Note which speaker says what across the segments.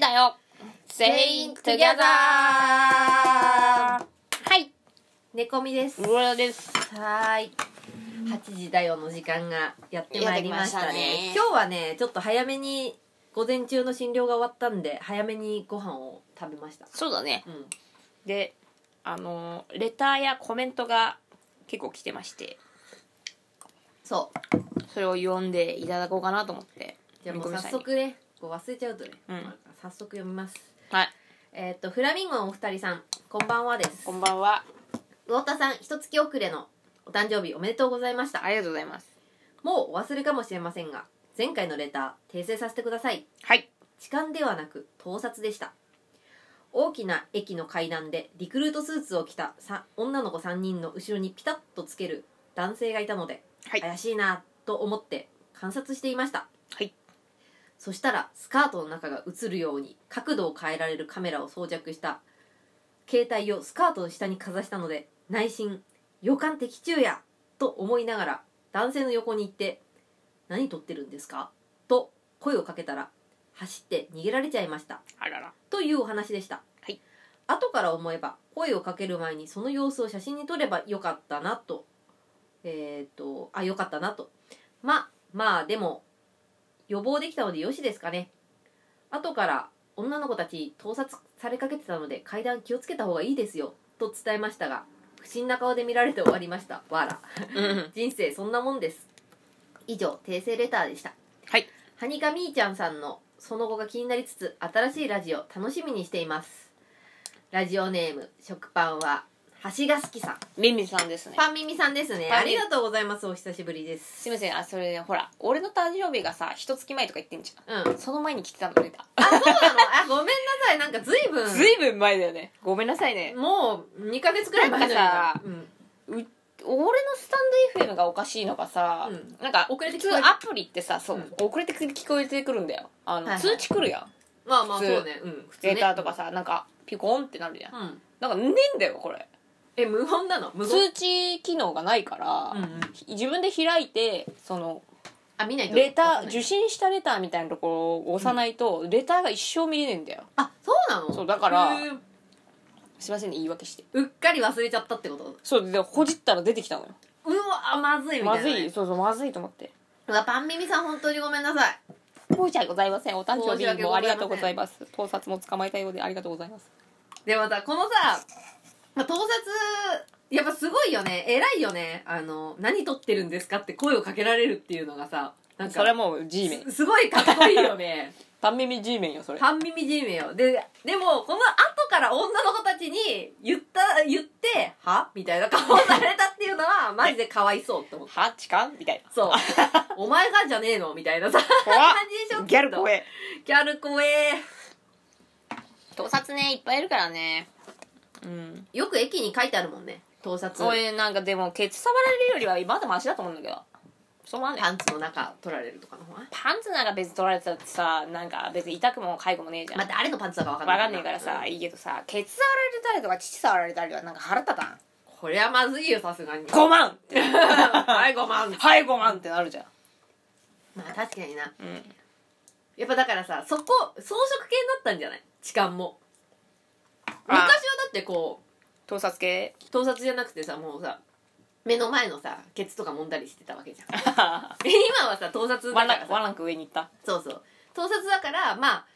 Speaker 1: だよ全員トゥギャザーはい
Speaker 2: 寝込みです。
Speaker 1: うわです
Speaker 2: はーい。8時だよの時間がやってまいりましたね。
Speaker 1: やってきましたね
Speaker 2: 今日はね、ちょっと早めに、午前中の診療が終わったんで、早めにご飯を食べました。
Speaker 1: そうだね
Speaker 2: うん。
Speaker 1: であのーレターやコメントが結構来てまして
Speaker 2: そう。
Speaker 1: それを読んでいただこうかなと思って
Speaker 2: じゃあもう
Speaker 1: みこみさん
Speaker 2: 早
Speaker 1: に
Speaker 2: 速ね、こう忘れちゃうとね、
Speaker 1: うん
Speaker 2: 早速読みます。
Speaker 1: はい
Speaker 2: えーっと、フラミンゴのお二人さん、こんばんはです。
Speaker 1: こんばんは
Speaker 2: 魚田さん、一月遅れのお誕生日おめでとうございました
Speaker 1: あ。りがとうございます
Speaker 2: もうお忘れかもしれませんが、前回のレター、訂正させてください。
Speaker 1: はい
Speaker 2: 痴漢ではなく盗撮でした大きな駅の階段でリクルートスーツを着たさ女の子3人の後ろにピタッとつける男性がいたので、
Speaker 1: はい
Speaker 2: 怪しいなと思って観察していました、
Speaker 1: はい
Speaker 2: そしたらスカートの中が映るように角度を変えられるカメラを装着した携帯をスカートの下にかざしたので内心予感的中やと思いながら男性の横に行って「何撮ってるんですか?」と声をかけたら走って逃げられちゃいました
Speaker 1: あらら
Speaker 2: というお話でした、
Speaker 1: はい、
Speaker 2: 後から思えば声をかける前にその様子を写真に撮ればよかったなとえっ、とあよかったなとままあでも予防できたのでよしですかね後から女の子たち盗撮されかけてたので階段気をつけた方がいいですよと伝えましたが不審な顔で見られて終わりましたわら
Speaker 1: うん
Speaker 2: 人生そんなもんです以上訂正レターでした
Speaker 1: はい
Speaker 2: はにかみーちゃんさんのその後が気になりつつ新しいラジオ楽しみにしていますラジオネーム食パンは橋が好きさん
Speaker 1: ミミさんですね
Speaker 2: パンミミさんですね
Speaker 1: パ
Speaker 2: あ
Speaker 1: ンミ
Speaker 2: り
Speaker 1: ミ
Speaker 2: がとうございますお久しぶりです
Speaker 1: すいませんあそれほら俺の誕生日がさ一月前とか言ってんじゃ
Speaker 2: うんあそうん
Speaker 1: その前に来てたのレタ
Speaker 2: なの あごめんなさいなんかずいぶ
Speaker 1: ー
Speaker 2: ん
Speaker 1: ずいぶん前だよねごめんなさいね
Speaker 2: もう2ヶ月くらい前じゃない
Speaker 1: なんかさ
Speaker 2: うん
Speaker 1: 俺のスタンド FM がおかしいのかさ、
Speaker 2: うん
Speaker 1: なんか
Speaker 2: 遅れて
Speaker 1: 普
Speaker 2: 聞こえ
Speaker 1: 通アプリってさそう、
Speaker 2: う
Speaker 1: 遅れて聞こえてくるんだよあの、
Speaker 2: はいはい
Speaker 1: 通知来るやん
Speaker 2: まあまあそ
Speaker 1: 普
Speaker 2: う
Speaker 1: 通
Speaker 2: ねうん普通
Speaker 1: デー
Speaker 2: ね
Speaker 1: タとかさなんかピコンってなるじゃん、
Speaker 2: うん
Speaker 1: なんかねえんだよこれ
Speaker 2: え無言なの無言
Speaker 1: 通知機能がないから、
Speaker 2: うんうん
Speaker 1: 自分で開いてその
Speaker 2: あ見ないと
Speaker 1: レター
Speaker 2: わかんない
Speaker 1: 受信したレターみたいなところを押さないと、レターが一生見れねえんだよ
Speaker 2: あそうなの
Speaker 1: そうだから
Speaker 2: へー
Speaker 1: すいませんね言い訳して
Speaker 2: うっかり忘れちゃったってこと
Speaker 1: そうでほじったら出てきたのよ
Speaker 2: うわまずいみ
Speaker 1: ま
Speaker 2: たいな、ね、
Speaker 1: ずいそうそうまずいと思って
Speaker 2: うわパン耳さん本当にごめんなさい
Speaker 1: 申し訳ございませんお誕生
Speaker 2: 申し訳
Speaker 1: 日
Speaker 2: ご
Speaker 1: も
Speaker 2: ざ
Speaker 1: あ
Speaker 2: いません
Speaker 1: りがとうございます盗撮も捕まえたようでありがとうございます
Speaker 2: でまたこのさまあ盗撮やっぱすごいよね偉いよねあの何撮ってるんですかって声をかけられるっていうのがさなんか
Speaker 1: それはもう G メン
Speaker 2: すすごいかっこいい よね
Speaker 1: パン耳 G メンよそれ
Speaker 2: 半耳じめよででもこの後から女の子たちに言った言って「は?」みたいな顔されたっていうの はマジでかわいそうって思った
Speaker 1: は痴漢みたいな
Speaker 2: そうお前がじゃねえのみたいなさ
Speaker 1: 怖っ
Speaker 2: 感じでしょ
Speaker 1: ギャル怖え
Speaker 2: ギャル怖え
Speaker 1: 盗撮ねいっぱいいるからねうん
Speaker 2: よく駅に書いてあるもんね盗撮
Speaker 1: そういうなんかでもケツ触られるよりはまだマシだと思うんだけどそうなんだよ
Speaker 2: パンツの中取られるとかの方が
Speaker 1: パンツなんか別に取られてたってさなんか別に痛くも介護もねえじゃん
Speaker 2: まあ、
Speaker 1: わ
Speaker 2: 誰のパンツだか分かんない
Speaker 1: かんねえからさいいけどさケツ触られたりとか乳触られたりはなんか腹立たん
Speaker 2: これはまずいよさすがに
Speaker 1: 5万って
Speaker 2: はい5万
Speaker 1: はい5万ってなるじゃん
Speaker 2: まあ確かにな
Speaker 1: うん
Speaker 2: やっぱだからさそこ装飾系になったんじゃない痴漢も昔はだってこ
Speaker 1: 盗撮系
Speaker 2: う盗撮じゃなくてさもうさ目の前のさケツとか揉んだりしてた わけじゃん
Speaker 1: ワ
Speaker 2: 今はさ盗撮だ
Speaker 1: ン
Speaker 2: か
Speaker 1: ラ
Speaker 2: ら
Speaker 1: ンクワ
Speaker 2: さ
Speaker 1: ンランク上に行った
Speaker 2: そうそう盗撮だからまあ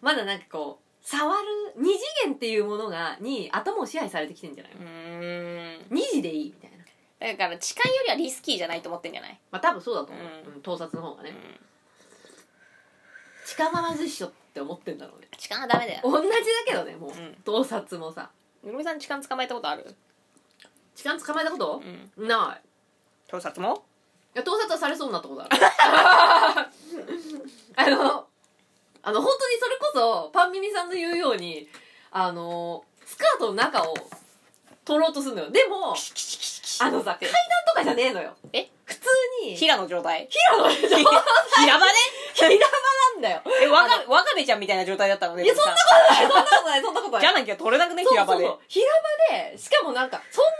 Speaker 2: まだなんかこう触る二次元っていうものがに頭を支配されてきてんじゃないう
Speaker 1: ーん
Speaker 2: 二次でいいみたいな
Speaker 1: だから痴漢よりはリスキーじゃないと思ってんじゃない
Speaker 2: まあ多分そうだと思う、
Speaker 1: うん
Speaker 2: うん盗撮の方がね、
Speaker 1: ん
Speaker 2: 痴漢はまずいっしょって思ってんだろうね
Speaker 1: 痴漢はダメだよ
Speaker 2: 同じだけどねもう、
Speaker 1: うん
Speaker 2: 盗撮もさ
Speaker 1: みぐみさん痴漢捕まえたことある
Speaker 2: 痴漢捕まえたこと、
Speaker 1: ん
Speaker 2: ない
Speaker 1: 盗撮も
Speaker 2: いや盗撮はされそうになっ たことある あのあの本当にそれこそパンミミさんの言うようにあのスカートの中を取ろうとするのよでもあのさ階段とかじゃねえのよ
Speaker 1: え
Speaker 2: 普通に
Speaker 1: 平の状態
Speaker 2: 平野でしょ平場
Speaker 1: 平場ね
Speaker 2: な んだよ
Speaker 1: えわかわかめちゃんみたいな状態だったのね
Speaker 2: いやそんな
Speaker 1: みぐみ
Speaker 2: そんなことないそんなこと
Speaker 1: さん
Speaker 2: ない
Speaker 1: じゃなきゃ取れなくね
Speaker 2: そう
Speaker 1: 平
Speaker 2: そ
Speaker 1: 場
Speaker 2: う
Speaker 1: で
Speaker 2: そう平場でしかもなんかそんな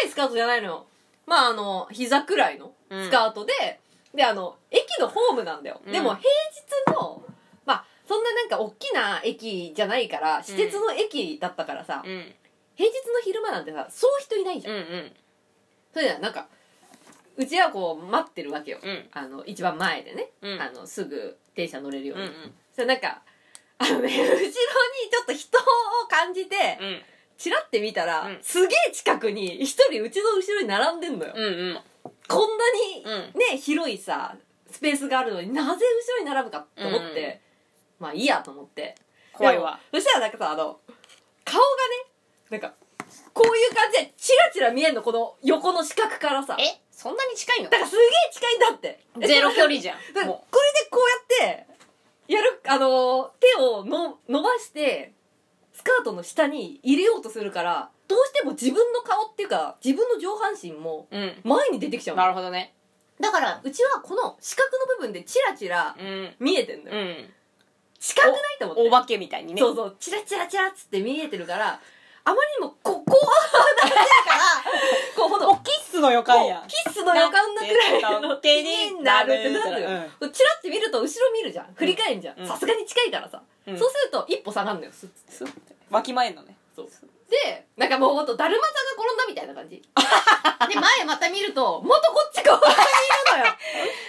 Speaker 2: 短いスカートじゃないのよまああの膝くらいの
Speaker 1: うん
Speaker 2: スカートで、であの駅のホームなんだよ、
Speaker 1: うん
Speaker 2: でも平日のまあそんななんか大きな駅じゃないから私鉄の駅だったからさ、
Speaker 1: うんうん
Speaker 2: 平日の昼間なんてさそう人いないじゃん、
Speaker 1: うん
Speaker 2: それじゃなんかうちはこう待ってるわけよ
Speaker 1: うん
Speaker 2: あの一番前でね、
Speaker 1: うん
Speaker 2: あのすぐ電車乗れるよう
Speaker 1: うんう
Speaker 2: に、
Speaker 1: ん
Speaker 2: それなんかあのね 後ろにちょっと人を感じて
Speaker 1: うん
Speaker 2: チラって見たら、
Speaker 1: うん
Speaker 2: すげえ近くに一人うちの後ろに並んでんのよ、
Speaker 1: うんうん
Speaker 2: こんなに
Speaker 1: うん
Speaker 2: ね広いさスペースがあるのになぜ後ろに並ぶかと思って、まあいいやと思って
Speaker 1: 怖いわ
Speaker 2: でもそしたらなんかさあの顔がねなんかこういう感じでチラチラ見えんのこの横の視覚からさだ
Speaker 1: えそんなに近いの
Speaker 2: からすげえ近いんだって
Speaker 1: ゼロ距離じゃ
Speaker 2: だか
Speaker 1: ん
Speaker 2: らこ
Speaker 1: も
Speaker 2: れでこうやってやるあの手をの伸ばしてスカートの下に入れようとするからどうしても自分の顔っていうか自分の上半身も
Speaker 1: ううん
Speaker 2: 前に出てきちゃうの
Speaker 1: なるほどね
Speaker 2: だからうちはこの四角の部分でチラチラ
Speaker 1: うん
Speaker 2: 見えてんのよ、
Speaker 1: うん
Speaker 2: 四角ないと思って
Speaker 1: お化けみたいにね
Speaker 2: そうそうチラチラチラっつって見えてるからあまりにもここをなってるからこうほん
Speaker 1: お
Speaker 2: と
Speaker 1: キッスの予感やん
Speaker 2: キッスの予感なくらいの
Speaker 1: 手
Speaker 2: 気
Speaker 1: に
Speaker 2: に
Speaker 1: な
Speaker 2: な
Speaker 1: る
Speaker 2: る
Speaker 1: っ
Speaker 2: ってて
Speaker 1: なる
Speaker 2: なる
Speaker 1: よ
Speaker 2: よ、チラって見ると後ろ見るじゃん振り返るじゃ
Speaker 1: うん
Speaker 2: んさすがに近いからさ、
Speaker 1: うん
Speaker 2: そうすると一歩下がんのよスッ
Speaker 1: すわきまえんのね
Speaker 2: そうでなんかもうほんとだるまさんが転んだみたいな感じで前また見るともっとこっち側にいるのよあ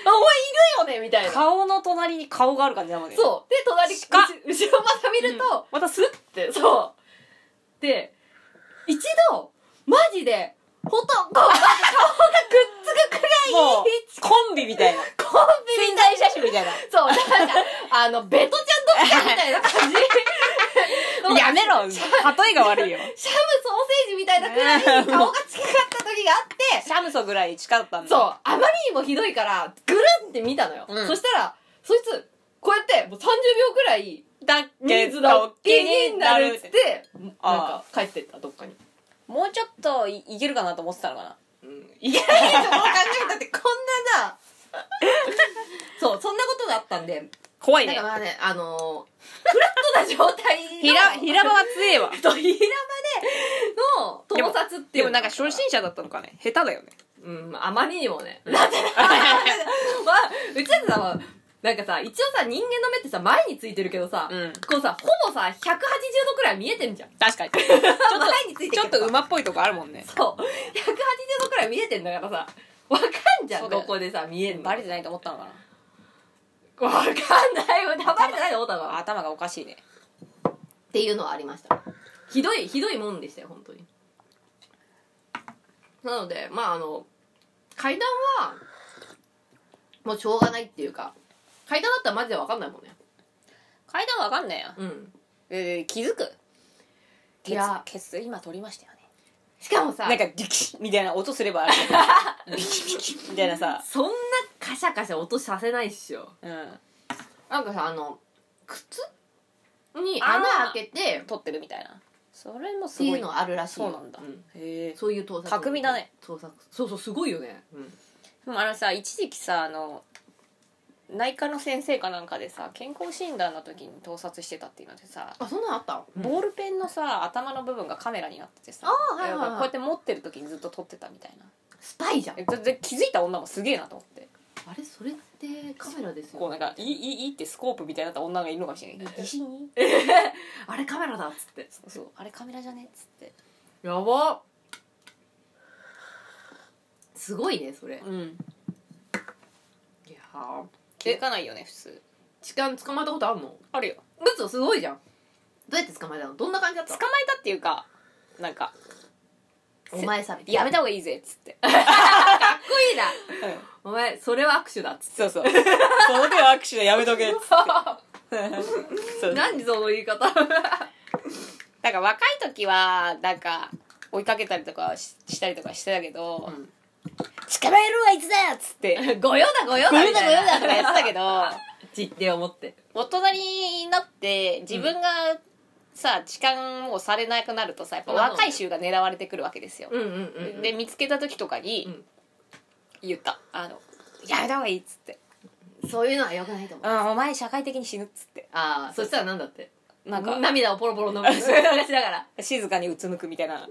Speaker 2: お前いるよねみたいな
Speaker 1: 顔の隣に顔がある感じだもんねう
Speaker 2: そう。で、隣、
Speaker 1: 鹿
Speaker 2: 後後ろまた見ると、
Speaker 1: またスッ
Speaker 2: でそう。で、一度、マジで、ほとんど、顔がくっつくくらい、
Speaker 1: もうコンビみた いな
Speaker 2: コンビ
Speaker 1: 潜
Speaker 2: ニだ
Speaker 1: 在写真みたいな
Speaker 2: そう、なんか、あの、ベトちゃんどっちかみたいな感じ。
Speaker 1: やめろ例えが悪いよ
Speaker 2: シャムソーセージみたいなくらい、顔が近かった時があっ て、
Speaker 1: シャムソぐらい近かったんだ
Speaker 2: そう、あまりにもひどいから、ぐるんって見たのよ。
Speaker 1: うん
Speaker 2: そしたら、そいつ、こうやって、もう30秒くらい、
Speaker 1: だけ
Speaker 2: 人
Speaker 1: ど
Speaker 2: 数が
Speaker 1: 気
Speaker 2: 気
Speaker 1: に
Speaker 2: に
Speaker 1: な
Speaker 2: な
Speaker 1: る
Speaker 2: る
Speaker 1: っ
Speaker 2: ってつって、なん
Speaker 1: あ
Speaker 2: か、帰ってった、どっかに。
Speaker 1: もうちょっといいけるかなと思ってたのかない
Speaker 2: け ないよ、もう考えたって、こんな だ。そう、そんなことがあったんで、
Speaker 1: 怖い
Speaker 2: なん
Speaker 1: ね
Speaker 2: かまあね、あのーフラットな状態の、
Speaker 1: 平平場は強 えわ
Speaker 2: と、ひらまでの盗撮ってい
Speaker 1: で
Speaker 2: う
Speaker 1: も
Speaker 2: の
Speaker 1: なんか初心者だったのかね下手だよ ね
Speaker 2: うん、あまりにもね。なんでだまあ、うちだってさ、なんかさ、一応さ、人間の目ってさ、前についてるけどさ、
Speaker 1: うん
Speaker 2: こうさ、ほぼさ、180度くらい見えてんじゃん。
Speaker 1: 確 かに
Speaker 2: 前について
Speaker 1: ち
Speaker 2: る
Speaker 1: ょっと馬っぽいとこあるもんね
Speaker 2: そう。180度くらい見えてんだからさ、わかんじゃ、
Speaker 1: そうんだよ
Speaker 2: どこでさ、見えんの。
Speaker 1: バレてないと思ったのか
Speaker 2: わかんないよ。黙れてないと思った
Speaker 1: な
Speaker 2: わ。っ
Speaker 1: 頭がおかしいね
Speaker 2: ていうのはありました。ひどい、ひどいもんでしたよ、本当に。なので、まああの、階段は、もうしょうがないっていうか、階段だったらマジでわかんないもんね。
Speaker 1: 階段わかんないや
Speaker 2: うん。
Speaker 1: えー気づく
Speaker 2: いや
Speaker 1: ケツケツ今取りましたよね
Speaker 2: しかもさ
Speaker 1: なん、かリキシッみたいな音すれ ばあるビキビキみたいなさ
Speaker 2: そんなカシャカシャ音させないっしょ。
Speaker 1: うん
Speaker 2: なんかさ、あの、靴に穴開けて、っ
Speaker 1: 取ってるみたいなそれもす
Speaker 2: て
Speaker 1: ごい
Speaker 2: いうのあるらしいよ。
Speaker 1: そうなんだへえ
Speaker 2: そういう盗撮。
Speaker 1: 巧みだね。
Speaker 2: 盗撮。そうそう、すごいよね。うん。
Speaker 1: でもあのさ一時期さあの内科の先生かなんかでさ健康診断の時に盗撮してたっていうのでさ
Speaker 2: あ、そんなのあった
Speaker 1: ボールペンのさ頭の部分がカメラになっててさ
Speaker 2: あーはいはいはい
Speaker 1: こうやって持ってる時にずっと撮ってたみたいな
Speaker 2: スパイじゃん。
Speaker 1: え全然気づいた女もすげえなと思って
Speaker 2: あれそれってカメラです
Speaker 1: こうな
Speaker 2: よ、ね
Speaker 1: ん、か「いいいいい」ってスコープみたいになった女がいるのかもしれない疑心に
Speaker 2: あれカメラだっつって
Speaker 1: そうそうあれカメラじゃねっつって
Speaker 2: やばすごいねそれい
Speaker 1: うん
Speaker 2: やー
Speaker 1: 気づかないよね普通
Speaker 2: 痴漢捕まったことあんの
Speaker 1: あるよ
Speaker 2: ブツすごいじゃんどうやって捕まえたのどんな感じだっ
Speaker 1: 捕
Speaker 2: た
Speaker 1: まえたっていうかなんか
Speaker 2: お前さ
Speaker 1: 「やめた方がいいぜ」っつって、
Speaker 2: かっこいいなお前それは握手だっつっ
Speaker 1: そうそうその手は握手でやめとけ っつって
Speaker 2: て
Speaker 1: そう
Speaker 2: 何その言い方
Speaker 1: なんか若い時はなんか追いかけたりとかししたりとかしてたけど
Speaker 2: ん
Speaker 1: 「捕まえるわあいつだ!」っつって
Speaker 2: ご用だご用
Speaker 1: 「
Speaker 2: だ
Speaker 1: ごめんだごめんだ」
Speaker 2: み
Speaker 1: と
Speaker 2: た
Speaker 1: か
Speaker 2: い
Speaker 1: や
Speaker 2: な
Speaker 1: ってたけど
Speaker 2: 知って思って
Speaker 1: 大人になって自分がさ痴漢をされなくなるとさやっぱ若い衆が狙われてくるわけですよ、
Speaker 2: うんうんうん、うん、
Speaker 1: で見つけた時とかに言った「あのやめた方がいい」っつって
Speaker 2: そういうのはよくないと
Speaker 1: 「
Speaker 2: 思
Speaker 1: う
Speaker 2: うん
Speaker 1: お前社会的に死ぬ」っつって
Speaker 2: ああそしたらなんだって
Speaker 1: なんか
Speaker 2: 涙をポロポロ飲むしながら
Speaker 1: 静かにうつむくみたいな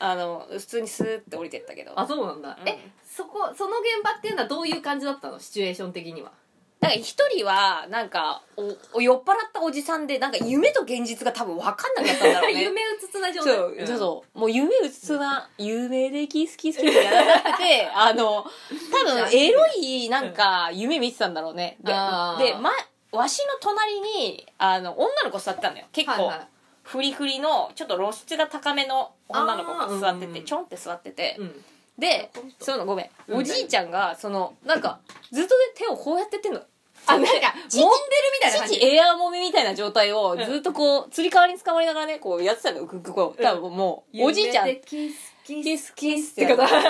Speaker 1: あの普通にスーって降りてったけど
Speaker 2: あそうなんだ、
Speaker 1: うん
Speaker 2: えそこその現場っていうのはどういう感じだったのシチュエーション的には
Speaker 1: なんか一人はなんかおお酔っ払ったおじさんでなんか夢と現実が多分分かんなかったんだろう ね
Speaker 2: 夢うつつな状態
Speaker 1: そう、
Speaker 2: ん
Speaker 1: そうそう。もう夢うつつな、夢でキスキスキスやらなく て、あの、多分エロいなんか夢見てたんだろうね。で、で、
Speaker 2: あー
Speaker 1: ま、わしの隣に、あの、女の子座ってたんだよ。結
Speaker 2: はい
Speaker 1: 構、
Speaker 2: は
Speaker 1: フリフリの、ちょっと露出が高めの女の子が座って
Speaker 2: あーうんう
Speaker 1: て、
Speaker 2: ん
Speaker 1: ちょんって座ってて
Speaker 2: い、うん
Speaker 1: で
Speaker 2: この、人
Speaker 1: そのごめん、
Speaker 2: うん
Speaker 1: おじいちゃんが、その、なんか、ずっと手をこうやってやってんの。
Speaker 2: あなんか揉んでるみたいな感
Speaker 1: 父
Speaker 2: じ
Speaker 1: エアー揉みみたいな状態をずっとこう、釣り革に捕まりながらね、こうやってたのよ、グッグこう。多分もう、おじいちゃん、
Speaker 2: 夢でキスキス
Speaker 1: キスキスっ
Speaker 2: って
Speaker 1: て
Speaker 2: こ
Speaker 1: ことと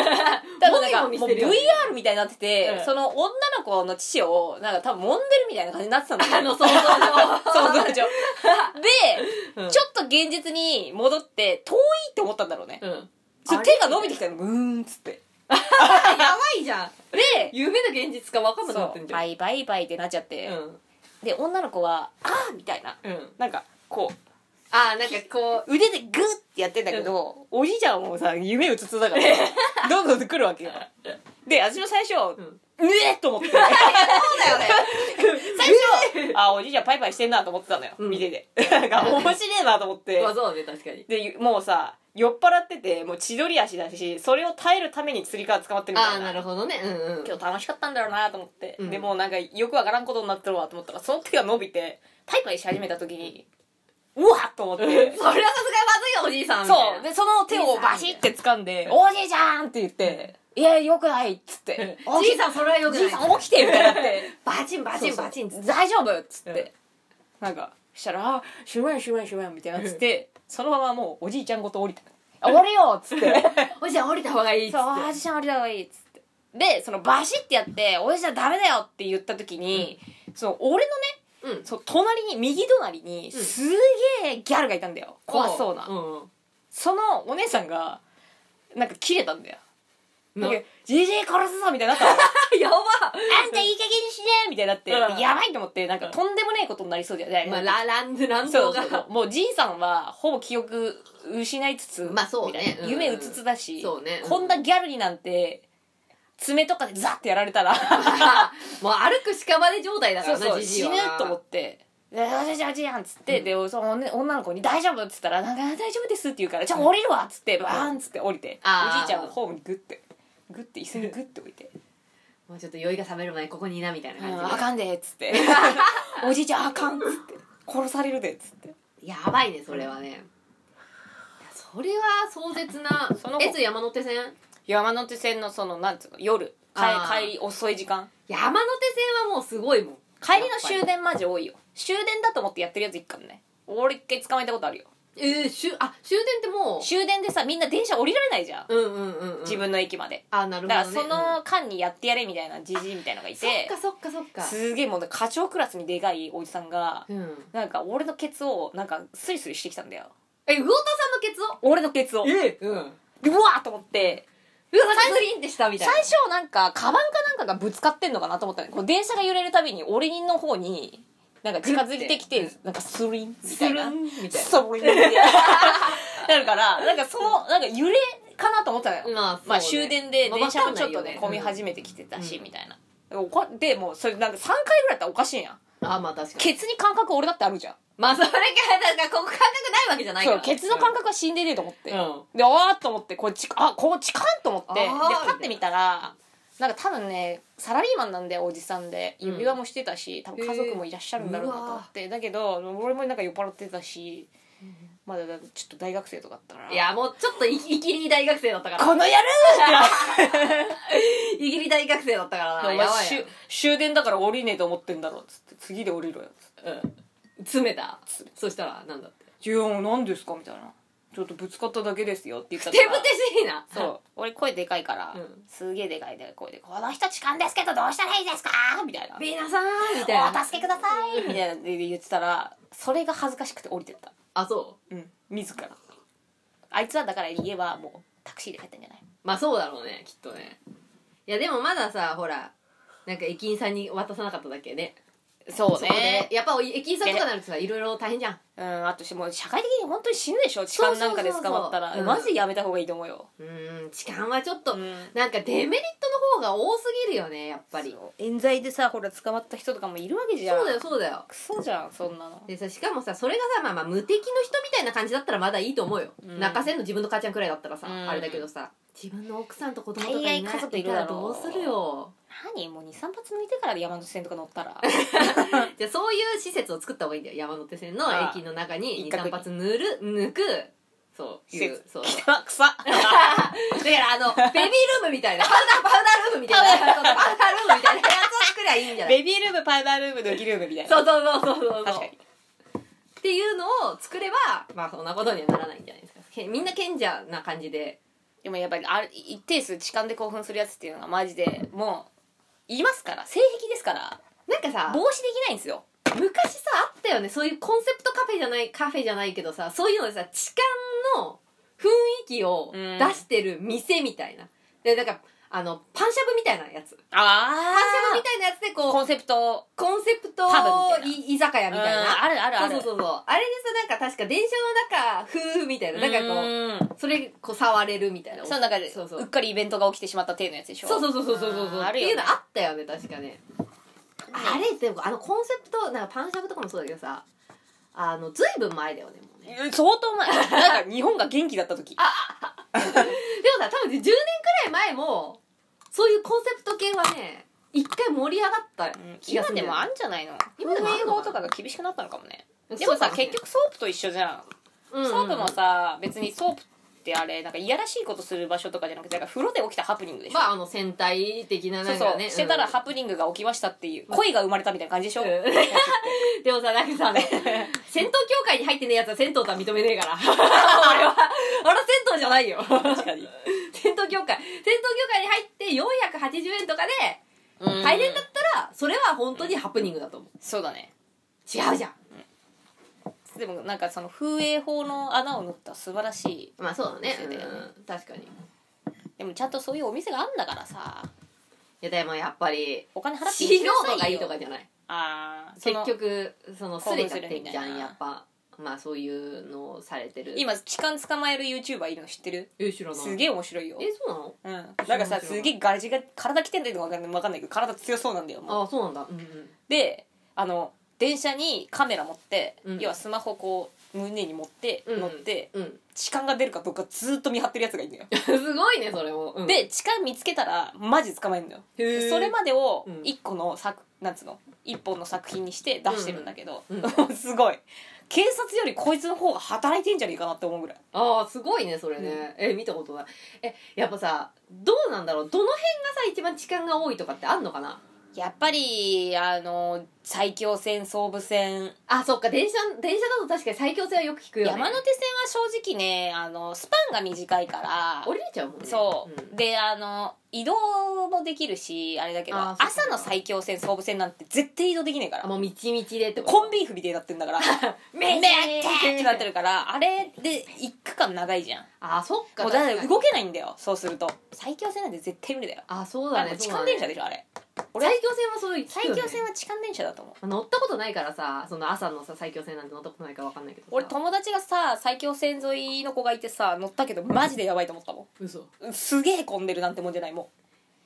Speaker 1: 多分なんか
Speaker 2: もみ
Speaker 1: も
Speaker 2: も
Speaker 1: う
Speaker 2: みしてるよ
Speaker 1: VR みたいになってて、
Speaker 2: うん
Speaker 1: その女の子の父をなんか多分揉んでるみたいな感じになってたんだよ
Speaker 2: あの 想像
Speaker 1: 想像上で
Speaker 2: 上
Speaker 1: ちょっと現実に戻って遠いって思ったんだろうね、
Speaker 2: うん
Speaker 1: そ
Speaker 2: あ
Speaker 1: う
Speaker 2: れ
Speaker 1: 手が伸びてきたのうーんっつって
Speaker 2: やばいじゃん
Speaker 1: で
Speaker 2: 夢と現実か分かんなくなって
Speaker 1: そ
Speaker 2: ん
Speaker 1: う
Speaker 2: じゃん
Speaker 1: バイバイバイってなっちゃって、で女の子は「ああ」みたいな
Speaker 2: うんうん
Speaker 1: なんかこう
Speaker 2: あーなんかこ
Speaker 1: 腕でグッてやってんだけど、おじいちゃんはもうさ夢うつつだ からどんどん来るわけよで私も最初
Speaker 2: う、うん、
Speaker 1: 「うえっ!」と思って
Speaker 2: そうだよね
Speaker 1: 最初、 あ、おじいちゃんパイパイしてんなと思ってたのよ。
Speaker 2: うん
Speaker 1: 見てて。 なんか、面白いなと思って
Speaker 2: まあ。そうね確かに
Speaker 1: で、もうさ、酔っ払ってて、もう千鳥足だし、それを耐えるために釣り革捕まってるみ
Speaker 2: あ
Speaker 1: た
Speaker 2: あ
Speaker 1: い
Speaker 2: な
Speaker 1: な。
Speaker 2: るほどねうんうん
Speaker 1: 今日楽しかったんだろうなと思って。
Speaker 2: うん
Speaker 1: で、もうなんか、よくわからんことになってるわと思ったら、その手が伸びて、パイパイし始めた時に、うわっと思っ
Speaker 2: それは
Speaker 1: て
Speaker 2: さす。がにまずいよおじいさんみたいな
Speaker 1: そう。で、その手をバシって掴んで、おじいちゃんって言って、いや、よくないっつって。
Speaker 2: おじいさんそれはよく
Speaker 1: じい
Speaker 2: ない
Speaker 1: さん起きてみたいになって。
Speaker 2: バチンバチンバチン
Speaker 1: そうそう大丈夫っつっ
Speaker 2: うん
Speaker 1: て、なんかしたら「あしゅわんしゅわんしゅわん」みたいなっつってそのままもうおじいちゃんごと降りた「あ降りよ!」っつって
Speaker 2: おじいちゃん降りた方がい
Speaker 1: 「
Speaker 2: いっつ
Speaker 1: そう
Speaker 2: っ
Speaker 1: おじいちゃん降りた方がいい」っつってでそのバシッてやって「おじいちゃんダメだよ」って言った時に、その俺のね
Speaker 2: てうん
Speaker 1: その隣に右隣に
Speaker 2: うん
Speaker 1: すげえギャルがいたんだよ怖そうな、
Speaker 2: う
Speaker 1: そのお姉さんがなんか切れたんだよ「
Speaker 2: んな
Speaker 1: なんか
Speaker 2: や
Speaker 1: じじい殺すぞ」みたいに なったの
Speaker 2: ば
Speaker 1: あんたいい加減にしねえみたいになって、
Speaker 2: うん
Speaker 1: やばいと思って、なんかとんでもないことになりそうじゃない、
Speaker 2: まあラランズ乱
Speaker 1: そ
Speaker 2: 闘
Speaker 1: うそうそう
Speaker 2: が
Speaker 1: もうじいさんはほぼ記憶失いつつ、
Speaker 2: まあそうね
Speaker 1: みたいな
Speaker 2: うん
Speaker 1: 夢うつつだし、
Speaker 2: そうねうん
Speaker 1: こんなギャルになんて爪とかでザッてやられたら
Speaker 2: もう歩く屍状態だか
Speaker 1: そう
Speaker 2: ら
Speaker 1: そ
Speaker 2: な
Speaker 1: う
Speaker 2: じじい
Speaker 1: 死ぬ
Speaker 2: は
Speaker 1: と思って。であじゃあじゃあんっつって、
Speaker 2: うん
Speaker 1: でその女の子に「大丈夫?」っつったら「なんかあ大丈夫です」って言うから「じゃあ降りるわ」っつってバーンっつって降りて
Speaker 2: あ
Speaker 1: お
Speaker 2: ー
Speaker 1: じいちゃんをホームにグッてグッて椅子にグッて置いて
Speaker 2: もうちょっと酔いが覚める前にここにいなみたいな
Speaker 1: うん
Speaker 2: 感
Speaker 1: あ
Speaker 2: じで
Speaker 1: かんでっつ って「おじいちゃんあかん」っつって「殺されるで」っつって
Speaker 2: やばいねそれはねいやそれは壮絶な
Speaker 1: その子
Speaker 2: S 山手線
Speaker 1: 山手線のそのなんつうの夜
Speaker 2: あー
Speaker 1: 帰帰り遅い時間
Speaker 2: 山手線はもうすごいもん
Speaker 1: 帰りの終電マジ多いよ終電だと思ってやってるやつ一回もね俺一回捕まえたことあるよ
Speaker 2: えー、終あ終電ってもう
Speaker 1: 終電でさみんな電車降りられないじゃん、
Speaker 2: うんうんうん、うん、
Speaker 1: 自分の駅まで
Speaker 2: あなる
Speaker 1: だ
Speaker 2: ほど、
Speaker 1: か
Speaker 2: ね、
Speaker 1: らその間にやってやれみたいなじじいみたいのがいて
Speaker 2: うんそっかそっかそっか
Speaker 1: すげえもう課長クラスにでかいおじさんが
Speaker 2: うん
Speaker 1: なんか俺のケツをなんかスリスリしてきたんだよ
Speaker 2: え魚田さんの
Speaker 1: 俺のケツを
Speaker 2: ケツをえうんうわ
Speaker 1: でうわーと思って
Speaker 2: スリンってしたみたい
Speaker 1: 最
Speaker 2: な
Speaker 1: 初なんかカバンかなんかがぶつかってんのかなと思ったのこう電車が揺れるたびに俺の方になんか近づいてきてなんかスリンみたいな
Speaker 2: スルンみたいな
Speaker 1: そういう なるからなんかそのなんか揺れかなと思ったのよ、
Speaker 2: まあそうね
Speaker 1: まあ終電で電車もちょっとね
Speaker 2: ま
Speaker 1: 混
Speaker 2: あわかんない
Speaker 1: み
Speaker 2: よ
Speaker 1: 始めてきてたし、
Speaker 2: うん
Speaker 1: みたいなおこでもうそれなんか3回ぐらいやったらおかしいやん
Speaker 2: あまあ確かに
Speaker 1: ケツに感覚俺だってあるじゃん
Speaker 2: まあそれがなんかここ感覚ないわけじゃないか
Speaker 1: そう
Speaker 2: ら
Speaker 1: ケツの感覚は死んでねえと思って、
Speaker 2: うん
Speaker 1: でわーっと思ってこっちあこっちかんと思ってで
Speaker 2: あー
Speaker 1: パッて見たらなんか多分ねサラリーマンなんでおじさんで
Speaker 2: うん
Speaker 1: 指輪もしてたし、多分家族もいらっしゃるんだろうなと思ってだけど俺もなんか酔っ払ってたしまだだちょっと大学生とかだったから
Speaker 2: いやもうちょっといいきり大学生だったから
Speaker 1: この野郎
Speaker 2: いきり大学生だったから な
Speaker 1: お
Speaker 2: や
Speaker 1: 前
Speaker 2: ばい
Speaker 1: 終終電だから降りねえと思ってんだろっつって次で降りろよっつって
Speaker 2: やうん詰めたそしたらなんだって
Speaker 1: 「いや何ですか?」みたいな「ちょっとぶつかっただけですよ」って言った
Speaker 2: 手ぶてしいな
Speaker 1: そう俺声でかいから、
Speaker 2: うん
Speaker 1: すげえでかいで声で「この人痴漢ですけどどうしたらいいですか?」みたいな
Speaker 2: ビーナさんみた
Speaker 1: 「お
Speaker 2: いな
Speaker 1: 助けください」みたいなで言ってたらそれが恥ずかしくて降りてった
Speaker 2: あそう
Speaker 1: うん自らあいつはだから家はもうタクシーで帰ったんじゃない
Speaker 2: まあそうだろうねきっとねいやでもまださほらなんか駅員さんに渡さなかっただけね
Speaker 1: そう
Speaker 2: そこ
Speaker 1: ね
Speaker 2: でやっぱ駅員さんとかになるとさいろいろ大変じゃん
Speaker 1: うんあとしてもう社会的に本当に死ぬでしょ痴漢なんかで捕まったら
Speaker 2: そうそうそうそううん
Speaker 1: マジでやめた方がいいと思うよ、
Speaker 2: うん痴漢はちょっと、
Speaker 1: うん
Speaker 2: なんかデメリットの方が多すぎるよねやっぱりそう
Speaker 1: 冤罪でさほら捕まった人とかもいるわけじゃん
Speaker 2: だよそうだよ
Speaker 1: クソじゃんそんなの
Speaker 2: でさしかもさそれがさ、まあ、まあ無敵の人みたいな感じだったらまだいいと思うよ、
Speaker 1: うん
Speaker 2: 泣かせんの自分の母ちゃんくらいだったらさ、
Speaker 1: うん
Speaker 2: あれだけどさ自分の奥さんと子供とかいな
Speaker 1: 大
Speaker 2: い
Speaker 1: 概家族い
Speaker 2: い
Speaker 1: る
Speaker 2: た
Speaker 1: だ
Speaker 2: ら
Speaker 1: ろ
Speaker 2: ど
Speaker 1: う
Speaker 2: うするよ
Speaker 1: 何もう23発抜いてから山手線とか乗った ら
Speaker 2: じゃあそういう施設を作った方がいいんだよ山手線の
Speaker 1: ああ
Speaker 2: 駅の中に
Speaker 1: 一角に
Speaker 2: 23発塗る抜くそうい
Speaker 1: 施
Speaker 2: う
Speaker 1: 設
Speaker 2: そう
Speaker 1: 汚っ 草
Speaker 2: だからあ のベビールームみたいなパウダーパウダールームみたいなそうパウダールームみたいなやつを作りゃいいんじゃない
Speaker 1: ベビールームパウダールームドキルームみたいな
Speaker 2: そうそうそうそうそう
Speaker 1: 確かに
Speaker 2: っていうのを作ればまあそんなことにはならないんじゃないですかけみんな賢者な感じで
Speaker 1: でもやっぱりある一定数痴漢で興奮するやつっていうのがマジでもういますから性癖ですから
Speaker 2: なんかさ
Speaker 1: 防止できないんですよ
Speaker 2: 昔さあったよねそういうコンセプトカフェじゃないカフェじゃないけどさそういうのでさ痴漢の雰囲気を
Speaker 1: うん
Speaker 2: 出してる店みたいな、でなんかあのパンシャブみたいなやつ
Speaker 1: あ
Speaker 2: パンシャブみたいなやつでこ
Speaker 1: コ
Speaker 2: う
Speaker 1: ンセプト
Speaker 2: コンセプト
Speaker 1: パブみたいない
Speaker 2: 居酒屋みたい
Speaker 1: うん
Speaker 2: な
Speaker 1: あるあるある
Speaker 2: そうそうそうそうあれでさなんか確か電車の中風みたいななんかこ
Speaker 1: う
Speaker 2: うそれこう触れるみたいな
Speaker 1: その中で
Speaker 2: そうそう
Speaker 1: うっかりイベントが起きてしまった体のやつでしょ
Speaker 2: そうそうそうそうそうそうそう
Speaker 1: あーある
Speaker 2: っていう
Speaker 1: よ、
Speaker 2: の
Speaker 1: ね、
Speaker 2: あったよね確かねあれでもあのコンセプトなんかパンシャブとかもそうだけどさあのずいぶん前だよねもうね
Speaker 1: え相当前なんか日本が元気だった時
Speaker 2: でもさ多分ね10年くらい前もそういうコンセプト系はね一回盛り上がった
Speaker 1: うん
Speaker 2: 気が
Speaker 1: 今
Speaker 2: するんだ
Speaker 1: で
Speaker 2: よ
Speaker 1: もあんじゃないの
Speaker 2: 今
Speaker 1: 今
Speaker 2: で
Speaker 1: で
Speaker 2: も
Speaker 1: も法
Speaker 2: あんのかな
Speaker 1: とかが厳しくなったのかもねでもさ
Speaker 2: そうかね
Speaker 1: 結局ソープと一緒じゃん
Speaker 2: うんうん
Speaker 1: ソープもさ別にソープってあれなんかいやらしいことする場所とかじゃなくてなんか風呂で起きたハプニングでしょ、
Speaker 2: まああの戦隊的な
Speaker 1: そ
Speaker 2: な
Speaker 1: うんそ
Speaker 2: か
Speaker 1: う
Speaker 2: ね
Speaker 1: してたら
Speaker 2: うん
Speaker 1: ハプニングが起きましたっていう恋が生まれたみたいな感じでしょ、
Speaker 2: うんでもさ、なん かさ、あの戦闘協会に入ってねえやつは戦闘とは認めねえから。 俺は、俺は戦闘じゃないよ。
Speaker 1: 確かに
Speaker 2: 戦闘協会。戦闘協会に入って480円とかで
Speaker 1: うん
Speaker 2: 入れんだったら、それは本当にハプニングだと思う。
Speaker 1: そうだね
Speaker 2: 違うじゃん。
Speaker 1: でもなんかその風営法の穴を塗った素晴らしい
Speaker 2: まあそうだね
Speaker 1: そうだよね
Speaker 2: うん確かに。い
Speaker 1: でもちゃんとそういうお店があるんだからさ
Speaker 2: や、でもやっぱり、
Speaker 1: お金払って
Speaker 2: 素
Speaker 1: 行きなさ
Speaker 2: 人がいい
Speaker 1: よ
Speaker 2: とかじゃない。
Speaker 1: ああ
Speaker 2: 結局、その、すれちゃ
Speaker 1: 興
Speaker 2: っ
Speaker 1: 奮する
Speaker 2: て
Speaker 1: み
Speaker 2: ん
Speaker 1: たい
Speaker 2: じゃ、
Speaker 1: なん
Speaker 2: やっぱ。まあそういうのをされてる。、
Speaker 1: 今痴漢捕まえる YouTuber いるの知ってる
Speaker 2: 後ろの。
Speaker 1: すげえ面白いよ
Speaker 2: え、そうなの
Speaker 1: うん、なんかさ
Speaker 2: 知らん知らん
Speaker 1: すげえガジが体きてんだよとかわかんないわかんないけど体強そうなんだよもう
Speaker 2: ああ、そうなんだ。うんうん。
Speaker 1: であの電車にカメラ持って、
Speaker 2: うん
Speaker 1: 要はスマホこう胸に持って
Speaker 2: うん
Speaker 1: 乗って、
Speaker 2: うん。
Speaker 1: 痴漢が出るかどうかずっと見張ってるやつがいるのよ、
Speaker 2: すごいね、それも。うん、
Speaker 1: で痴漢見つけたらマジ捕まえるのよ
Speaker 2: へー
Speaker 1: それまでを
Speaker 2: うん
Speaker 1: 一個の作、なんつうの一本の作品にして出してるんだけど、
Speaker 2: うん
Speaker 1: すごい警察よりこいつの方が働いてんじゃねえかなって思うぐらい
Speaker 2: ああすごいねそれね、え見たことないえやっぱさどうなんだろうどの辺がさ一番痴漢が多いとかってあんのかな
Speaker 1: やっぱりあの埼京線総武線
Speaker 2: あそっか電車電車だと確かに最強性はよく聞くよ、ね、
Speaker 1: 山手線は正直ねあのスパンが短いから
Speaker 2: 降りれちゃうもんね
Speaker 1: そう、
Speaker 2: ん
Speaker 1: であの移動もできるしあれだけど
Speaker 2: あーそう
Speaker 1: 朝の最強線総武線なんて絶対移動できないか
Speaker 2: あ
Speaker 1: ら
Speaker 2: もう道々でって
Speaker 1: コン
Speaker 2: ビ
Speaker 1: ビーフみたいになってんだから め
Speaker 2: めっ
Speaker 1: っ
Speaker 2: ち
Speaker 1: ち
Speaker 2: ゃ
Speaker 1: ゃってなってるからあれで1区間長いじゃん
Speaker 2: あそっか
Speaker 1: もうだ
Speaker 2: 確
Speaker 1: っ
Speaker 2: か
Speaker 1: て
Speaker 2: に
Speaker 1: 動けないんだよそうすると最強線なんて絶対無理だよ
Speaker 2: あそう
Speaker 1: あれ
Speaker 2: だ
Speaker 1: も
Speaker 2: ね
Speaker 1: う痴漢電車
Speaker 2: で
Speaker 1: でしょあれ俺
Speaker 2: 最強線はそういう聞く
Speaker 1: 最
Speaker 2: よね
Speaker 1: 強線は痴漢電車だと思う
Speaker 2: 乗ったことないからさその朝のさ最強線なんて乗ったことないからわかんないけどさ
Speaker 1: 俺友達がさ最強線沿いの子がいてさ乗ったけどマジでやばいと思ったも
Speaker 2: 嘘
Speaker 1: んすげえ混んでるなんてもんじゃないも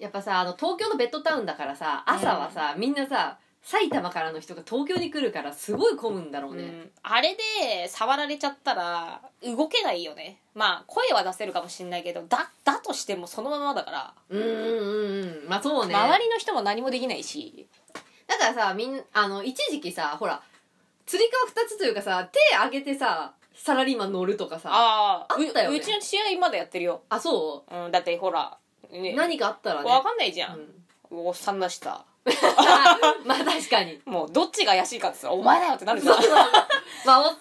Speaker 2: やっぱさあの東京のベッドタウンだからさ朝はさ、みんなさ埼玉からの人が東京に来るからすごい混むんだろ
Speaker 1: ん、
Speaker 2: うね、
Speaker 1: うんあれで触られちゃったら動けないよねまあ声は出せるかもしんないけどだだとしてもそのままだから、
Speaker 2: うんうんうんうんまあそうね
Speaker 1: 周りの人も何もできないし
Speaker 2: だからさみんあの一時期さほらつり革二つというかさ手上げてさサラリーマン乗るとかさ
Speaker 1: あ
Speaker 2: ああったよね
Speaker 1: ううちの試合まだやってるよ、
Speaker 2: そ
Speaker 1: うん、だってほら、
Speaker 2: う、
Speaker 1: ね、
Speaker 2: 何かあったらね
Speaker 1: わかんないじゃ、
Speaker 2: うんん
Speaker 1: おっさんだしさ
Speaker 2: まあ確かに
Speaker 1: もうどっちが怪しいかってさお前だよ ってなるじゃん
Speaker 2: そうまあおっさん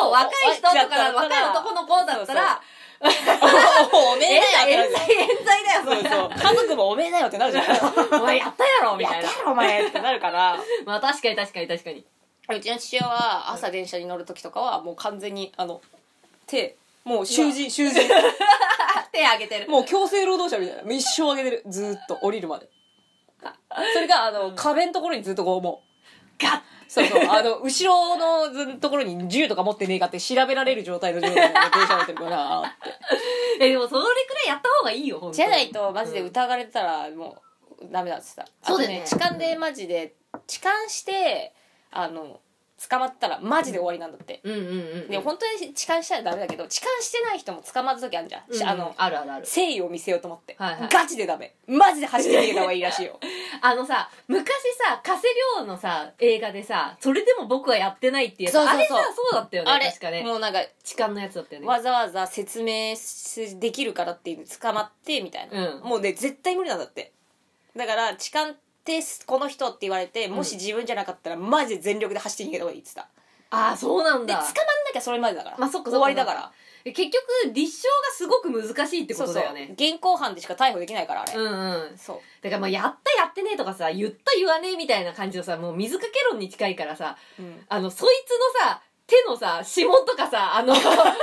Speaker 2: と若い人と
Speaker 1: そうおっちゃ
Speaker 2: か
Speaker 1: んだった
Speaker 2: 若い
Speaker 1: ら
Speaker 2: 男の子だったら
Speaker 1: おおめえだよっ
Speaker 2: 冤
Speaker 1: てなる
Speaker 2: 罪冤罪だよそ
Speaker 1: そう
Speaker 2: れ
Speaker 1: そう家族もおめえだよってなるじゃん
Speaker 2: お前やったやろみたいな
Speaker 1: やったろお前ってなるから
Speaker 2: まあ確かに確かに確かに
Speaker 1: うちの父親は朝電車に乗る時とかはもう完全にあの手もう囚人囚人
Speaker 2: あ手上げてる
Speaker 1: もう強制労働者みたいなもう一生上げてるずーっと降りるまでそれがあの、壁のところにずっとこうもう
Speaker 2: ガッ
Speaker 1: そうそう、 あの、後ろのずところに銃とか持ってねえかって調べられる状態の状態で電車乗ってるから、あーって。
Speaker 2: えでもそれくらいやった方がいいよ本当に
Speaker 1: じゃないと、マジで疑われてたら、もう、ダメだって言ってた。
Speaker 2: そうだよね
Speaker 1: あと痴漢でマジで、痴漢して、あの、捕まったらマジで終わりなんだって。
Speaker 2: うんうんうん
Speaker 1: でも本当に痴漢したらダメだけど、痴漢してない人も捕まる時あるじゃん。
Speaker 2: うん
Speaker 1: あの、
Speaker 2: あるあるある
Speaker 1: 誠意を見せようと思って。
Speaker 2: はいはい
Speaker 1: ガチでダメ。マジで走って逃げた方がいいら しいよ。
Speaker 2: あのさ昔さ加瀬亮のさ映画でさそれでも僕はやってないっていうやつ
Speaker 1: そうそうそう
Speaker 2: あれさそうだったよね
Speaker 1: あれ
Speaker 2: 確か、ね
Speaker 1: もうなんか、
Speaker 2: 痴漢のやつだったよね
Speaker 1: わざわざ説明しできるからっていう捕まってみたいな、
Speaker 2: うん
Speaker 1: もうね絶対無理なんだってだから痴漢ってこの人って言われてもし自分じゃなかったらマジで全力で走って逃げた方がいいって言って
Speaker 2: ああそうなん
Speaker 1: たで捕
Speaker 2: だ
Speaker 1: まんなきゃそれまでだから、
Speaker 2: まあそっかそ
Speaker 1: 終
Speaker 2: っか
Speaker 1: わりだから
Speaker 2: 結局立証がすごく難しいってこ
Speaker 1: そう
Speaker 2: と
Speaker 1: そう
Speaker 2: だよね
Speaker 1: 現行犯でしか逮捕できないからあれ、
Speaker 2: うんうん
Speaker 1: そう
Speaker 2: だからまあやったやってねえとかさ言った言わねえみたいな感じのさもう水かけ論に近いからさ
Speaker 1: うん
Speaker 2: あのそいつのさ手のさ指紋とかさあの 取るわ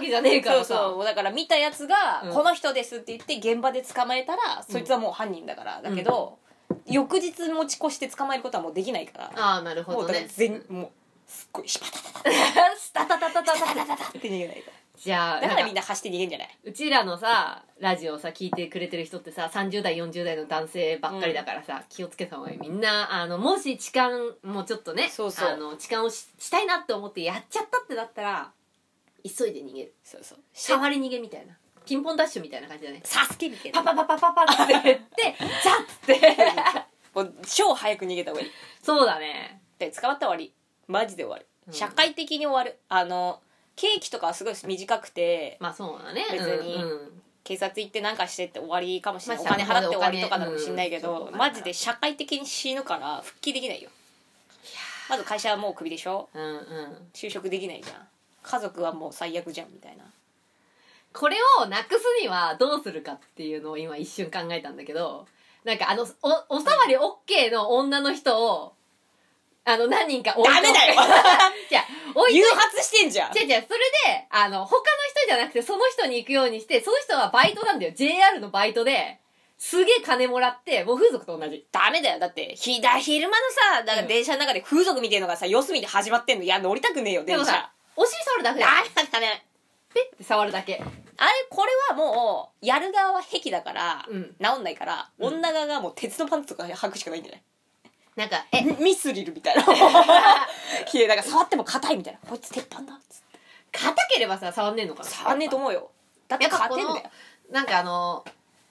Speaker 2: けじゃねえか
Speaker 1: そ
Speaker 2: ら
Speaker 1: う
Speaker 2: さ
Speaker 1: そうだから見たやつが
Speaker 2: う
Speaker 1: 「
Speaker 2: ん
Speaker 1: この人です」って言って現場で捕まえたら、そいつはもう犯人だからだけど、翌日持ち越して捕まえることはもうできないから
Speaker 2: ああなるほ
Speaker 1: もう
Speaker 2: ど
Speaker 1: だから
Speaker 2: ね
Speaker 1: 全、もうすっごいシパタタタ
Speaker 2: スタタタタタタタタタ
Speaker 1: って逃げないから
Speaker 2: じゃあ
Speaker 1: だから
Speaker 2: な
Speaker 1: み
Speaker 2: ん
Speaker 1: ん
Speaker 2: か
Speaker 1: な走って逃げんじゃないう
Speaker 2: ちらのさラジオさ聞いてくれてる人ってさ30代40代の男性ばっかりだからさ、気をつけた方がいいみんなあのもし痴漢もうちょっとね
Speaker 1: そうそう
Speaker 2: あの痴漢をししたいなって思ってやっちゃったってなったら急いで逃げる
Speaker 1: そうそうし
Speaker 2: 触り逃げみたいなピンポンダッシュみたいな感じだね
Speaker 1: サスケみたい
Speaker 2: パ
Speaker 1: な
Speaker 2: パパパパパって言ってザッって
Speaker 1: もう超早く逃げた方がいい
Speaker 2: そうだね
Speaker 1: で捕まったら終わりマジで終わる
Speaker 2: うん
Speaker 1: 社会的に終わるあのケーキとかはすごい短くて
Speaker 2: まあそうだね
Speaker 1: 別に
Speaker 2: うんうん
Speaker 1: 警察行ってなんかしてって終わりかもしれない、
Speaker 2: まあ
Speaker 1: お金払って終わり
Speaker 2: 社
Speaker 1: とか
Speaker 2: 会で
Speaker 1: な
Speaker 2: お金
Speaker 1: のかもしれないけ
Speaker 2: うん
Speaker 1: ど、
Speaker 2: そうだな
Speaker 1: マジで社会的に死ぬから復帰できないよまず会社はもうクビでしょ
Speaker 2: うんうん
Speaker 1: 就職できないじゃん家族はもう最悪じゃんみたいな
Speaker 2: これをなくすにはどうするかっていうのを今一瞬考えたんだけどなんかあのおおさわり OK の女の人をあの何人か置いと
Speaker 1: ダメ だよ
Speaker 2: じゃあ置い
Speaker 1: 誘
Speaker 2: と
Speaker 1: 発してんじゃん
Speaker 2: 違う違うそれであの他の人じゃなくてその人に行くようにしてその人はバイトなんだよ JR のバイトですげえ金もらってもう風俗と同じ
Speaker 1: ダメだよ。だって、ひだ、昼間のさ、なんか電車の中で風俗みたいのがさ、四隅で始まってんの。いや、乗りたくねえよ、
Speaker 2: で
Speaker 1: 電
Speaker 2: も
Speaker 1: 車。ダ
Speaker 2: さお尻触るだけ
Speaker 1: メ
Speaker 2: だよ
Speaker 1: だダメ。
Speaker 2: ペッて触るだけ
Speaker 1: あれ、これはもう、やる側は癖だから、
Speaker 2: うん
Speaker 1: 治んないから、
Speaker 2: うん
Speaker 1: 女側がもう鉄のパンツとか履くしかないんじゃない
Speaker 2: なんか え
Speaker 1: ミミスリルみたいな。き れい、なんか触っても硬いみたいな。こいつ鉄板だ。つって
Speaker 2: 硬ければさ触んねえのかな
Speaker 1: 触んねえと思うよ。だって
Speaker 2: やっぱ
Speaker 1: 勝
Speaker 2: こ
Speaker 1: てん
Speaker 2: の
Speaker 1: だよ。
Speaker 2: なんかあの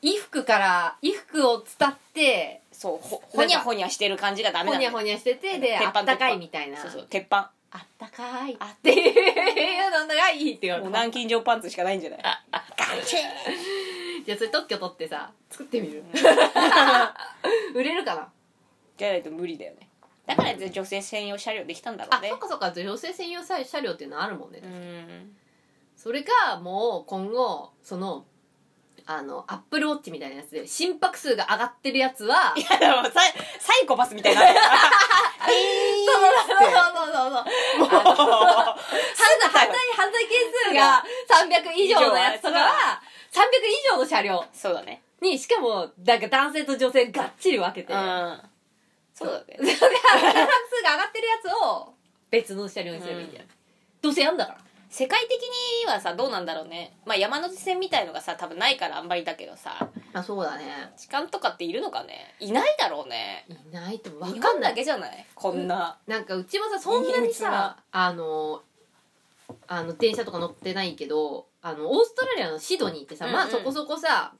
Speaker 2: 衣服から衣服を伝って
Speaker 1: そう、ほ、ほにゃほにゃしてる感じがダメな
Speaker 2: ほ
Speaker 1: んだ
Speaker 2: にゃ
Speaker 1: よ。
Speaker 2: ほにゃしててで
Speaker 1: 鉄
Speaker 2: あ
Speaker 1: 板
Speaker 2: っ
Speaker 1: 鉄
Speaker 2: た
Speaker 1: 板
Speaker 2: かいみたいな
Speaker 1: そうそう、鉄板。
Speaker 2: あったかい
Speaker 1: あ
Speaker 2: っていうのがいいって言わ
Speaker 1: もう
Speaker 2: れた
Speaker 1: 南京錠パンツしかないんじゃないガチ
Speaker 2: じゃあそれ特許取ってさ作ってみる売れるかな
Speaker 1: じゃないと無理だよねだから女性専用車両できたんだろ
Speaker 2: あ
Speaker 1: うね
Speaker 2: そっかそっか女性専用さ車両っていうのあるもんね
Speaker 1: うん
Speaker 2: それかもう今後そのあのアップルウォッチみたいなやつで心拍数が上がってるやつ は
Speaker 1: いやでもサイサイコパスみたい なえー
Speaker 2: そうそうそうそう
Speaker 1: もう
Speaker 2: 犯罪、犯罪件数が300以上のやつとかは、300以上の車両
Speaker 1: そうだね
Speaker 2: に、しかも、なんか男性と女性がっちり分けて、
Speaker 1: う
Speaker 2: それが、
Speaker 1: んそうだね
Speaker 2: 心拍数が上がってるやつを、別の車両にすればいいんじゃない、どうせやんだから。
Speaker 1: 世界的にはさどうなんだろうねまあ山手線みたいのがさ多分ないからあんまりだけどさ
Speaker 2: あ、そうだね。
Speaker 1: 痴漢とかっているのかねいないだろうね
Speaker 2: いないと
Speaker 1: わ
Speaker 2: 分かんな
Speaker 1: だけ
Speaker 2: い。
Speaker 1: じゃないこんな、
Speaker 2: なんかうちもさ、そんなに
Speaker 1: いいやつ
Speaker 2: さ
Speaker 1: だ、
Speaker 2: あの、あの、電車とか乗ってないけど、あの、オーストラリアのシドニーってさ、ま
Speaker 1: う
Speaker 2: あ
Speaker 1: んうん
Speaker 2: そこそこさ、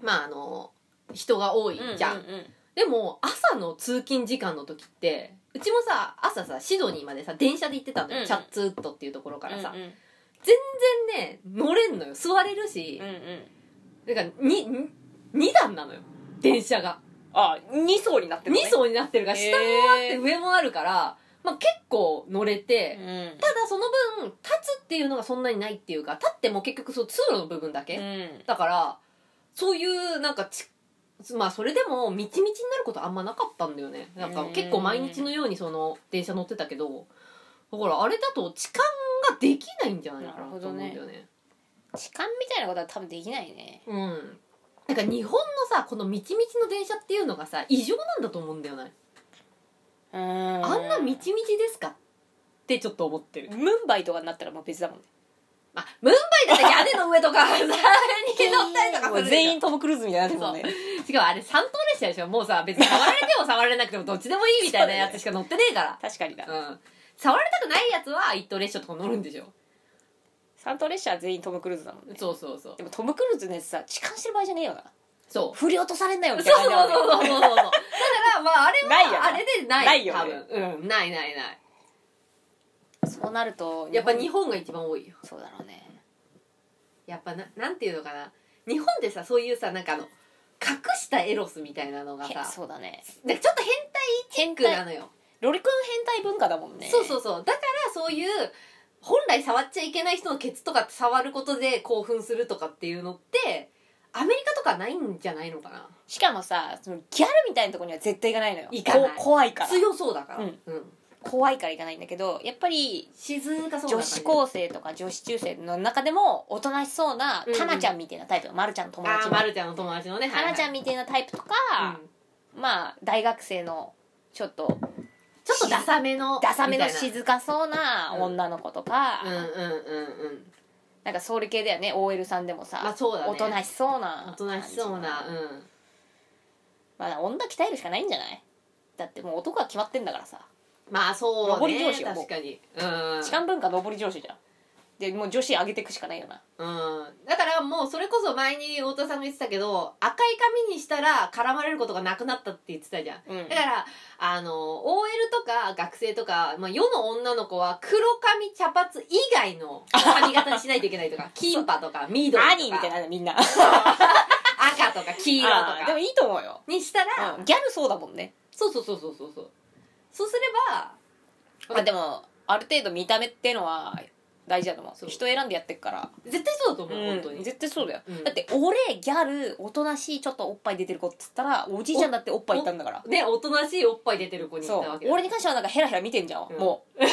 Speaker 2: まああの、人が多いじゃん
Speaker 1: う。ん
Speaker 2: でも朝の通勤時間の時ってうちもさ朝さシドニーまでさ電車で行ってたのよ、
Speaker 1: うん
Speaker 2: チャッツーットっていうところからさ、
Speaker 1: うんうん
Speaker 2: 全然ね乗れんのよ座れるし
Speaker 1: う、んうん
Speaker 2: なんかにに2段なのよ電車が、
Speaker 1: あ二層になってるの
Speaker 2: 2層になってるから下もあっ
Speaker 1: へ
Speaker 2: て
Speaker 1: ー
Speaker 2: 上もあるから、まあ、結構乗れて、
Speaker 1: うん
Speaker 2: ただその分立つっていうのがそんなにないっていうか立っても結局そう通路の部分だけ、
Speaker 1: うん
Speaker 2: だからそういうなんかちまあそれでもみちみちになることあんまなかったんだよねなんか
Speaker 1: うん
Speaker 2: 結構毎日のようにその電車乗ってたけどだからあれだと痴漢ができないんじゃないかなと思うんだ
Speaker 1: なる
Speaker 2: よね
Speaker 1: 痴漢みたいなことは多分できないね
Speaker 2: うんなんか日本のさこのみちみちの電車っていうのがさ異常なんだと思うんだよね
Speaker 1: うあ
Speaker 2: あんなみちみちですかってちょっと思ってる。
Speaker 1: ムンバイとかになったらまあ別だもんね
Speaker 2: あ、ムンバイだったら屋根の上と か、さらに毛乗ったりとかす
Speaker 1: もう
Speaker 2: るでしょ
Speaker 1: 全員トム・クルーズみたいになってるもんね
Speaker 2: しかもあれ三等列車でしょもうさ、別に触られても触られなくてもどっちでもいいみたいなやつしか乗ってねえか
Speaker 1: 確かにだ
Speaker 2: ら。うん。触れたくないやつは一等列車とか乗るんでしょ
Speaker 1: 三等列車は全員トム・クルーズだもんね
Speaker 2: そうそうそう
Speaker 1: で。もトム・クルーズのやつさ痴漢してる場合じゃねえよな
Speaker 2: そう。
Speaker 1: 振り落とされんなよみた
Speaker 2: そ
Speaker 1: いうな
Speaker 2: そう
Speaker 1: 感じだもんね
Speaker 2: そうそうそうそう。だから、まあ、あれ
Speaker 1: ないよね
Speaker 2: は、あれでない。
Speaker 1: ないよ
Speaker 2: 多
Speaker 1: ね
Speaker 2: 分。うん。ないないない。
Speaker 1: そうなると
Speaker 2: やっぱ日本が一番多いよ。
Speaker 1: そうだろうね
Speaker 2: やっぱな、なんていうのかな。日本でさ、そういうさ、なんかあの、隠したエロスみたいなのが
Speaker 1: へ
Speaker 2: さ、
Speaker 1: そうだね
Speaker 2: なんかちょっと変
Speaker 1: 変
Speaker 2: クな
Speaker 1: 態
Speaker 2: のよ。
Speaker 1: ロリコン変態文化だもんね
Speaker 2: そうそうそう。だからそういう、本来触っちゃいけない人のケツとかって触ることで興奮するとかっていうのって、アメリカとかないんじゃないのかな
Speaker 1: しかもさそのギャルみたいなとこには絶対行かないのよ
Speaker 2: 行かない
Speaker 1: こ怖いから
Speaker 2: 強そうだから。
Speaker 1: うん
Speaker 2: うん
Speaker 1: 怖いから行かないんだけどやっぱり
Speaker 2: 静かそうな感じ
Speaker 1: 女子高生とか女子中生の中でもおとなしそうな
Speaker 2: うんうん
Speaker 1: タナちゃんみたいなタイプ、まるちゃんの友
Speaker 2: あ
Speaker 1: 達
Speaker 2: ー、
Speaker 1: の
Speaker 2: まるちゃんの友達のね。
Speaker 1: タナちゃ
Speaker 2: ん
Speaker 1: んみたいなタイプとか、まあ大学生のちょっと
Speaker 2: ちょっとダサめの。
Speaker 1: ダサめの
Speaker 2: みたい
Speaker 1: 静かそうな女の子とか、
Speaker 2: な。うんうんうんうん。
Speaker 1: なんかソウル系だよね OL さんでもさ、
Speaker 2: まあそうだね。
Speaker 1: おとなしそうな
Speaker 2: おとなしそうな。
Speaker 1: 感
Speaker 2: う
Speaker 1: じの
Speaker 2: ん。
Speaker 1: まあ女鍛えるしかないんじゃないだってもう男は決まってんだからさ
Speaker 2: まあそう
Speaker 1: 上り調
Speaker 2: ね。
Speaker 1: 子よもう
Speaker 2: 確かに。うん。
Speaker 1: 痴漢文化上り上司じゃんでもう女子上げていくしかないよな
Speaker 2: うん、だからもうそれこそ前に太田さんが言ってたけど赤い髪にしたら絡まれることがなくなったって言ってたじゃん、
Speaker 1: うん
Speaker 2: だからあの OL とか学生とか、まあ、世の女の子は黒髪茶髪以外の髪型にしないといけない とか金髪とか緑とか
Speaker 1: 兄みたいなみんな
Speaker 2: 赤とか黄色と
Speaker 1: あーでも
Speaker 2: か
Speaker 1: いいと思うよ、
Speaker 2: にしたら、
Speaker 1: うんギャルそうだもんね
Speaker 2: そうそうそうそうそうそうそうすれば
Speaker 1: まあでもある程度見た目ってのは大事だと思
Speaker 2: そうう
Speaker 1: 人選んでやってっから、
Speaker 2: 絶対そうだと思う、本当
Speaker 1: うん
Speaker 2: に
Speaker 1: 絶対そうだよ、
Speaker 2: うん
Speaker 1: だって俺ギャルおとなしいちょっとおっぱい出てる子っつったらおじいちゃんだっておっぱいいったんだから
Speaker 2: ねおとなしいおっぱい出てる子にいた
Speaker 1: そ
Speaker 2: わ
Speaker 1: う
Speaker 2: けだ
Speaker 1: 俺に関してはなんかヘラヘラ見てんじゃん、
Speaker 2: うん
Speaker 1: も
Speaker 2: な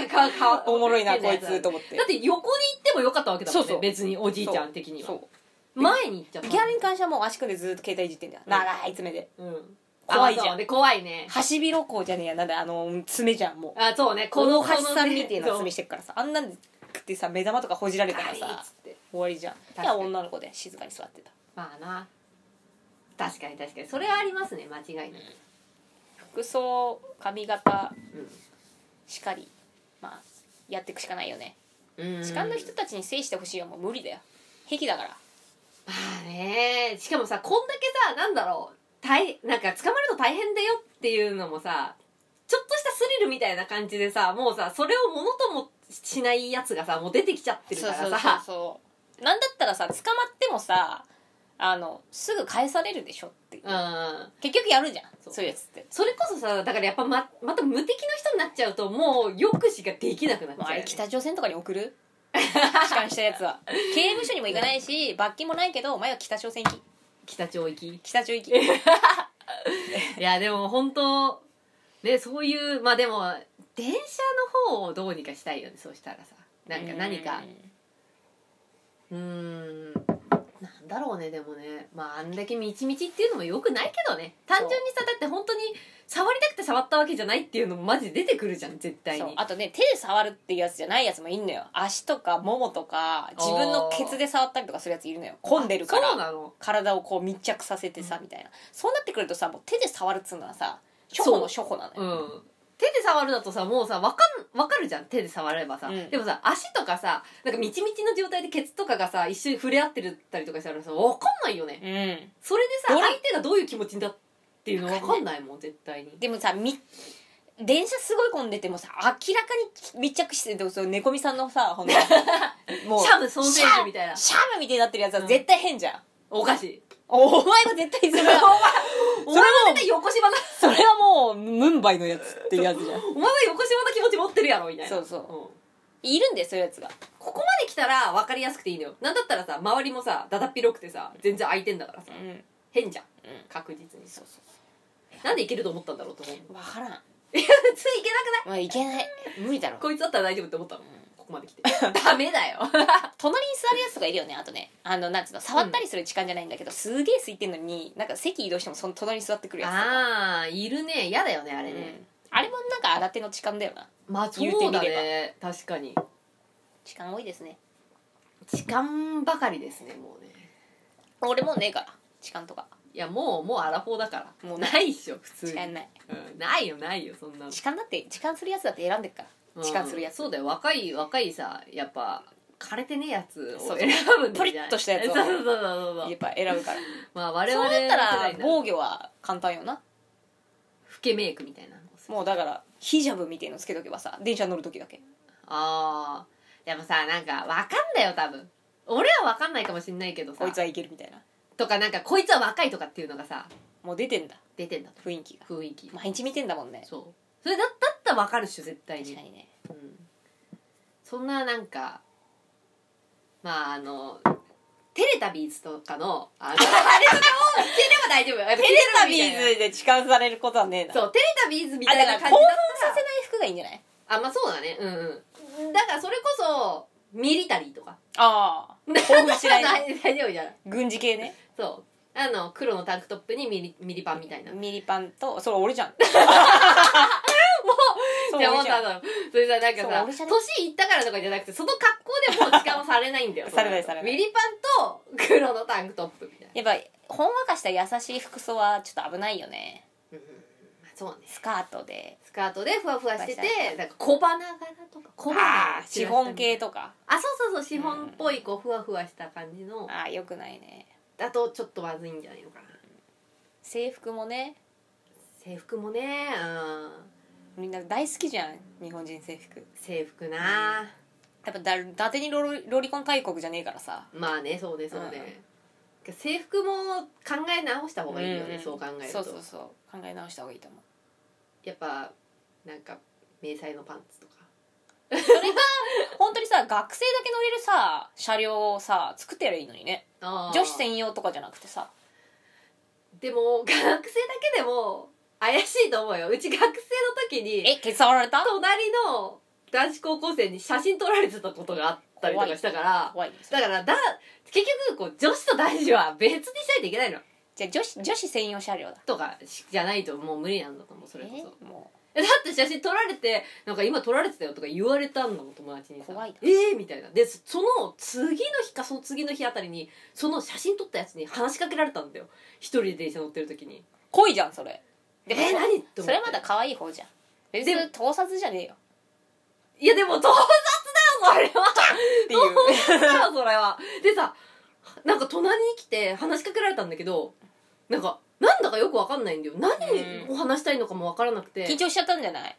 Speaker 2: んかか
Speaker 1: うおもろいなこい
Speaker 2: 変や
Speaker 1: つ
Speaker 2: つ
Speaker 1: と思って
Speaker 2: だって横に行ってもよかったわけだもん
Speaker 1: そ
Speaker 2: ね
Speaker 1: うそう
Speaker 2: 別におじいちゃん的には
Speaker 1: そ
Speaker 2: 前に行っちゃっ
Speaker 1: う
Speaker 2: た
Speaker 1: ギャルに関してはもう足組んでずっと携帯いじってんだよ、
Speaker 2: うん
Speaker 1: 長い爪で
Speaker 2: うん
Speaker 1: 怖いじゃん
Speaker 2: あそうね怖いね
Speaker 1: ハシビロコウじゃねえやなんだあの爪じゃんもう
Speaker 2: あそうね
Speaker 1: この
Speaker 2: こ
Speaker 1: 橋さん
Speaker 2: ね
Speaker 1: みてえな爪してるからさあんなんで食ってさ目玉とかほじられたら
Speaker 2: そうガリッ
Speaker 1: さ
Speaker 2: つって
Speaker 1: 終わりじゃんい
Speaker 2: かに
Speaker 1: や女の子で静かに座ってた
Speaker 2: まあな確かに確かにそれはありますね間違いない、
Speaker 1: 服装髪型
Speaker 2: うん
Speaker 1: しかりまあやっていくしかないよね
Speaker 2: うん
Speaker 1: 痴漢の人たちに制してほしいよもう無理だよ癖だから
Speaker 2: まあねしかもさこんだけさなんだろう大なんか捕まるの大変だよっていうのもさちょっとしたスリルみたいな感じでさもうさそれをものともしないやつがさもう出てきちゃってる
Speaker 1: そ
Speaker 2: か
Speaker 1: う
Speaker 2: らさ
Speaker 1: そうそうそうなんだったらさ捕まってもさあのすぐ返されるでしょっていう、
Speaker 2: うん
Speaker 1: 結局やるじゃん
Speaker 2: そ
Speaker 1: そうういうやつって
Speaker 2: それこそさだからやっぱままた無敵の人になっちゃうともう抑止ができなくなっち
Speaker 1: もう
Speaker 2: ゃ
Speaker 1: あ
Speaker 2: う、
Speaker 1: れ
Speaker 2: ね、
Speaker 1: 北朝鮮とかに送 る痴漢したやつは刑務所にも行かないし罰金もないけどお前は北朝鮮行き
Speaker 2: 北朝行き
Speaker 1: 北朝行き
Speaker 2: いやでも本当ねそういうまあでも電車の方をどうにかしたいよねそうしたらさなんか何かうーんなんだろうねでもねまああんだけみちみちっていうのもよくないけどね単純にさだって本当に触りたくて触ったわけじゃないっていうのもマジで出てくるじゃん絶対
Speaker 1: そう
Speaker 2: に
Speaker 1: あとね手で触るっていうやつじゃないやつもいんのよ足とかももとか自分のケツで触ったりとかするやついるのよ混んでるか
Speaker 2: そう
Speaker 1: ら
Speaker 2: なの
Speaker 1: 体をこう密着させてさみたいなそうなってくるとさもう手で触るっつうのはさ初歩の初歩なのよ
Speaker 2: うん、手で触るだとさもうさわかんわかるじゃん手で触ればさ、
Speaker 1: うん
Speaker 2: でもさ足とかさなんかみちみちの状態でケツとかがさ一緒に触れ合ってるったりとかしたらさわかんないよね、
Speaker 1: うん
Speaker 2: それでさ
Speaker 1: どれ
Speaker 2: 相手がどういう気持ちだっていうのわかんないもん絶対に
Speaker 1: でもさみ電車すごい混んでてもさ明らかに密着しててもその猫みさんのさほんと も
Speaker 2: シャムソーセージみたいな
Speaker 1: シャムみたいになってるやつは絶対変じゃん、
Speaker 2: お菓子
Speaker 1: お前は絶対それは
Speaker 2: お
Speaker 1: それ
Speaker 2: 前
Speaker 1: も
Speaker 2: は絶対横芝な
Speaker 1: それはもうムンバイのやつっていうやつじゃん
Speaker 2: お前は横芝な気持ち持ってるやろみたいな
Speaker 1: そうそうんいるんだよそういうやつが
Speaker 2: ここまで来たら分かりやすくていいのよなんだったらさ周りもさだだっ広くてさ全然空いてんだからさ
Speaker 1: うん
Speaker 2: 変じゃん
Speaker 1: うん
Speaker 2: 確実に
Speaker 1: そうそ
Speaker 2: なんでいけると思ったんだろうと思う
Speaker 1: う分からん
Speaker 2: 普通いけなくない
Speaker 1: まあいけない無理だろ
Speaker 2: こいつだったら大丈夫って思ったの、ここまで来て ダメだよ
Speaker 1: 隣に座るやつとかいるよねあとねあのなんつうの触ったりする時間じゃないんだけど、すげえ空いてんのになんか席移動してもその隣に座ってくるやつとか
Speaker 2: ああいるね嫌だよねあ
Speaker 1: あ
Speaker 2: れ
Speaker 1: れ,、
Speaker 2: ね、
Speaker 1: あれもは新手の痴漢だよな
Speaker 2: まあ
Speaker 1: 言うて
Speaker 2: そう
Speaker 1: み
Speaker 2: だ
Speaker 1: れば
Speaker 2: ね確かに
Speaker 1: 痴漢多いですね
Speaker 2: 痴漢ばかりですねもうね
Speaker 1: 俺もうねえから痴漢とか
Speaker 2: いやもうもうアラフォーだから
Speaker 1: もうない
Speaker 2: ないっしょ普通に
Speaker 1: 痴漢ない
Speaker 2: うんないよないよそんなの
Speaker 1: 痴漢だって痴漢するやつだって選んでるから痴漢するやつ
Speaker 2: うんそうだよ若い若いさやっぱ枯れてねえやつ
Speaker 1: そ
Speaker 2: を
Speaker 1: うそう
Speaker 2: 選ぶんだよ
Speaker 1: ポリッとしたやつを
Speaker 2: そうそうそうそうそう
Speaker 1: やっぱ選ぶから
Speaker 2: まあ我
Speaker 1: そう
Speaker 2: 々
Speaker 1: だった
Speaker 2: 世代
Speaker 1: ら
Speaker 2: になる
Speaker 1: 防御は簡単よな
Speaker 2: 老けメイクみたいなのをする
Speaker 1: もうだからヒジャブみたいのつけとけばさ電車乗る時だけ
Speaker 2: ああでもさなんかわかんだよ多分俺はわかんないかもしんないけどさ
Speaker 1: こいつはいけるみたいな
Speaker 2: とかなんかこいつは若いとかっていうのがさ
Speaker 1: もう出てんだ
Speaker 2: 出てんだと
Speaker 1: 雰囲気が
Speaker 2: 雰囲気
Speaker 1: 毎日見てんだもんね
Speaker 2: そうそれだだったらわかるっしょ絶対
Speaker 1: 確
Speaker 2: に
Speaker 1: かにね
Speaker 2: うんそんななんかまああのテレタビーズとかの あのあれとかを聞ければ大丈夫テレ
Speaker 1: テレタビーズで痴漢されることはねえな
Speaker 2: そうテレタビーズみたいな
Speaker 1: あだから
Speaker 2: 感じ
Speaker 1: 興奮
Speaker 2: さ
Speaker 1: させない服がいいんじゃない
Speaker 2: あまあそうだねうんうんだからそれこそミリタリーとか
Speaker 1: ああ興奮しない
Speaker 2: 大丈夫じゃない
Speaker 1: 軍事系ね
Speaker 2: そうあの黒のタンクトップにミリミリパンみたいな
Speaker 1: ミリパンとそれ俺じゃん もう
Speaker 2: じゃあ
Speaker 1: そ
Speaker 2: も
Speaker 1: う
Speaker 2: う
Speaker 1: 俺じゃん
Speaker 2: さそれさなんか
Speaker 1: そう
Speaker 2: さ
Speaker 1: 俺じゃね
Speaker 2: 年いったからとかじゃなくてその格好でもう時間はされないんだ よ
Speaker 1: されないされない
Speaker 2: ミリパンと黒のタンクトップみたいな
Speaker 1: やっぱほんわかした優しい服装はちょっと危ないよね
Speaker 2: うんうんまあそうね
Speaker 1: スカートで
Speaker 2: スカートでふわふわして
Speaker 1: ふ
Speaker 2: て
Speaker 1: わふわし
Speaker 2: なんか小花柄とか小花
Speaker 1: あーシフォン系とか
Speaker 2: あそうそうそうシフォンっぽいこうふわふわした感じの
Speaker 1: ああよくないね
Speaker 2: だとちょっとまずいんじゃないのかな
Speaker 1: 制服もね
Speaker 2: 制服もねうん
Speaker 1: みんな大好きじゃん日本人制服
Speaker 2: 制服な、
Speaker 1: やっぱだ伊達にロロロリコン大国じゃねえからさ
Speaker 2: まあねそうねそうね、制服も考え直した方がいいよね、
Speaker 1: ん
Speaker 2: そう考える
Speaker 1: そ
Speaker 2: と
Speaker 1: うそうそう考え直した方がいいと思う
Speaker 2: やっぱなんか迷彩のパンツとか
Speaker 1: 本当にさ学生だけ乗れるさ車両をさ作ってやればいいのにね女子専用とかじゃなくてさ
Speaker 2: でも学生だけでも怪しいと思うようち学生の時に
Speaker 1: え消さられた
Speaker 2: 隣の男子高校生に写真撮られてたことがあったりとかしたから
Speaker 1: 怖いです
Speaker 2: だからだ結局こう女子と男子は別にしないといけないの
Speaker 1: じゃあ女子女子専用車両だ
Speaker 2: とかしじゃないともう無理なんだと思うそれこそ
Speaker 1: えも
Speaker 2: えだって写真撮られてなんか今撮られてたよとか言われたんだもん友達にさ
Speaker 1: 怖いな
Speaker 2: ええみたいなでそその次の日かその次の日あたりにその写真撮ったやつに話しかけられたんだよ一人で電車乗ってる時に
Speaker 1: う濃いじゃんそれ
Speaker 2: え
Speaker 1: でも
Speaker 2: ー何って思って
Speaker 1: それまだ可愛い方じゃん別
Speaker 2: で
Speaker 1: に盗撮じゃねえよ
Speaker 2: いやでも盗撮だよそれは
Speaker 1: っていう
Speaker 2: 盗撮だよそれはでさなんか隣に来て話しかけられたんだけどなんかなんだかよくわかんないんだよ何
Speaker 1: うん
Speaker 2: を話したいのかもわからなく て
Speaker 1: 緊張しちゃったんじゃない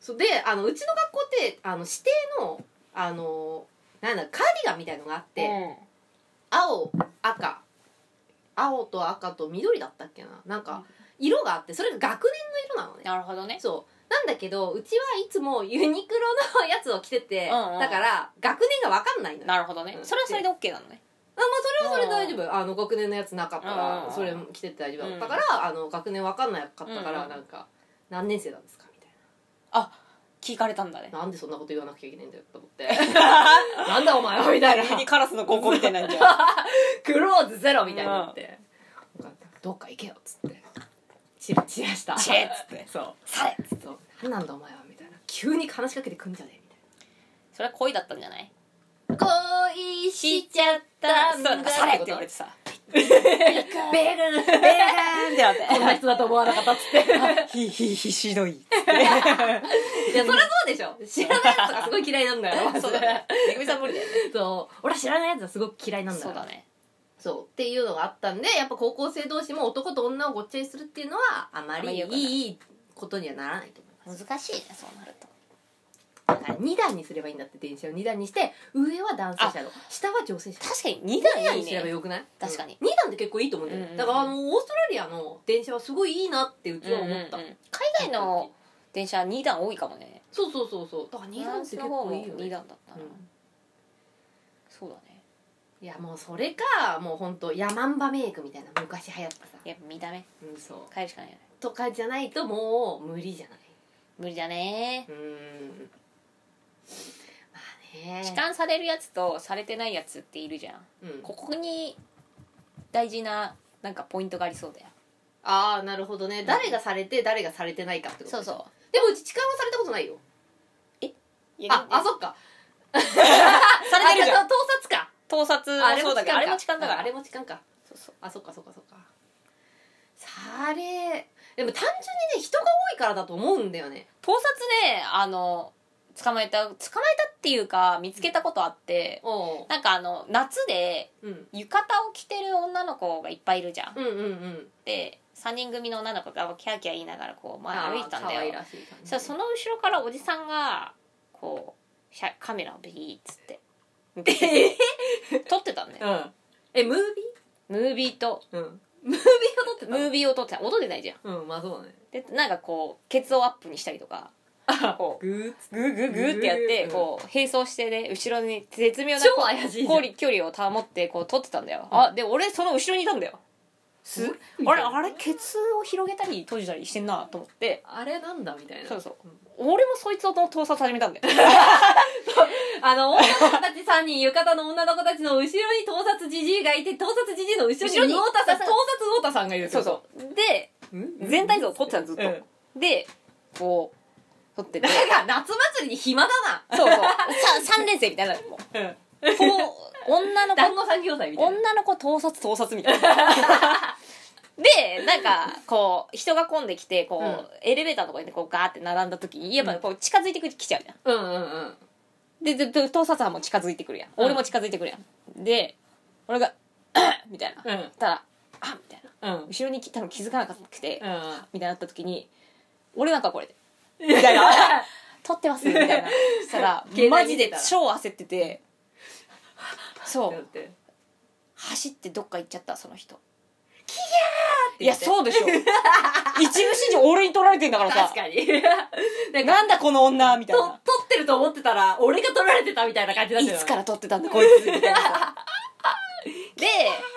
Speaker 2: そうであのうちの学校ってあの指定のあのなんだカーディガンみたいのがあって、青赤青と赤と緑だったっけななんか色があってそれが学年の色なの
Speaker 1: うん
Speaker 2: ね
Speaker 1: なるほどね
Speaker 2: そうなんだけどうちはいつもユニクロのやつを着てて、
Speaker 1: うんうん
Speaker 2: だから学年が分かんないのよあまあ
Speaker 1: なるほどねそれはそれで OK なのね
Speaker 2: それはそれで大丈夫あの学年のやつなかった
Speaker 1: うん
Speaker 2: ら
Speaker 1: うん
Speaker 2: それも着てて大丈夫だった
Speaker 1: うん
Speaker 2: からあの学年分かんなかったか
Speaker 1: うん
Speaker 2: ら
Speaker 1: うん
Speaker 2: なんか何年生なんですかみたい
Speaker 1: 聞かれたんだね
Speaker 2: ななんでそんなこと言わなきゃいけないんだよと思って なんだお前はみたいな
Speaker 1: 急にカラスの高校みたいになんじ ゃん
Speaker 2: クローズゼロみたいになって、どっか行けよっつってチラチラした
Speaker 1: チェッつって
Speaker 2: そう
Speaker 1: され
Speaker 2: そう何なんだお前はみたいな急に話しかけてくんじゃねえ
Speaker 1: それは恋だったんじゃない
Speaker 2: みたいな恋しちゃっ
Speaker 1: そうなんかされって言われてさ
Speaker 2: ベル
Speaker 1: ベーンってなっ
Speaker 2: こんな人だと思わなかったっつ って
Speaker 1: てひひひひどい
Speaker 2: いやそりゃそうでしょ知らないやつがすごい嫌いなんだよ
Speaker 1: そうだねめぐみさん無理だよね
Speaker 2: そう俺は知らないやつがすごく嫌いなんだ
Speaker 1: そう
Speaker 2: よ
Speaker 1: だね
Speaker 2: そうっていうのがあったんでやっぱ高校生同士も男と女をごっちゃにするっていうのはあま
Speaker 1: あまり
Speaker 2: り
Speaker 1: 良くない
Speaker 2: いいことにはならないと思います
Speaker 1: 難しいねそうなると
Speaker 2: だから2段にすればいいんだって電車を2段にして上は男性車両下は女性車両
Speaker 1: 確かに2
Speaker 2: 2
Speaker 1: 段
Speaker 2: 段
Speaker 1: いい
Speaker 2: にすれば
Speaker 1: ね
Speaker 2: よくない
Speaker 1: 確かに
Speaker 2: 2段って結構いいと思うんだよ、
Speaker 1: うんうん
Speaker 2: だからあのオーストラリアの電車はすごいいいなってうちは思った、
Speaker 1: うんうんうん海外の電車2段多いかもね
Speaker 2: そうそうそうそうだから2段って結構いいよ
Speaker 1: 2
Speaker 2: ね、
Speaker 1: 段だったな
Speaker 2: う
Speaker 1: そうだね
Speaker 2: ん、いやもうそれかもうほんとヤマンバメイクみたいな昔流行ったさ、
Speaker 1: やっぱ見た目
Speaker 2: うん、そう
Speaker 1: 変えるしかないよね
Speaker 2: とかじゃないともう無理じゃない
Speaker 1: 無理だね
Speaker 2: うーんまあね
Speaker 1: 痴漢されるやつとされてないやつっているじゃん
Speaker 2: うん、
Speaker 1: ここに大事ななんかポイントがありそうだよ
Speaker 2: ああなるほどね誰がされて誰がされてないかってこと
Speaker 1: そうそう
Speaker 2: でもうち痴漢はされたことないよああそっか
Speaker 1: されてるじゃん
Speaker 2: あ盗撮か
Speaker 1: 盗撮
Speaker 2: あ
Speaker 1: もそうだけどあれも痴漢だから
Speaker 2: あれも痴漢か
Speaker 1: そうそう
Speaker 2: あそっかそっかそっかされでも単純にね人が多いからだと思うんだよね
Speaker 1: 盗撮ねあの捕まえた捕まえたっていうか見つけたことあって
Speaker 2: おう
Speaker 1: なんかあの夏で
Speaker 2: うん
Speaker 1: 浴衣を着てる女の子がいっぱいいるじゃん
Speaker 2: うんうんうん
Speaker 1: で3人組の女の子がキャーキャー言いながらこう前歩いてたんだ
Speaker 2: あー可愛
Speaker 1: よ
Speaker 2: らしい感
Speaker 1: そし
Speaker 2: じ
Speaker 1: たらその後ろからおじさんがこうシャカメラをビーッつって向けて
Speaker 2: え
Speaker 1: 撮ってたのね
Speaker 2: うんえムービ
Speaker 1: ムービーと
Speaker 2: ーうんムービーを撮ってた
Speaker 1: ムービーを撮ってた音出ないじゃん
Speaker 2: のうんまあそうだね
Speaker 1: でなんかこうケツをアップにしたりとかこう
Speaker 2: グーッ
Speaker 1: グーグーグーってやっ
Speaker 2: う
Speaker 1: て
Speaker 2: ん
Speaker 1: こう並走してね後ろに絶妙な
Speaker 2: 超怪しいじゃん
Speaker 1: こう距離を保ってこう撮ってたんだよあで俺その後ろにいたんだよす
Speaker 2: す
Speaker 1: あれあれケツを広げたり閉じたりしてんなと思って
Speaker 2: あれなんだみたいな
Speaker 1: そうそう俺もそいつを盗撮始めたんだよ
Speaker 2: あの女の子たち3人浴衣の女の子たちの後ろに盗撮じじいがいて盗撮じじいの後ろに
Speaker 1: 後ろに
Speaker 2: 魚田さん盗撮魚田さんがい る
Speaker 1: そうそうで
Speaker 2: うん
Speaker 1: 全体像を撮ってたのずっと、
Speaker 2: うん
Speaker 1: でこう撮 ってて
Speaker 2: なんか夏祭りに暇だな
Speaker 1: そうそう3年生みたいなもう
Speaker 2: うん
Speaker 1: こう女の子
Speaker 2: 団子産業祭みたいな
Speaker 1: 女の子盗撮盗撮み たいなでなんかこう人が混んできてこう、
Speaker 2: うん
Speaker 1: エレベーターのとかにこうガーって並んだ時にやっぱこう近づいてくきちゃうじゃん
Speaker 2: うんうんうん
Speaker 1: ででで盗撮犯も近づいてくるやん、
Speaker 2: うん
Speaker 1: 俺も近づいてくるやんで俺が 「みたいな、
Speaker 2: うん
Speaker 1: たら「あみたいな
Speaker 2: うん
Speaker 1: 後ろに来たの気づかなかったくて、
Speaker 2: うん
Speaker 1: みたいになった時に俺なんかこれで
Speaker 2: みたいな
Speaker 1: 撮ってますみたい なそしたら
Speaker 2: 携
Speaker 1: マ
Speaker 2: 帯
Speaker 1: ジ
Speaker 2: 見て
Speaker 1: で
Speaker 2: たら
Speaker 1: 超焦って て そう
Speaker 2: って
Speaker 1: 走ってどっか行っちゃったその人
Speaker 2: て
Speaker 1: いやそうでしょ 一部始終俺に撮られてんだからさ
Speaker 2: 確かになんか
Speaker 1: なんだこの女みたい
Speaker 2: と
Speaker 1: な
Speaker 2: 撮ってると思ってたら俺が撮られてたみたいな感じだっ
Speaker 1: い
Speaker 2: たよね
Speaker 1: つから撮ってたんだこいつみたいなさ で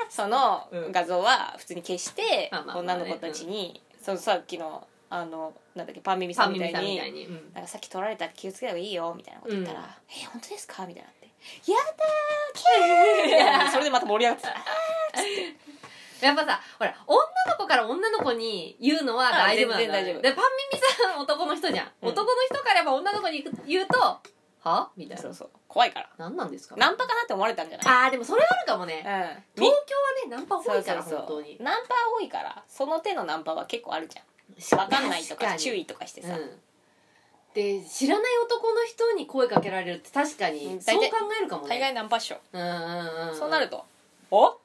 Speaker 1: その
Speaker 2: うん
Speaker 1: 画像は普通に消して、
Speaker 2: まあまあまあ
Speaker 1: 女
Speaker 2: ね
Speaker 1: の子たちに、そのさっきのあのなんだっけパンミミさんみたい
Speaker 2: パンミミ
Speaker 1: に
Speaker 2: さんみたいにうん
Speaker 1: なんかさっき撮られたら気をつけた方がいいよみたいなこと言ったら「
Speaker 2: うん
Speaker 1: え本当ですか?」みたいになって「やだーキャー!」みたい なそれでまた盛り上がってた
Speaker 2: やっぱさほら女の子から女の子に言うのは大丈夫な
Speaker 1: あ全
Speaker 2: んだ、ね、
Speaker 1: 然大丈夫
Speaker 2: でパンミミさん男の人じゃん、
Speaker 1: うん
Speaker 2: 男の人からやっぱ女の子に言うと「は?」みたいな
Speaker 1: そうそう怖いから
Speaker 2: 何なんですか
Speaker 1: ナンパかなって思われたんじゃない
Speaker 2: あーでもそれはあるかもね
Speaker 1: うん
Speaker 2: 東京はねナンパ多いから
Speaker 1: そうそうそう
Speaker 2: 本当に
Speaker 1: ナンパ多いからその手のナンパは結構あるじゃんわかんないとか注意とかして
Speaker 2: う
Speaker 1: さ、
Speaker 2: んで知らない男の人に声かけられるって確か
Speaker 1: う
Speaker 2: に
Speaker 1: ん
Speaker 2: そう
Speaker 1: 大
Speaker 2: 考
Speaker 1: 体
Speaker 2: えるかも
Speaker 1: 大
Speaker 2: ね
Speaker 1: 概ナンパっしょ、
Speaker 2: うんうんうん
Speaker 1: そうなると「お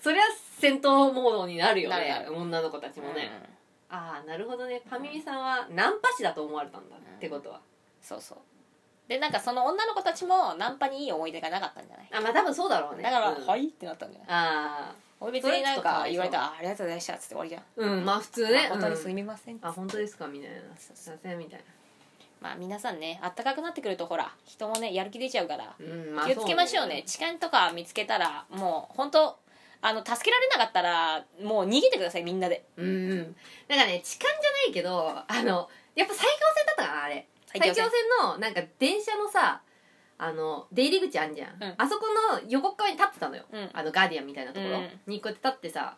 Speaker 2: そりゃ戦闘モードになるよ
Speaker 1: なる
Speaker 2: ね
Speaker 1: な
Speaker 2: 女の子たちもね、
Speaker 1: うん
Speaker 2: ああなるほどねパミミさんはナンパ師だと思われたんだ、ってことは
Speaker 1: そうそうでなんかその女の子たちもナンパにいい思い出がなかったんじゃない
Speaker 2: あまあ多分そうだろうね
Speaker 1: だから「
Speaker 2: うん
Speaker 1: はい」ってなったんじゃない
Speaker 2: ああ
Speaker 1: 俺別になん
Speaker 2: そ
Speaker 1: か
Speaker 2: れ
Speaker 1: 言
Speaker 2: ちょ
Speaker 1: わ
Speaker 2: っ
Speaker 1: れた
Speaker 2: とかわいそう
Speaker 1: らあ「ありがとうございました」っつって終わりじゃん
Speaker 2: うんまあ普通ね
Speaker 1: あ本当にす
Speaker 2: うん
Speaker 1: みません、
Speaker 2: あ本当ですかみたいなす
Speaker 1: そう
Speaker 2: いませんみたい
Speaker 1: まあ皆さんねあったかくなってくるとほら人もねやる気出ちゃうから
Speaker 2: なうんまあ
Speaker 1: 気をつけましょうね,、痴漢とか見つけたらもう本当あの助けられなかったらもう逃げてくださいみんなで
Speaker 2: そうねうんうんなんかね痴漢じゃないけどあのやっぱ埼京線だったかなあれ埼京線のなんか電車のさあの出入り口あんじゃん、
Speaker 1: うん
Speaker 2: あそこの横っ側に立ってたのよ
Speaker 1: うん
Speaker 2: あのガーディアンみたいなところ
Speaker 1: うん
Speaker 2: にこうやって立ってさ、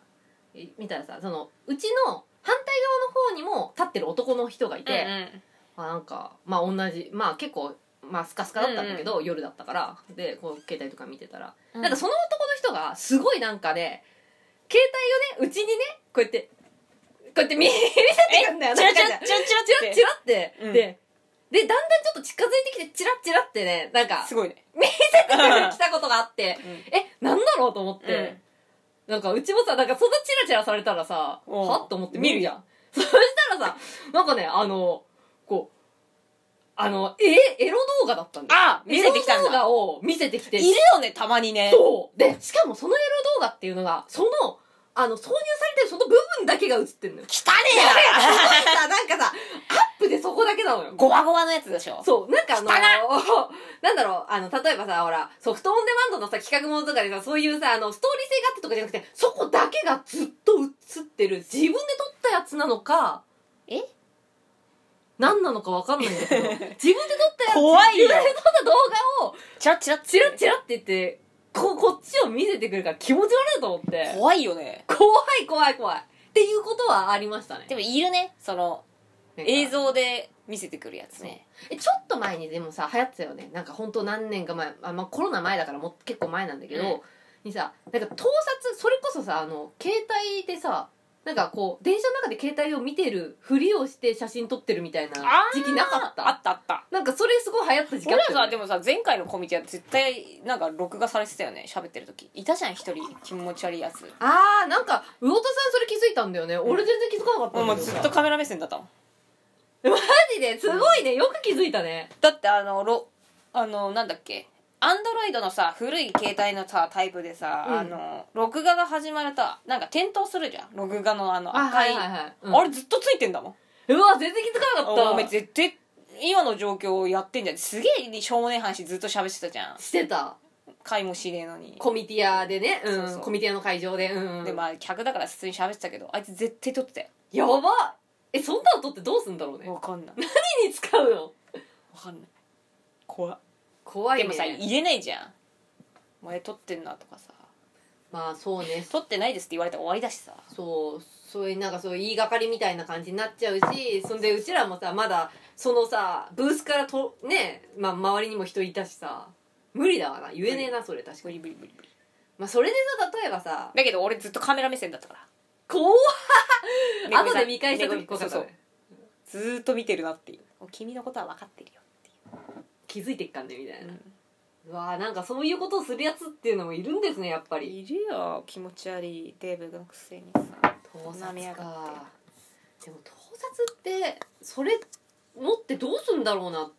Speaker 2: え見たらさそのうちの反対側の方にも立ってる男の人がいて、
Speaker 1: うんうん
Speaker 2: あなんかまあ同じまあ結構まあスカスカだったんだけど、夜だったからでこう携帯とか見てたら、
Speaker 1: うん
Speaker 2: なんかその男の人がすごいなんかね携帯をねうちにねこうやってこうやって見見せてくんだよ
Speaker 1: チラチ
Speaker 2: なん
Speaker 1: ラ
Speaker 2: かね
Speaker 1: チラチラ
Speaker 2: チラッチラって、
Speaker 1: うん
Speaker 2: ででだんだんちょっと近づいてきてチラッチラってねなんか
Speaker 1: すごいね
Speaker 2: 見せてきたことがあって、
Speaker 1: うん
Speaker 2: えなんだろうと思って、
Speaker 1: うん
Speaker 2: なんかうちもさ、なんかそんなチラチラされたらさ、
Speaker 1: うん
Speaker 2: はっと思って見るじゃん。 そしたらさ、なんかね、あの、こう、あの、え、エロ動画だったんだよ。
Speaker 1: あ見せてきた
Speaker 2: エ
Speaker 1: ん
Speaker 2: ロ動
Speaker 1: だ
Speaker 2: 画を見せてきて。
Speaker 1: いるよねたまにね
Speaker 2: そう。で、しかもそのエロ動画っていうのが、その、あの、挿入されてるその部分だけが映ってんの
Speaker 1: 汚
Speaker 2: よ。
Speaker 1: ね
Speaker 2: すごいさ、 なんかさ、アップでそこだけなのよ
Speaker 1: えな。 ゴワゴワのやつでしょ
Speaker 2: そう、なんかあの
Speaker 1: 汚い、
Speaker 2: なんだろう、あの、例えばさ、ほら、ソフトオンデマンドのさ、企画ものとかでさ、そういうさ、あの、ストーリー性があってとかじゃなくて、そこだけがずっと映ってる、自分で撮ったやつなのか、
Speaker 1: え
Speaker 2: 何なのかわかんないん だけど、自分で撮ったやつ、
Speaker 1: 怖いよ
Speaker 2: 自分で撮った動画を、
Speaker 1: チラチラ
Speaker 2: チラチラって言って、こ、こっちを見せてくるから気持ち悪いと思って、
Speaker 1: 怖いよね
Speaker 2: 怖い怖い怖い。っていうことはありましたね。
Speaker 1: でもいるねその
Speaker 2: なんか
Speaker 1: 映像で見せてくるやつね
Speaker 2: えちょっと前にでもさ流行ってたよねなんか本当何年か前あ、まあ、コロナ前だからもう結構前なんだけど、
Speaker 1: うん
Speaker 2: にさなんか盗撮それこそさあの携帯でさなんかこう電車の中で携帯を見てるふりをして写真撮ってるみたいな
Speaker 1: あー
Speaker 2: 時期なか
Speaker 1: あ
Speaker 2: った
Speaker 1: ったあった
Speaker 2: なんかそれすごい流行った時期
Speaker 1: 俺
Speaker 2: あ
Speaker 1: ら
Speaker 2: った
Speaker 1: さ
Speaker 2: よ、
Speaker 1: で
Speaker 2: ね、
Speaker 1: もさ前回のコミティは絶対なんか録画されてたよね喋ってる時いたじゃん一人気持ち悪いやつ
Speaker 2: あーなんか魚田さんそれ気づいたんだよね、俺全然気づかなかったん
Speaker 1: も
Speaker 2: だ
Speaker 1: う
Speaker 2: けど
Speaker 1: ず
Speaker 2: さ
Speaker 1: っとカメラ目線だったもん
Speaker 2: マジですごいねよく気づいたね
Speaker 1: だってあのロあのなんだっけアンドロイドのさ古い携帯のさタイプでさ、
Speaker 2: うん
Speaker 1: あの録画が始まるとなんか点灯するじゃん録画のあの
Speaker 2: あ
Speaker 1: 赤
Speaker 2: はいい
Speaker 1: あ,、
Speaker 2: はいはい、うん
Speaker 1: れずっとついてんだもん
Speaker 2: うわ全然気づかなか
Speaker 1: お
Speaker 2: っ
Speaker 1: 前
Speaker 2: た
Speaker 1: 絶対今の状況をやってんじゃんすげえしょうもねえ話ずっと喋ってたじゃん
Speaker 2: してた
Speaker 1: 会もしねえのに
Speaker 2: コミティアでね、うん
Speaker 1: そうそう
Speaker 2: コミティアの会場で、うんうん、
Speaker 1: でまあ客だから普通に喋ってたけどあいつ絶対撮ってたよ
Speaker 2: やばっえそんなの撮ってどうすんだろうね
Speaker 1: わかんない
Speaker 2: 何に使うの
Speaker 1: わかんない怖
Speaker 2: 怖
Speaker 1: い
Speaker 2: いね
Speaker 1: でもさ言えないじゃん「お前撮ってんな」とかさ
Speaker 2: まあそうね
Speaker 1: 「撮ってないです」って言われたら終わりだしさ
Speaker 2: そうそういうなんかそういう言いがかりみたいな感じになっちゃうしそんでうちらもさまだそのさブースからとね、まあ、周りにも人いたしさ無理だわな言えねえなそれ確か
Speaker 1: 無
Speaker 2: に、
Speaker 1: 理無理無理無理
Speaker 2: まあ、それでさ例えばさ
Speaker 1: だけど俺ずっとカメラ目線だったから
Speaker 2: 怖っ
Speaker 1: 猫
Speaker 2: 後
Speaker 1: さん
Speaker 2: で見返した時
Speaker 1: 猫
Speaker 2: 怖
Speaker 1: さ
Speaker 2: か
Speaker 1: ん
Speaker 2: っ
Speaker 1: そ
Speaker 2: た
Speaker 1: う
Speaker 2: ね
Speaker 1: そうずーっと見てるなっていう君のことは分かってるよってい
Speaker 2: 気づいてっかんねみたいな
Speaker 1: う、、
Speaker 2: うわーなんかそういうことをするやつっていうのもいるんですねやっぱり
Speaker 1: いるよ気持ち悪いデーブのくせにさ
Speaker 2: 盗
Speaker 1: 舐
Speaker 2: 撮か
Speaker 1: めやがっ
Speaker 2: でも盗撮ってそれ持ってどうすんだろうな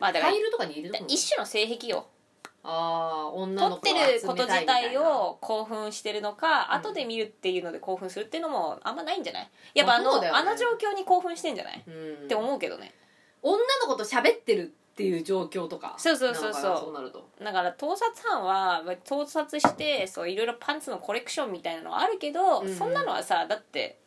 Speaker 1: まあだか
Speaker 2: フ
Speaker 1: ら
Speaker 2: ァイルとかに入れとくの
Speaker 1: 一種の性癖よ
Speaker 2: ああ女
Speaker 1: 撮
Speaker 2: の
Speaker 1: っ
Speaker 2: 子
Speaker 1: て
Speaker 2: を
Speaker 1: る
Speaker 2: 集
Speaker 1: こ
Speaker 2: めたい
Speaker 1: と
Speaker 2: みた
Speaker 1: 自
Speaker 2: いな
Speaker 1: 体を興奮してるのか、
Speaker 2: うん
Speaker 1: 後で見るっていうので興奮するっていうのもあんまないんじゃないやっぱあ
Speaker 2: まあ
Speaker 1: の,、
Speaker 2: そうだよね
Speaker 1: あの状況に興奮してんじゃない、
Speaker 2: うん、
Speaker 1: って思うけどね
Speaker 2: 女の子と喋ってるっていう状況とか
Speaker 1: そうそうそうそう
Speaker 2: なのかなそうなると
Speaker 1: だから盗撮犯は盗撮してそういろいろパンツのコレクションみたいなのはあるけど、
Speaker 2: うん
Speaker 1: そんなのはさだって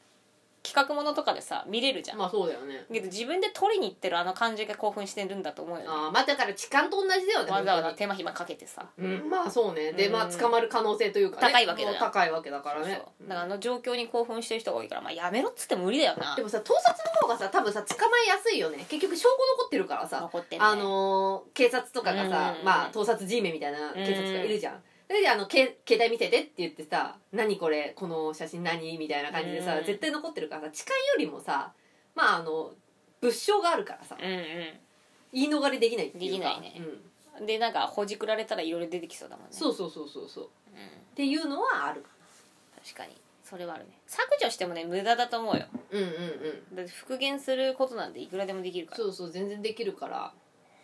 Speaker 1: 企画ものとかでさ見れるじゃん、
Speaker 2: まあそうだよね
Speaker 1: けど自分で撮りに行ってるあの感じが興奮してるんだと思うよね
Speaker 2: ああまあだから痴漢と同じだよね
Speaker 1: わざわざ
Speaker 2: 本
Speaker 1: 手間暇かけてさ、
Speaker 2: 当にうんまあそうねで
Speaker 1: うん
Speaker 2: まあ捕まる可能性というか、ね、
Speaker 1: 高いわけだよ
Speaker 2: もう高いわけだからね
Speaker 1: そうだからあの状況に興奮してる人が多いから、まあ、やめろっつっても無理だよな
Speaker 2: でもさ盗撮の方がさ多分さ捕まえやすいよね結局証拠残ってるからさ
Speaker 1: 残ってんね
Speaker 2: あのー警察とかがさ、
Speaker 1: うん
Speaker 2: まあ、盗撮 G メみたいな警察がいるじゃん、それであのけ携帯見ててって言ってさ「何これこの写真何?」みたいな感じでさ、
Speaker 1: うん
Speaker 2: 絶対残ってるからさ痴漢よりもさまああの物証があるからさ
Speaker 1: うんうん
Speaker 2: 言い逃れできないってい
Speaker 1: でき
Speaker 2: うか
Speaker 1: ないね
Speaker 2: うん、
Speaker 1: でなんかほじくられたらいろいろ出てきそうだもんね
Speaker 2: そうそうそうそうそうっ
Speaker 1: うん、
Speaker 2: ていうのはある
Speaker 1: 確かにそれはあるね削除してもね無駄だと思うよ
Speaker 2: うんうんうん
Speaker 1: だって復元することなんていくらでもできるから
Speaker 2: そうそう全然できるから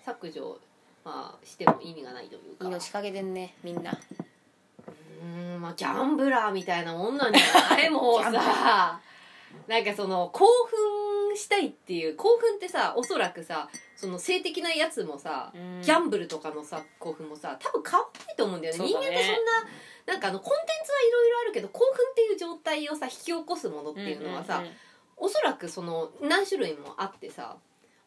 Speaker 2: 削除、まあ、しても意味がないというか
Speaker 1: 命かけてんねみんな
Speaker 2: うーんまあギャンブラーみたいなもんなんじゃないもう
Speaker 1: ギャンブラ
Speaker 2: さなんかその興奮したいっていう興奮ってさおそらくさその性的なやつもさ
Speaker 1: ギ
Speaker 2: ギャ
Speaker 1: ャン
Speaker 2: ンブルとかのさ興奮もさ多分変わんないと思うんだよね
Speaker 1: そう
Speaker 2: 人
Speaker 1: だ
Speaker 2: 間
Speaker 1: ね
Speaker 2: ってそんななんかあのコンテンツはいろいろあるけど興奮っていう状態をさ引き起こすものっていうのはさ、おそらくその何種類もあってさ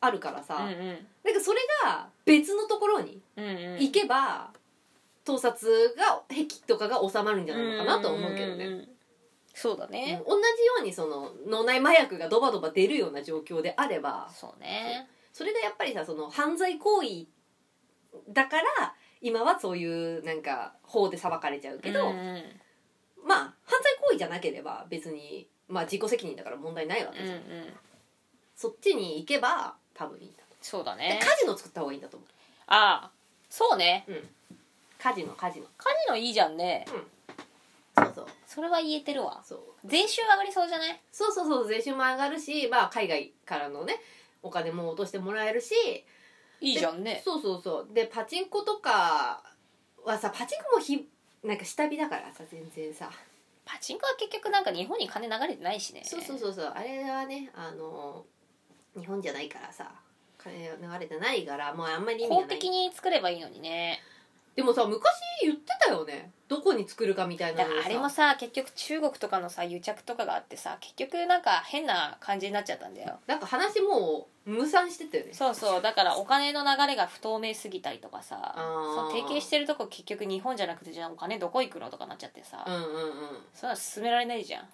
Speaker 2: あるからさ、
Speaker 1: うんうん
Speaker 2: なんかそれが別のところに
Speaker 1: うんうんうん
Speaker 2: 行けば盗撮が癖とかが収まるんじゃないのかなとは思うけどね、
Speaker 1: んんうんそうだね
Speaker 2: うん同じようにその脳内麻薬がドバドバ出るような状況であれば
Speaker 1: そうね
Speaker 2: それがやっぱりさその犯罪行為だから今はそういうなんか法で裁かれちゃうけど、
Speaker 1: うんうん
Speaker 2: まあ犯罪行為じゃなければ別に、まあ、自己責任だから問題ないわけ
Speaker 1: う
Speaker 2: じゃ
Speaker 1: ん
Speaker 2: ん、
Speaker 1: うん
Speaker 2: そっちに行けば多分いいんだ、
Speaker 1: そうだ
Speaker 2: で
Speaker 1: ね
Speaker 2: カジノ作った方がいいんだと思う
Speaker 1: ああそうね
Speaker 2: カジノカジノ
Speaker 1: カジノいいじゃんね
Speaker 2: そうそう
Speaker 1: それは言えてるわ
Speaker 2: そう
Speaker 1: 税収上がりそうじゃない
Speaker 2: そうそうそう税収も上がるし、まあ、海外からのねお金も落としてもらえるし
Speaker 1: いいじゃんね
Speaker 2: そうそうそうでパチンコとかはさパチンコもひなんか下火だからさ全然さ、
Speaker 1: パチンコは結局なんか日本に金流れてないしね
Speaker 2: そうそうそうそうあれはねあの日本じゃないからさ金流れてないからもうあんまり意味
Speaker 1: 公
Speaker 2: がない
Speaker 1: 的に作ればいいのにね
Speaker 2: でもさ昔言ってたよねどこに作るかみたい
Speaker 1: だ
Speaker 2: な
Speaker 1: か
Speaker 2: のを
Speaker 1: ら
Speaker 2: さ
Speaker 1: あれもさ結局中国とかのさ癒着とかがあってさ結局なんか変な感じになっちゃったんだよ
Speaker 2: なんか話もう無産してたよね
Speaker 1: そうそうだからお金の流れが不透明すぎたりとかさ
Speaker 2: あー
Speaker 1: そう提携してるとこ結局日本じゃなくてじゃあお金どこ行くのとかなっちゃってさ、
Speaker 2: うんうんうん
Speaker 1: そんなの進められないじゃん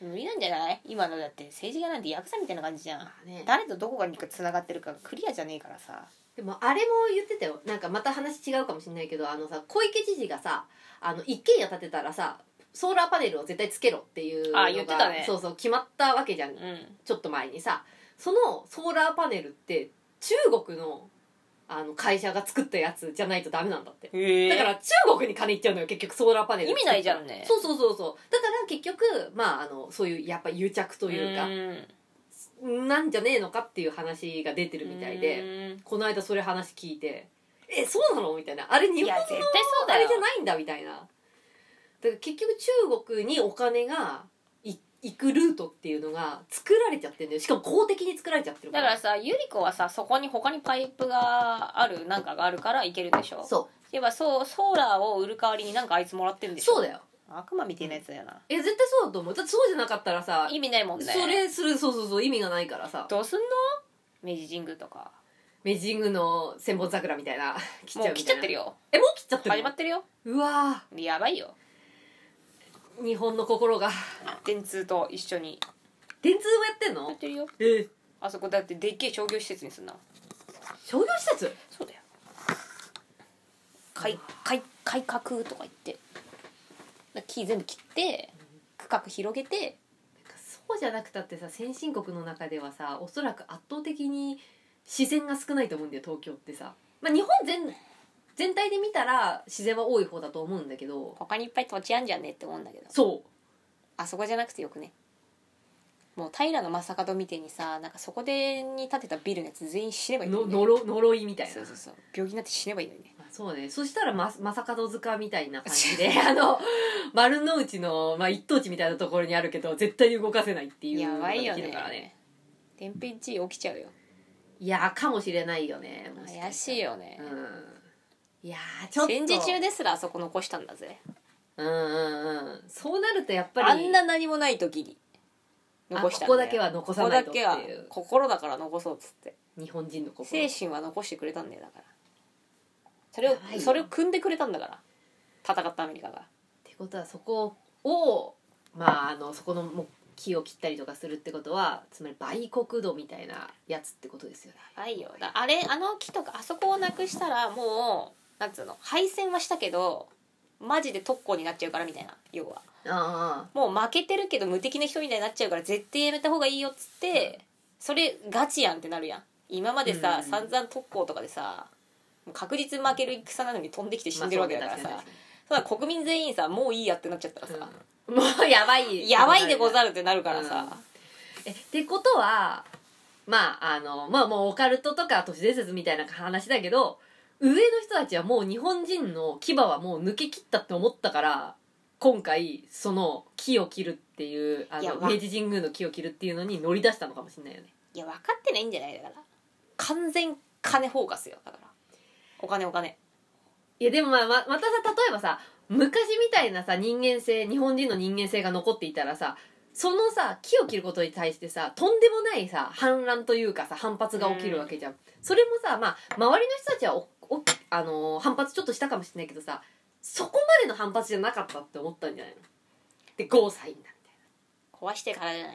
Speaker 1: 無理なんじゃない今のだって政治家なんてヤクザみたいな感じじゃん
Speaker 2: まあね、
Speaker 1: 誰とどこがにつながってるかがクリアじゃねえからさ
Speaker 2: でもあれも言ってたよなんかまた話違うかもしれないけどあのさ小池知事がさあの一軒家建てたらさソーラーパネルを絶対つけろっていうのが
Speaker 1: あ言ってたね
Speaker 2: そうそう決まったわけじゃ
Speaker 1: う
Speaker 2: ん
Speaker 1: ん
Speaker 2: ちょっと前にさそのソーラーパネルって中国のあの会社が作ったやつじゃないとダメなんだって
Speaker 1: へ
Speaker 2: だ
Speaker 1: だ
Speaker 2: か
Speaker 1: から
Speaker 2: ら中国に金いっちゃうのよ結局ソーラーパネル
Speaker 1: 意味ないじゃんね
Speaker 2: そうそうそうそうだから結局まああのそういうやっぱ癒着と
Speaker 1: と
Speaker 2: いうかなんじゃねえのかっていう話が出てるみたいでこの間それ話聞いてえそうなのみたいなあれ
Speaker 1: い
Speaker 2: 日本
Speaker 1: や
Speaker 2: の
Speaker 1: 絶対そう
Speaker 2: あ
Speaker 1: だ
Speaker 2: れ
Speaker 1: よ
Speaker 2: じゃないんだみたいなだから結局中国にお金がい行くルートっていうのが作られちゃってるんだよしかも公的に作られちゃってる
Speaker 1: だからさゆり子はさそこに他にパイプがあるなんかがあるからいけるんでしょ
Speaker 2: そ
Speaker 1: やっぱそうソーラーを売る代わりになんかあいつもらってるん
Speaker 2: う
Speaker 1: でしょ
Speaker 2: そうだよ
Speaker 1: 悪魔みたいなやつだよな
Speaker 2: え絶対そうだと思うだってそうじゃなかったらさ
Speaker 1: 意味ないもんね
Speaker 2: それするそうそうそう意味がないからさ
Speaker 1: どうすんの明治神宮とか
Speaker 2: メジングの千本桜みたいな切
Speaker 1: も
Speaker 2: っちゃ
Speaker 1: う
Speaker 2: う
Speaker 1: 来
Speaker 2: み
Speaker 1: ち
Speaker 2: た
Speaker 1: ゃっ
Speaker 2: いな
Speaker 1: てるよ
Speaker 2: えもう切っちゃってるの
Speaker 1: 始まってるよ
Speaker 2: うわ
Speaker 1: やばいよ
Speaker 2: ー日本の心が
Speaker 1: 電通と一緒に
Speaker 2: 電通もやってん
Speaker 1: やっ
Speaker 2: の
Speaker 1: てるよ
Speaker 2: えー
Speaker 1: あそこだってでっけえ商業施設にすんな
Speaker 2: 商業施設
Speaker 1: そうだよ改改改革とか言ってだ木全部切って区画広げて
Speaker 2: そうじゃなくたってさ先進国の中ではさおそらく圧倒的に自然が少ないと思うんだよ東京ってさ、まあ、日本全全体で見たら自然は多い方だと思うんだけど
Speaker 1: 他にいっぱい土地あんじゃんねって思うんだけど
Speaker 2: そ
Speaker 1: あそこじゃなくてよくねもう平の正門みてえにさなんかそこでに建てたビルのやつ全員死ねば
Speaker 2: う
Speaker 1: いいの
Speaker 2: の
Speaker 1: にね
Speaker 2: 呪呪いみたいな
Speaker 1: そうそうそう病気になって死ねばいいのにね
Speaker 2: まあそうねそしたらま正門塚みたいな感 じであの丸の内の、まあ、一等地みたいなところにあるけど絶対に動かせないっていう
Speaker 1: や
Speaker 2: のが
Speaker 1: ばい
Speaker 2: で
Speaker 1: よ
Speaker 2: きるから
Speaker 1: ね天変地異起きちゃうよ
Speaker 2: いやかもしれないよねも
Speaker 1: 怪しいよね、
Speaker 2: うん、いやーちょっと
Speaker 1: 戦時中ですらあそこ残したんだぜ
Speaker 2: うんうんうんそうなるとやっぱり
Speaker 1: あんな何もない時に残したん
Speaker 2: あここ
Speaker 1: よ
Speaker 2: だけは残
Speaker 1: こ
Speaker 2: さ
Speaker 1: こ
Speaker 2: ない
Speaker 1: だ
Speaker 2: とって
Speaker 1: け
Speaker 2: い
Speaker 1: は
Speaker 2: う
Speaker 1: 心だから残そうっつって
Speaker 2: 日本人の
Speaker 1: 精
Speaker 2: 心
Speaker 1: 神は残してくれたんだよだからそれを
Speaker 2: やばいよ
Speaker 1: それを組んでくれたんだから戦ったアメリカが
Speaker 2: ってことはそこをまああのそこのもう木を切ったりとかするってことはつまり売国度みたいなやつってことですよね
Speaker 1: ないよだあれあの木とかあそこをなくしたらもうなんつうの敗戦はしたけどマジで特攻になっちゃうからみたいな要は
Speaker 2: あ
Speaker 1: もう負けてるけど無敵な人みたいになっちゃうから絶対やめた方がいいよっつって、それガチやんってなるやん今までさ、
Speaker 2: うん
Speaker 1: 散々特攻とかでさもう確実負ける戦なのに飛んできて死んでるわけだからさ、そうだ国民全員さもういいやってなっちゃったらさ、
Speaker 2: もうやばい
Speaker 1: やばいでござ
Speaker 2: る
Speaker 1: るってなるからさ、
Speaker 2: えってことはまああのまあもうオカルトとか都市伝説みたいな話だけど上の人たちはもう日本人の牙はもう抜け切ったって思ったから今回その木を切るっていうあ
Speaker 1: いや
Speaker 2: の
Speaker 1: わ
Speaker 2: 明治神宮の木を切るっていうのに乗り出したのかもしれないよね
Speaker 1: いや分かってないんじゃないだから完全金フォーカスよだからお金お金
Speaker 2: いやでもまあままたさ例えばさ昔みたいなさ人間性日本人の人間性が残っていたらさそのさ木を切ることに対してさとんでもないさ反乱というかさ反発が起きるわけじゃん、それもさまあ周りの人たちはおおあのー反発ちょっとしたかもしれないけどさそこまでの反発じゃなかったって思ったんじゃないのでゴーサインだみたい
Speaker 1: 壊してからじゃない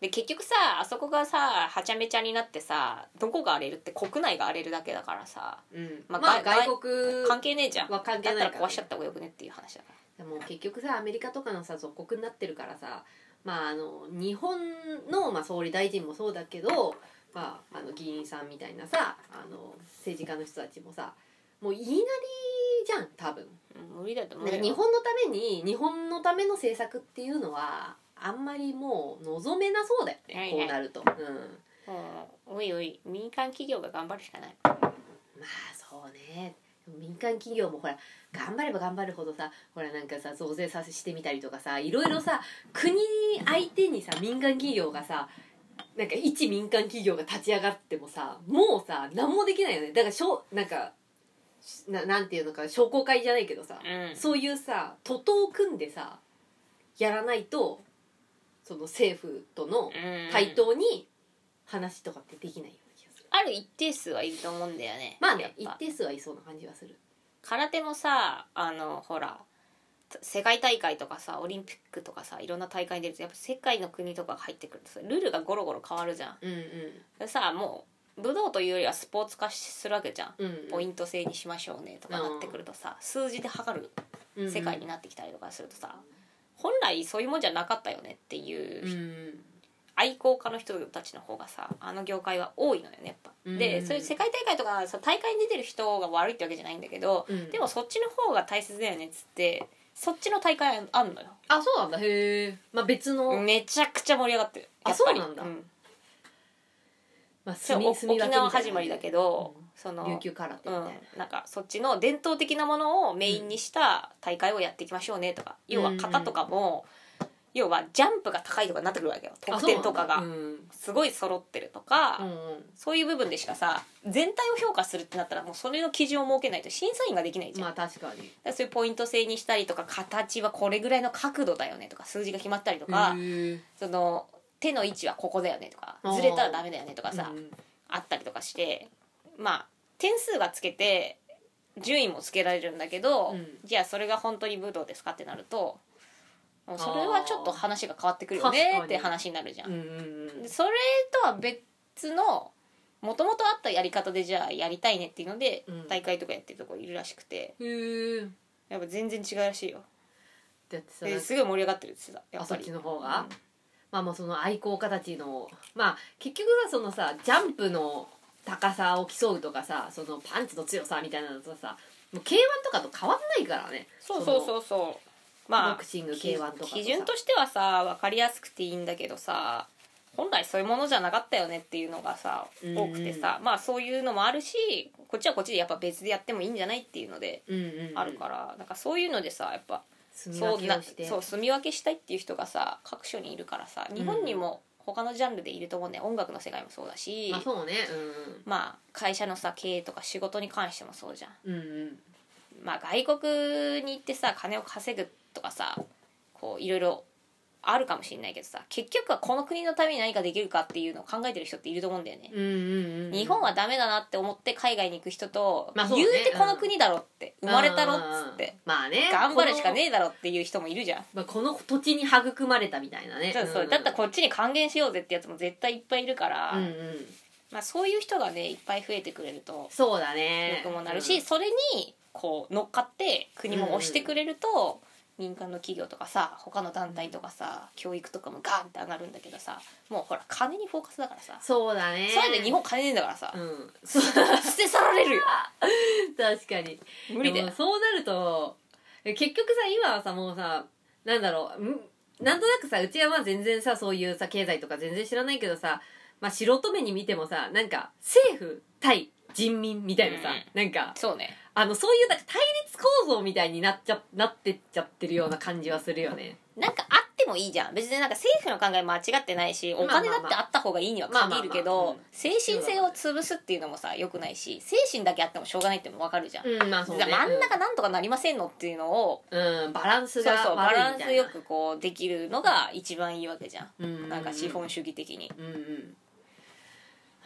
Speaker 1: で結局さあそこがさはちゃめちゃになってさどこが荒れるって国内が荒れるだけだからさ
Speaker 2: な、うん
Speaker 1: ま
Speaker 2: ま
Speaker 1: あ
Speaker 2: あ、
Speaker 1: 外
Speaker 2: 外国
Speaker 1: 関係ねえじゃん
Speaker 2: は関係ない
Speaker 1: だ
Speaker 2: か
Speaker 1: っ
Speaker 2: ら
Speaker 1: たら壊しちゃった方がよくねっていう話だか
Speaker 2: でも結局さアメリカとかのさ属国になってるからさまああの日本の、まあ、総理大臣もそうだけど、まあ、あの議員さんみたいなさあの政治家の人たちもさもう言いなりじゃん多分
Speaker 1: ら、うん無理だと思
Speaker 2: な
Speaker 1: うんよ
Speaker 2: か日本のために日本のための政策っていうのはあんまりもう望めなそうだよね、
Speaker 1: はいはい
Speaker 2: こうなると、う
Speaker 1: うん
Speaker 2: ん、
Speaker 1: おいおい民間企業が頑張るしかない
Speaker 2: まあそうねでも民間企業もほら頑張れば頑張るほどさほらなんかさ増税させしてみたりとかさいろいろさ国相手にさ民間企業がさなんか一民間企業が立ち上がってもさもうさ何もできないよねだからしょなんかしななんていうのか商工会じゃないけどさ、
Speaker 1: うん
Speaker 2: そういうさ徒党を組んでさやらないとその政府との
Speaker 1: うん
Speaker 2: 対等に話とかってできないような気がする、
Speaker 1: ある一定数はいると思うんだよね
Speaker 2: まあね
Speaker 1: や
Speaker 2: 一
Speaker 1: っぱ
Speaker 2: 定数はいそうな感じはする
Speaker 1: 空手もさあのほら世界大会とかさオリンピックとかさいろんな大会に出るとやっぱ世界の国とかが入ってくるとさルールがゴロゴロ変わるじゃん
Speaker 2: うん
Speaker 1: でさもう武道というよりはスポーツ化するわけじゃん
Speaker 2: うんうん
Speaker 1: ポイント制にしましょうねとかなってくるとさ数字で測る
Speaker 2: うんうん
Speaker 1: 世界になってきたりとかするとさ本来そういうもんじゃなかったよねっていう
Speaker 2: うん
Speaker 1: 人愛好家の人たちの方がさあの業界は多いのよねやっぱ。
Speaker 2: うん
Speaker 1: でそういう世界大会とかさ大会に出てる人が悪いってわけじゃないんだけど
Speaker 2: うん
Speaker 1: でもそっちの方が大切だよねっつってそっちの大会あんのよ。
Speaker 2: あそうなんだへえまあ別の、
Speaker 1: めちゃくちゃ盛り上がってる
Speaker 2: あ
Speaker 1: やっぱり
Speaker 2: そうなんだまあ
Speaker 1: そう
Speaker 2: 墨
Speaker 1: 沖
Speaker 2: 墨分けみたいな
Speaker 1: 縄始まりだけど、
Speaker 2: うん
Speaker 1: その
Speaker 2: 琉球空手み
Speaker 1: う
Speaker 2: たい
Speaker 1: ん
Speaker 2: な、、
Speaker 1: なんかそっちの伝統的なものをメインにした大会をやっていきましょうねとか、
Speaker 2: うん
Speaker 1: 要は型とかも、要はジャンプが高いとかになってくるわけよ
Speaker 2: あ
Speaker 1: 得
Speaker 2: そうな
Speaker 1: 点
Speaker 2: んだ
Speaker 1: とかが、
Speaker 2: うん
Speaker 1: すごい揃ってるとか、
Speaker 2: うんうん
Speaker 1: そういう部分でしかさ全体を評価するってなったらもうそれの基準を設けないと審査員ができないじゃん、
Speaker 2: まあ確かに
Speaker 1: だからそういうポイント制にしたりとか形はこれぐらいの角度だよねとか数字が決まったりとか、
Speaker 2: へえ
Speaker 1: その手の位置はここだよねとか
Speaker 2: あー
Speaker 1: ずれたらダメだよねとかさ、
Speaker 2: うん
Speaker 1: あったりとかしてまあ点数がつけて順位もつけられるんだけど、
Speaker 2: うん
Speaker 1: じゃあそれが本当に武道ですかってなるともうそれはちょっと話が変わってくるよ
Speaker 2: あ
Speaker 1: ね
Speaker 2: ー
Speaker 1: って話になるじゃん。
Speaker 2: うんうんうん
Speaker 1: でそれとは別のもともとあったやり方でじゃあやりたいねっていうので、
Speaker 2: うん
Speaker 1: 大会とかやってるとこいるらしくて
Speaker 2: へえ
Speaker 1: やっぱ全然違うらしいよ
Speaker 2: だってさ
Speaker 1: で、すごい盛り上がってるって言ってたや
Speaker 2: あ
Speaker 1: っ
Speaker 2: そ
Speaker 1: ぱ
Speaker 2: っ
Speaker 1: り
Speaker 2: ちの方が、まあまあその愛好家たちのまあ結局はそのさジャンプの高さを競うとかさそのパンチの強さみたいなのとさもう K1 とかと変わんないからね
Speaker 1: そうそう
Speaker 2: う
Speaker 1: そうそうまあ
Speaker 2: ボクシング K1 とかとさ
Speaker 1: 基準としてはさ分かりやすくていいんだけどさ本来そういうものじゃなかったよねっていうのがさ
Speaker 2: うん
Speaker 1: 多くてさ、まあそういうのもあるしこっちはこっちでやっぱ別でやってもいいんじゃないっていうので
Speaker 2: うんうんうん
Speaker 1: あるから、なんかそういうのでさやっぱ
Speaker 2: 住み
Speaker 1: そ
Speaker 2: 分
Speaker 1: う
Speaker 2: けをして
Speaker 1: なそう住み分けしたいっていう人がさ各所にいるからさ日本にも他のジャンルでいると思うんだよ音楽の世界もそうだし、
Speaker 2: まあそうね
Speaker 1: まあ会社のさ経営とか仕事に関してもそうじゃん。
Speaker 2: うんうんうん
Speaker 1: まあ、外国に行ってさ金を稼ぐとかさこういろいろあるかもしれないけどさ結局はこの国のために何かできるかっていうのを考えてる人っていると思うんだよね、
Speaker 2: うんうんうん
Speaker 1: 日本はダメだなって思って海外に行く人と、
Speaker 2: まあそうね
Speaker 1: 言うてこの国だろって、生まれたろっつって、
Speaker 2: うんまあね
Speaker 1: 頑張るしかねえだろっていう人もいるじゃん、
Speaker 2: この,、まあ、この土地に育まれたみたいなね
Speaker 1: そうそうだったらこっちに還元しようぜってやつも絶対いっぱいいるから、
Speaker 2: うんうん
Speaker 1: まあ、そういう人がねいっぱい増えてくれると
Speaker 2: そうだね
Speaker 1: 良くもなるし、それにこう乗っかって国も押してくれると、民間の企業とかさ他の団体とかさ教育とかもガンって上がるんだけどさもうほら金にフォーカスだからさ、
Speaker 2: そうだね
Speaker 1: それで日本金ねえんだからさ、
Speaker 2: うん そ う
Speaker 1: 捨て去られるよ
Speaker 2: 確かに
Speaker 1: 無理だ
Speaker 2: で
Speaker 1: よ
Speaker 2: もそうなるとえ結局さ今はさもうさなんだろうんなんとなくさうちはまあ全然さそういうさ経済とか全然知らないけどさ、まあ、素人目に見てもさなんか政府対人民みたいなさ、
Speaker 1: うん
Speaker 2: なんか
Speaker 1: そうね
Speaker 2: あのそういうなんか対立構造みたいになっちゃなってっちゃってるような感じはするよね。
Speaker 1: なんかあってもいいじゃん別になんか政府の考え間違ってないしお金だってあった方がいいには限るけ
Speaker 2: まあまあまあ
Speaker 1: ど
Speaker 2: まあまあまあうん
Speaker 1: 精神性を潰すっていうのもさ良くないし精神だけあってもしょうがないってのも分かるじゃん、
Speaker 2: うんまあ
Speaker 1: じゃあ真ん中なんとかなりませんのっていうのを
Speaker 2: うん、バランスが
Speaker 1: そうそうバ
Speaker 2: 悪いみたいな
Speaker 1: ランスよくこうできるのが一番いいわけじゃん、
Speaker 2: うん
Speaker 1: なんか資本主義的に
Speaker 2: うんうん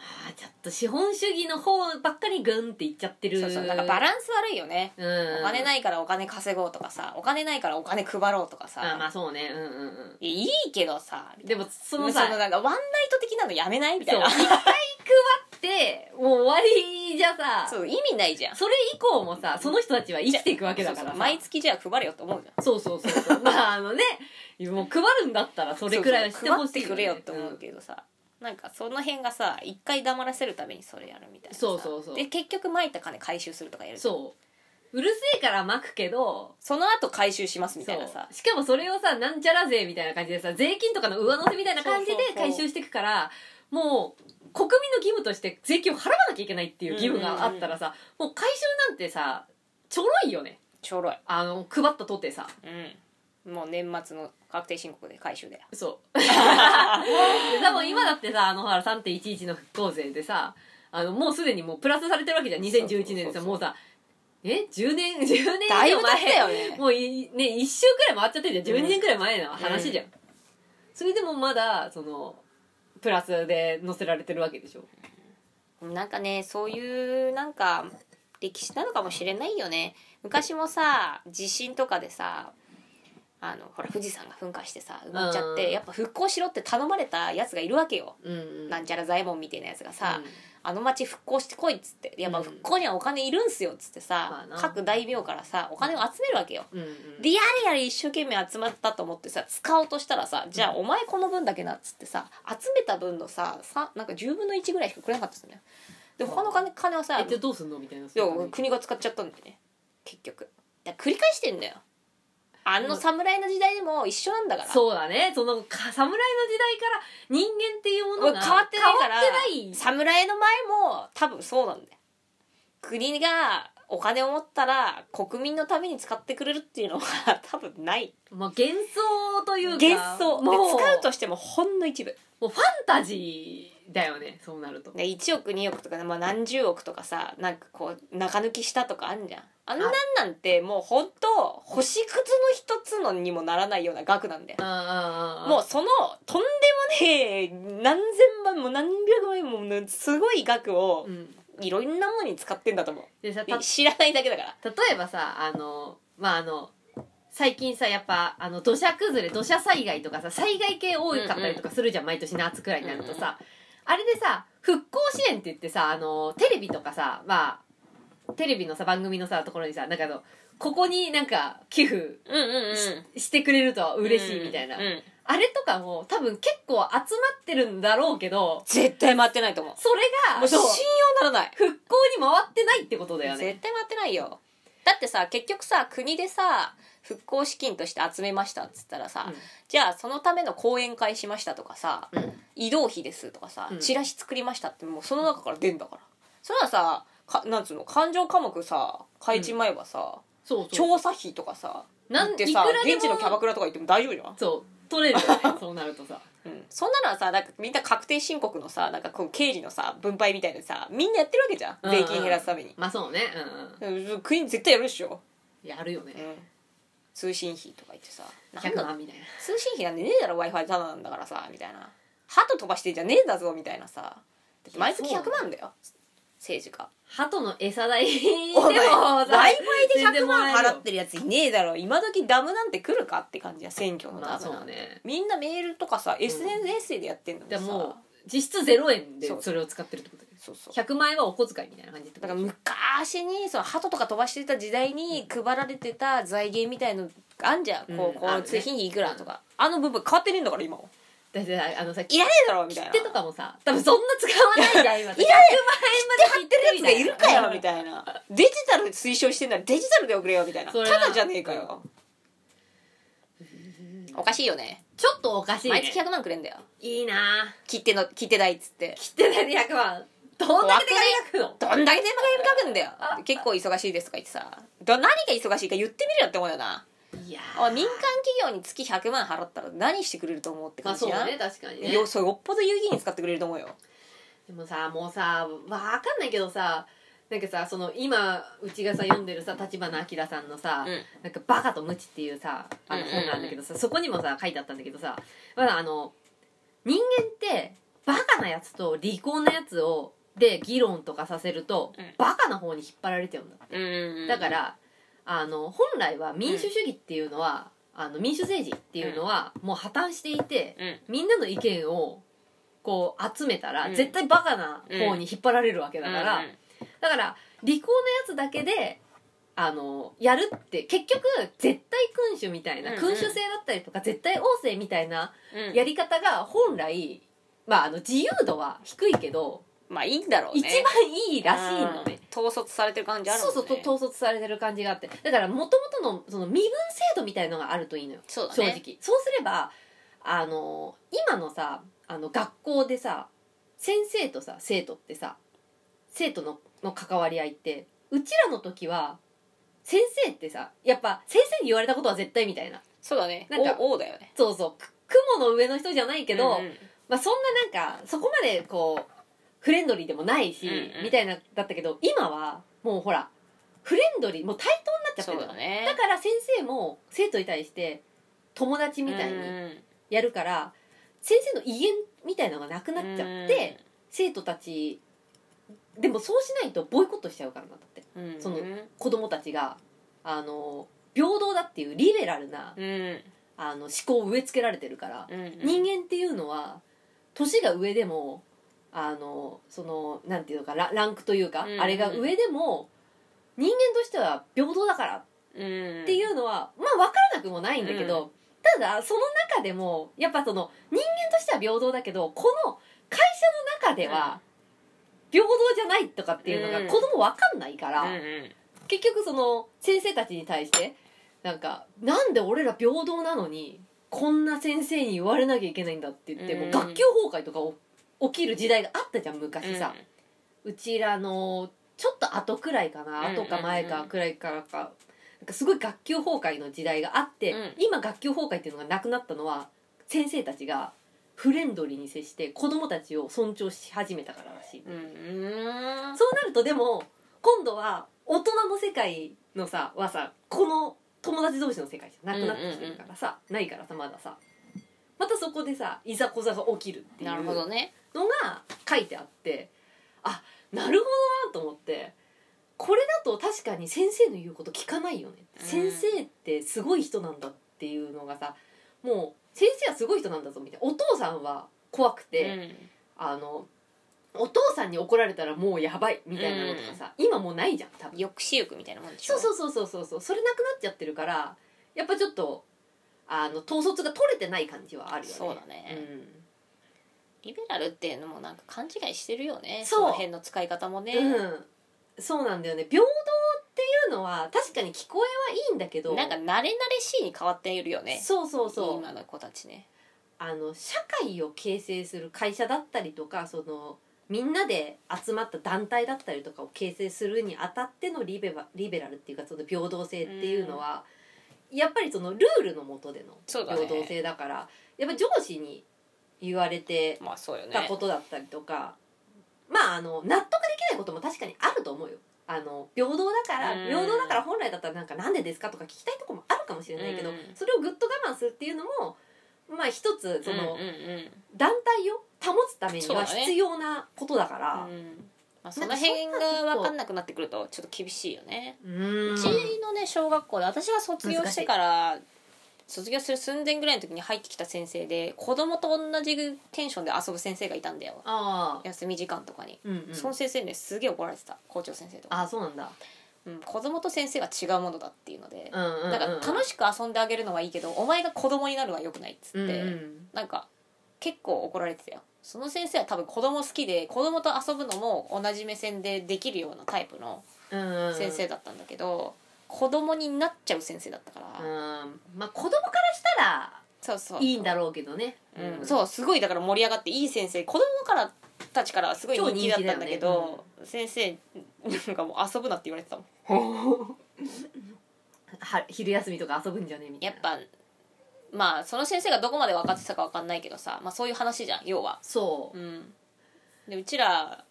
Speaker 2: あーちょっと資本主義の方ばっかりグンっていっちゃってる
Speaker 1: そうそうなんかバランス悪いよね、
Speaker 2: うん、
Speaker 1: お金
Speaker 2: い
Speaker 1: ないからお金稼ごうとかさお金ないからお金配ろうとかさ、
Speaker 2: あまあそうねうんうんう
Speaker 1: いやいいけどさ
Speaker 2: んでも
Speaker 1: そ
Speaker 2: そ
Speaker 1: の
Speaker 2: のさ
Speaker 1: なんかワンナイト的なのやめないみたい
Speaker 2: そう
Speaker 1: な
Speaker 2: 一回配ってもう終わりじゃさ
Speaker 1: そう意味ないじゃん
Speaker 2: それ以降もさその人たちは生きていくわけだか
Speaker 1: そう
Speaker 2: ら
Speaker 1: そう
Speaker 2: さ
Speaker 1: 毎月じゃあ配れよって思うじゃん
Speaker 2: そうそうそう そうまああのねもう配るんだったらそれくらいはしてほしい
Speaker 1: そうそう配ってくれよって思うけどさ、なんかその辺がさ一回黙らせるためにそれやるみたいなさ
Speaker 2: そうそうそう
Speaker 1: で結局まいた金回収するとかや
Speaker 2: うん
Speaker 1: るじゃん
Speaker 2: そううるせえから巻くけど
Speaker 1: その後回収しますみたいなさ
Speaker 2: そうしかもそれをさなんちゃら税みたいな感じでさ税金とかの上乗せみたいな感じで
Speaker 1: そうそうそう
Speaker 2: 回収していくからもう国民の義務として税金を払わなきゃいけないっていう義務があったらさ、もう回収なんてさちょろいよね
Speaker 1: ちょろい
Speaker 2: あの配ったとてさ
Speaker 1: うん、もう年末の確定申告で回収 だよ
Speaker 2: そう で多分今だってさあのほら3.11の復興税でさあのもうすでにもうプラスされてるわけじゃん2011年で
Speaker 1: そうそうそう
Speaker 2: さ
Speaker 1: そう
Speaker 2: もうさえ10年10年以上前
Speaker 1: だいぶ経ったよね
Speaker 2: もういね1週くらい回っちゃってるじゃん12年くらい前の話じゃん、それでもまだそのプラスで載せられてるわけでしょ
Speaker 1: なんかねそういうなんか歴史なのかもしれないよね昔もさ地震とかでさあのほら富士山が噴火してさ埋まっちゃっ
Speaker 2: うん
Speaker 1: てやっぱ復興しろって頼まれたやつがいるわけよ、
Speaker 2: うん
Speaker 1: なんちゃら左衛門みたいなやつがさ、
Speaker 2: うん
Speaker 1: あの町復興してこいっつっていやっぱ
Speaker 2: うん
Speaker 1: 復興にはお金いるんすよっつって
Speaker 2: まあ
Speaker 1: さ、
Speaker 2: な
Speaker 1: 各大名からさお金を集めるわけよ、
Speaker 2: うんうん
Speaker 1: でやれやれ一生懸命集まったと思ってさ使おうとしたらさじゃあお前この分だけなっつってさ集めた分のささなんか10分の1ぐらいしかくれなかったですよねで他の金金はさ
Speaker 2: えじゃあどうすんのみたいな
Speaker 1: で
Speaker 2: そういう
Speaker 1: も
Speaker 2: 感じ
Speaker 1: 国が使っちゃったんだよね結局だから繰り返してんだよあの侍の時代でも一緒なんだから
Speaker 2: そうだねそのか侍の時代から人間っていうものが
Speaker 1: 変わってないから
Speaker 2: 変わってない
Speaker 1: 侍の前も多分そうなんだよ国がお金を持ったら国民のために使ってくれるっていうのは多分ない
Speaker 2: まあ、幻想というか
Speaker 1: 幻想
Speaker 2: もう
Speaker 1: で使うとしてもほんの一部
Speaker 2: もうファンタジーだよねそうなると
Speaker 1: ね1億2億とかね、まあ、何十億とかさなんかこう中抜きしたとかあんじゃんあんなんなんてもうほんと星屑の一つのにもならないような額なんだよ
Speaker 2: あ
Speaker 1: もうそのとんでもねえ何千万も何百万もねすごい額を
Speaker 2: う、うん、
Speaker 1: いろんなものに使ってんだと思
Speaker 2: でさた
Speaker 1: う知らないだけだから
Speaker 2: 例えばさあのまああの最近さやっぱあの土砂崩れ土砂災害とかさ災害系多かったりとかするじゃん、毎年夏くらいになるとさ、あれでさ復興支援って言ってさあのテレビとかさまあテレビのさ番組のさところにさなんかあのここになんか寄付
Speaker 1: うんうんうん
Speaker 2: してくれると嬉しいみたいな、
Speaker 1: うんうん
Speaker 2: あれとかも多分結構集まってるんだろうけど
Speaker 1: 絶対回ってないと思う
Speaker 2: それ
Speaker 1: もう
Speaker 2: が
Speaker 1: 信
Speaker 2: そう
Speaker 1: 用ならない
Speaker 2: 復興に回ってないってことだよね
Speaker 1: 絶対回ってないよだってさ結局さ国でさ復興資金として集めましたっつったらさ、
Speaker 2: うん
Speaker 1: じゃあそのための講演会しましたとかさ、
Speaker 2: うん
Speaker 1: 移動費ですとかさ、
Speaker 2: うん
Speaker 1: チラシ作りましたってもうその中から出んだからそれはさかなんつうの勘定科目さ開示前はさ、
Speaker 2: そうそう
Speaker 1: 調査費とかさ
Speaker 2: な
Speaker 1: 行
Speaker 2: ん
Speaker 1: ってさ
Speaker 2: いくらでも
Speaker 1: 現地のキャバクラとか行っても大丈夫じゃん、
Speaker 2: そう取れるよ ねそうなるとさ
Speaker 1: うん、そんなのはさなんかみんな確定申告のさなんかこう経理のさ分配みたいなのさみんなやってるわけじゃ
Speaker 2: うん
Speaker 1: ん税金減らすために、
Speaker 2: まあそうねうんうん
Speaker 1: うん国絶対やるでしょ、
Speaker 2: やるよ
Speaker 1: う
Speaker 2: ね
Speaker 1: ん、通信費とか言ってさなん
Speaker 2: 100
Speaker 1: だ
Speaker 2: 万みたいな
Speaker 1: 通信費なんてねえだろ w i f i ただなんだからさみたいな鳩飛ばしてんじゃねえんだぞみたいなさだって毎月
Speaker 2: いやそう
Speaker 1: 100万だよ政治家
Speaker 2: 鳩の餌代で
Speaker 1: お
Speaker 2: も
Speaker 1: 前 w
Speaker 2: さ
Speaker 1: i f i で100万払っ
Speaker 2: 全然もらえるよ
Speaker 1: てるやついねえだろ今時ダムなんて来るかって感じや選挙の
Speaker 2: ま
Speaker 1: ダ
Speaker 2: あ
Speaker 1: ムなんて
Speaker 2: そうね
Speaker 1: みんなメールとかさ、SNS でやってんのに
Speaker 2: で
Speaker 1: さ
Speaker 2: も実質0円で
Speaker 1: そう
Speaker 2: それを使ってるってことだよ
Speaker 1: そうそう
Speaker 2: 100万円はお小遣いみたいな感じってこ
Speaker 1: だか
Speaker 2: と
Speaker 1: ら昔にその鳩とか飛ばしてた時代に配られてた財源みたいのあんじゃん、
Speaker 2: うん
Speaker 1: こうこ
Speaker 2: あ
Speaker 1: う
Speaker 2: るね
Speaker 1: 通信費いくらとか、あの部分変わってねえんだから今も
Speaker 2: だってさあのさ
Speaker 1: いらねえだろみたいな
Speaker 2: 切手とかもさ多分そんな使わないじゃん今
Speaker 1: いらねえ
Speaker 2: 万円まで切って
Speaker 1: やつがいるかよみたいなデジタル推奨してんならデジタルで送れよみたいな
Speaker 2: そ
Speaker 1: た
Speaker 2: れは
Speaker 1: だじゃねえかよおかしいよね
Speaker 2: ちょっとおかしい、ね、
Speaker 1: 毎月100万くれんだよ
Speaker 2: いいな
Speaker 1: 切手の切手代っつって
Speaker 2: 切ってないで100万どんだけで金額の
Speaker 1: どんだけ手間が書くんだよ結構忙しいですとか言ってさど何が忙しいか言ってみるよって思うよない
Speaker 2: や
Speaker 1: あ民間企業に月100万払ったら何してくれると思うって感
Speaker 2: まあ
Speaker 1: じ
Speaker 2: そう
Speaker 1: じゃ
Speaker 2: だ
Speaker 1: ん、
Speaker 2: ね確かにね
Speaker 1: よそうよっぽど有意義に使ってくれると思うよ
Speaker 2: でもさもうさわかんないけどさなんかさその今うちがさ読んでるさ立花明さんのさ、
Speaker 1: うん
Speaker 2: なんか「バカと無知」っていうさあの
Speaker 1: うんうんうん
Speaker 2: 本なんだけどさ、そこにもさ書いてあったんだけどさまだあの人間ってバカなやつと利口なやつをで議論とかさせると、
Speaker 1: うん
Speaker 2: バカな方に引っ張られちゃうんだ
Speaker 1: うん
Speaker 2: だから、あの本来は民主主義っていうのは、あの民主政治っていうのはもう破綻していて、
Speaker 1: うん
Speaker 2: みんなの意見をこう集めたら、
Speaker 1: うん
Speaker 2: 絶対バカな方に引っ張られるわけだから、
Speaker 1: うん
Speaker 2: だから利口のやつだけであのやるって結局絶対君主みたいな、
Speaker 1: うんうん
Speaker 2: 君主制だったりとか絶対王政みたいな
Speaker 1: うん
Speaker 2: やり方が本来、まあ、あの自由度は低いけど、
Speaker 1: まあいいんだろうね
Speaker 2: 一番いいらしいのね。
Speaker 1: うん統率されてる感じあるもん
Speaker 2: そ
Speaker 1: ね
Speaker 2: うそうと統率されてる感じがあってだからもともとのその身分制度みたいのがあるといいのよ、
Speaker 1: そうだ
Speaker 2: 正
Speaker 1: ね
Speaker 2: 直そうすればあの今のさあの学校でさ先生とさ生徒ってさ生徒のの関わり合いってうちらの時は先生ってさやっぱ先生に言われたことは絶対みたいな
Speaker 1: そうだね
Speaker 2: なんか
Speaker 1: お王だよね
Speaker 2: そうそうく雲の上の人じゃないけど、
Speaker 1: うんうん
Speaker 2: まあ、そんななんかそこまでこうフレンドリーでもないし、
Speaker 1: うんうん
Speaker 2: みたいなだったけど今はもうほらフレンドリーもう対等になっちゃって
Speaker 1: そ
Speaker 2: る
Speaker 1: う
Speaker 2: の
Speaker 1: だね
Speaker 2: だから先生も生徒に対して友達みたいにやるから、先生の威厳みたいのがなくなっちゃって、生徒たちでもそうしないとボイコットしちゃうからなだって
Speaker 1: うんうん
Speaker 2: その子供たちがあの平等だっていうリベラルな
Speaker 1: うん
Speaker 2: あの思考を植え付けられてるから、
Speaker 1: うん
Speaker 2: 人間っていうのは年が上でもあのそのなんていうのかラランクというか、
Speaker 1: うんうん
Speaker 2: あれが上でも人間としては平等だからっ
Speaker 1: うん
Speaker 2: ていううのは、まあ分からなくもないんだけど、ただその中でもやっぱその人間としては平等だけどこの会社の中では平等じゃないとかっていうの
Speaker 1: うん
Speaker 2: が子供分かんないから。
Speaker 1: んうん
Speaker 2: 結局その先生たちに対してなんかなんで俺ら平等なのにこんな先生に言われなきゃいけないんだって言って、
Speaker 1: うん
Speaker 2: もう学級崩壊とかお起きる時代があったじゃん昔さ、うちらのちょっと後くらいかな、
Speaker 1: うん
Speaker 2: 後か前
Speaker 1: うんう
Speaker 2: か
Speaker 1: ん
Speaker 2: くらいからかなんかすごい学級崩壊の時代があって、
Speaker 1: うん
Speaker 2: 今学級崩壊っていうのがなくなったのは先生たちがフレンドリーに接して子供たちを尊重し始めたかららしい
Speaker 1: うんうん
Speaker 2: そうなるとでも今度は大人の世界のさはさこの友達同士の世界じゃなくなってきてるからさ、ないからさまださまたそこでさいざこざが起きるっていう
Speaker 1: なるほどね
Speaker 2: のが書いてあってあなるほどなと思ってこれだと確かに先生の言うこと聞かないよね、
Speaker 1: うん
Speaker 2: 先生ってすごい人なんだっていうのがさもう先生はすごい人なんだぞみたいなお父さんは怖くて、あのお父さんに怒られたらもうやばいみたいなのとかさ、今もうないじゃん多
Speaker 1: うん
Speaker 2: 分
Speaker 1: 抑止力みたいなもんでし
Speaker 2: そ
Speaker 1: ょ
Speaker 2: うそうそうそうそうそうそれなくなっちゃってるからやっぱちょっとあの統率が取れてない感じはあるよね
Speaker 1: そうだ
Speaker 2: う
Speaker 1: ね
Speaker 2: ん
Speaker 1: リベラルっていうのもなんか勘違いしてるよね
Speaker 2: そう
Speaker 1: その辺の使い方もね
Speaker 2: うん、そうなんだよね平等っていうのは確かに聞こえはいいんだけど
Speaker 1: なんか慣れ慣れしいに変わっているよね
Speaker 2: そうそうそう
Speaker 1: 今の子たちね
Speaker 2: あの社会を形成する会社だったりとかそのみんなで集まった団体だったりとかを形成するにあたってのリベバリベラルっていうかその平等性っていうのは、やっぱりそのルールのもとでの
Speaker 1: そうだね
Speaker 2: 平等性だからやっぱ上司に言われて
Speaker 1: まあそうよね
Speaker 2: たことだったりとか、まああの納得できないことも確かにあると思うよ。あの平等だから
Speaker 1: うん
Speaker 2: 平等だから本来だったらなんかなんでですかとか聞きたいとこもあるかもしれないけど、
Speaker 1: うん
Speaker 2: それをぐっと我慢するっていうのもまあ一つその、
Speaker 1: うんうん
Speaker 2: 団体を保つために
Speaker 1: そう
Speaker 2: は
Speaker 1: だね
Speaker 2: 必要なことだから
Speaker 1: うんうんまあ、その辺が分かんなくなってくるとちょっと厳しいよね
Speaker 2: うーん
Speaker 1: うちのね小学校で私が卒業してから卒業する寸前ぐらいの時に入ってきた先生で子供と同じテンションで遊ぶ先生がいたんだよ
Speaker 2: ああ
Speaker 1: 休み時間とかに、
Speaker 2: うんうん
Speaker 1: その先生ねすげえ怒られてた校長先生とか、
Speaker 2: あそうなんだ
Speaker 1: うん、子供と先生は違うものだっていうので、
Speaker 2: うんうんうん
Speaker 1: なんか楽しく遊んであげるのはいいけどお前が子供になるのはよくないっつって、
Speaker 2: うんうん
Speaker 1: なんか結構怒られてたよその先生は多分子供好きで子供と遊ぶのも同じ目線でできるようなタイプの
Speaker 2: うんうん
Speaker 1: 先生だったんだけど、子供になっちゃう先生だったから、
Speaker 2: うんまあ子供からしたら
Speaker 1: そうそう
Speaker 2: いいんだろうけどね
Speaker 1: うん、
Speaker 2: う
Speaker 1: そうすごいだから盛り上がっていい先生子供からたちからすごい人気だったんだけど先生なんかもう遊ぶなって言われてたもん
Speaker 2: は昼休みとか遊ぶんじゃねえみた
Speaker 1: や
Speaker 2: い
Speaker 1: っ
Speaker 2: な
Speaker 1: ぱまあその先生がどこまで分かってたか分かんないけどさ、まあ、そういう話じゃん要は
Speaker 2: そう
Speaker 1: うんでうちら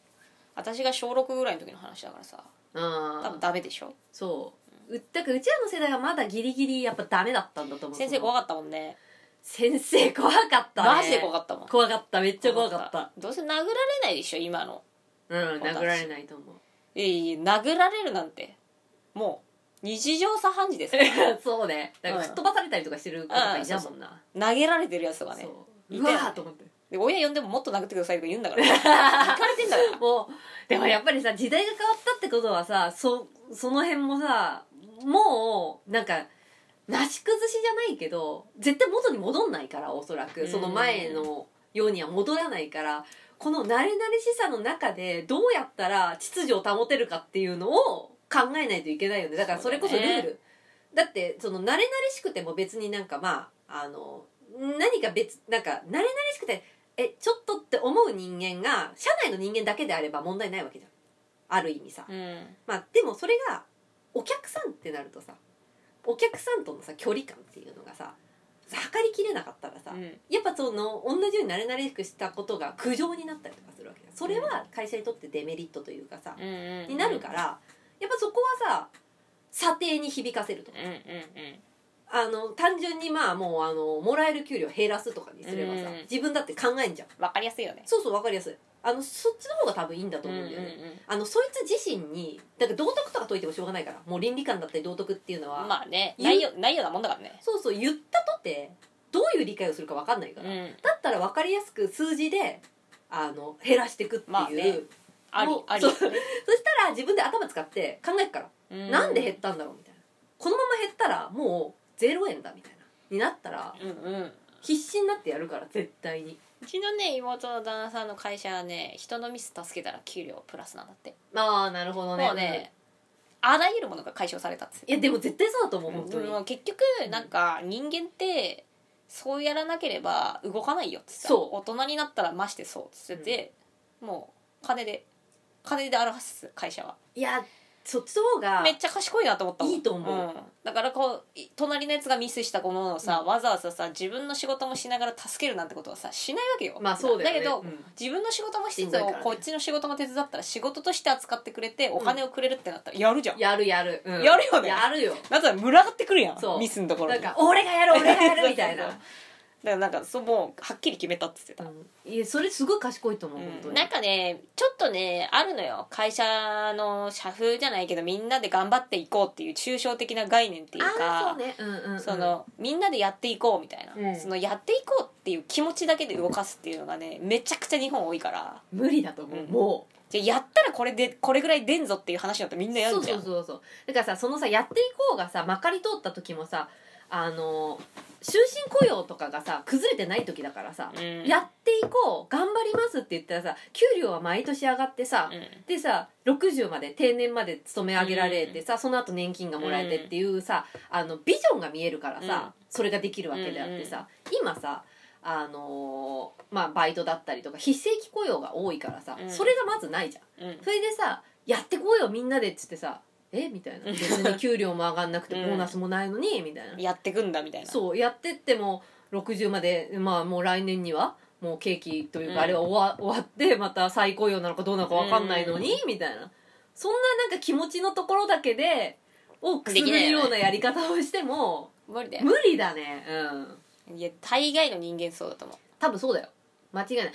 Speaker 1: 私が小6ぐらいの時の話だからさ
Speaker 2: う
Speaker 1: 多分
Speaker 2: ん
Speaker 1: ダメでしょ
Speaker 2: そううだからうちらの世代はまだギリギリやっぱダメだったんだと思う
Speaker 1: 先生怖
Speaker 2: かっ
Speaker 1: かったもんね
Speaker 2: た先生怖かったね
Speaker 1: マジで怖かったもんめっ
Speaker 2: 怖かっためっちゃ怖かった
Speaker 1: どうせ殴られないでしょ今の
Speaker 2: うん
Speaker 1: 私
Speaker 2: 殴られないと思う
Speaker 1: いやいや殴られるなんてもう日常茶飯事ですから
Speaker 2: そうねだから吹っ飛ばされたりとかしてる子とかいたもんな
Speaker 1: 投げられてるやつとかね
Speaker 2: そう
Speaker 1: いうた
Speaker 2: わ
Speaker 1: よね
Speaker 2: ーと思って
Speaker 1: で親呼んでももっと殴ってくださいとか言うん だから行かれてんだから
Speaker 2: もうでもやっぱりさ時代が変わったってことはさそその辺もさもうなんかなし崩しじゃないけど絶対元に戻んないからおそら
Speaker 1: う
Speaker 2: く
Speaker 1: ん
Speaker 2: その前のようには戻らないからこの慣れ慣れしさの中でどうやったら秩序を保てるかっていうのを考えないといけないよねだからそれこそルー
Speaker 1: そうだ
Speaker 2: ルだってその慣れ慣れしくても別になんかまああの何か別なんか慣れ慣れしくてえちょっとって思う人間が社内の人間だけであれば問題ないわけじゃんある意味さ、
Speaker 1: うん
Speaker 2: まあでもそれがお客さんってなるとさお客さんとのさ距離感っていうのがさ測りきれなかったらさ、
Speaker 1: うん
Speaker 2: やっぱその同じように慣れ慣れしくしたことが苦情になったりとかするわけだそれは会社にとってデメリットというかさ、
Speaker 1: うんうんうん
Speaker 2: になるからやっぱそこはさ査定に響かせると
Speaker 1: うんうんうん
Speaker 2: あの単純にまあもうあのもらえる給料減らすとかにすればさ、
Speaker 1: うん
Speaker 2: 自分だって考えんじゃん
Speaker 1: わかりやすいよね
Speaker 2: そうそうわかりやすいあのそっちの方が多分いいんだと
Speaker 1: うん
Speaker 2: 思うん
Speaker 1: う
Speaker 2: だ
Speaker 1: ん
Speaker 2: よね、あのそいつ自身にだから道徳とか解いてもしょうがないからもう倫理観だったり道徳っていうのは、
Speaker 1: まあね
Speaker 2: 言う
Speaker 1: ないよないようなもんだからね
Speaker 2: そうそう言ったとてどういう理解をするか分かんないから、
Speaker 1: うん
Speaker 2: だったら分かりやすく数字であの減らしていくっていう、
Speaker 1: まあねあり
Speaker 2: もう
Speaker 1: ありだね
Speaker 2: そしたら自分で頭使って考えるから、
Speaker 1: うん
Speaker 2: なんで減ったんだろうみたいなこのまま減ったらもう0円だみたいなになったら
Speaker 1: うんうん
Speaker 2: 必死になってやるから絶対に
Speaker 1: うちのね妹の旦那さんの会社はね人のミス助けたら給料プラスなんだって
Speaker 2: ああなるほど
Speaker 1: もうねあらゆるものが解消されたっつって
Speaker 2: いやでも絶対そうだと思う本当
Speaker 1: で
Speaker 2: に、
Speaker 1: も結局なんか人間ってそうやらなければ動かないよっつってた
Speaker 2: そう
Speaker 1: 大人になったらましてそうっつってて、もう金で金で表す会社は、
Speaker 2: いやそっちの方が
Speaker 1: めっちゃ賢いなと思ったもん
Speaker 2: いいと思うん
Speaker 1: だからこうい隣のやつがミスしたものをさ、
Speaker 2: う
Speaker 1: わざわざさ自分の仕事もしながら助けるなんてことはさしないわけよ
Speaker 2: まあそうだよね
Speaker 1: けど、
Speaker 2: うん
Speaker 1: 自分の仕事もし
Speaker 2: し
Speaker 1: つ
Speaker 2: ん
Speaker 1: つ、
Speaker 2: どいからね
Speaker 1: こっちの仕事も手伝ったら仕事として扱ってくれてお金をくれるってなったらやるじゃん、
Speaker 2: やるやる、うん
Speaker 1: やるよね
Speaker 2: やるよ
Speaker 1: なぜなら群がってくるやん
Speaker 2: そう
Speaker 1: ミスのところ
Speaker 2: な
Speaker 1: に
Speaker 2: んか俺がやる俺が
Speaker 1: そ
Speaker 2: や
Speaker 1: うそうそ
Speaker 2: る
Speaker 1: う
Speaker 2: みたいな
Speaker 1: だからなんかそうもうはっきり決めたって言ってた、
Speaker 2: うんいやそれすごい賢いと思う、本当
Speaker 1: うん
Speaker 2: に
Speaker 1: なんかねちょっとねあるのよ会社の社風じゃないけどみんなで頑張っていこうっていう抽象的な概念っていう
Speaker 2: ああ
Speaker 1: か
Speaker 2: そうねうんうん、うん、
Speaker 1: そのみんなでやっていこうみたいな、
Speaker 2: うん
Speaker 1: そのやっていこうっていう気持ちだけで動かすっていうのがねめちゃくちゃ日本多いから
Speaker 2: 無理だと思う、
Speaker 1: うん
Speaker 2: もう
Speaker 1: じゃあやったらこれでこれぐらい出んぞっていう話になったらみんなや
Speaker 2: そ
Speaker 1: る
Speaker 2: う
Speaker 1: じゃん
Speaker 2: そうそうそうだからさそのさやっていこうがさまかり通った時もさあの終身雇用とかがさ崩れてない時だからさ、
Speaker 1: うん
Speaker 2: やっていこう頑張りますって言ったらさ給料は毎年上がってさ、
Speaker 1: うん
Speaker 2: でさ60まで定年まで勤め上げられてさ、その後年金がもらえてっていうさ、あのビジョンが見えるからさ、それができるわけであってさ、今さあのーまあ、バイトだったりとか非正規雇用が多いからさ、
Speaker 1: うん
Speaker 2: それがまずないじゃん。
Speaker 1: うん
Speaker 2: それでさ「やってこうよみんなで」っつってさ「えみた いな別に給料も上がんなくて
Speaker 1: うん
Speaker 2: ボーナスもないのにみたいな、
Speaker 1: やってくんだみたいな
Speaker 2: そうやってっても60までまあもう来年にはもう景気というか
Speaker 1: うん
Speaker 2: あれは終わ,、終わってまた再雇用なのかどうなのか分かんないのに、みたいなそんななんか気持ちのところだけでをくすぐ
Speaker 1: できない
Speaker 2: る
Speaker 1: よね
Speaker 2: ようなやり方をしても
Speaker 1: 無理だよ
Speaker 2: 無理だねうん
Speaker 1: いや大概の人間そうだと思う
Speaker 2: 多分そうだよ間違いないで、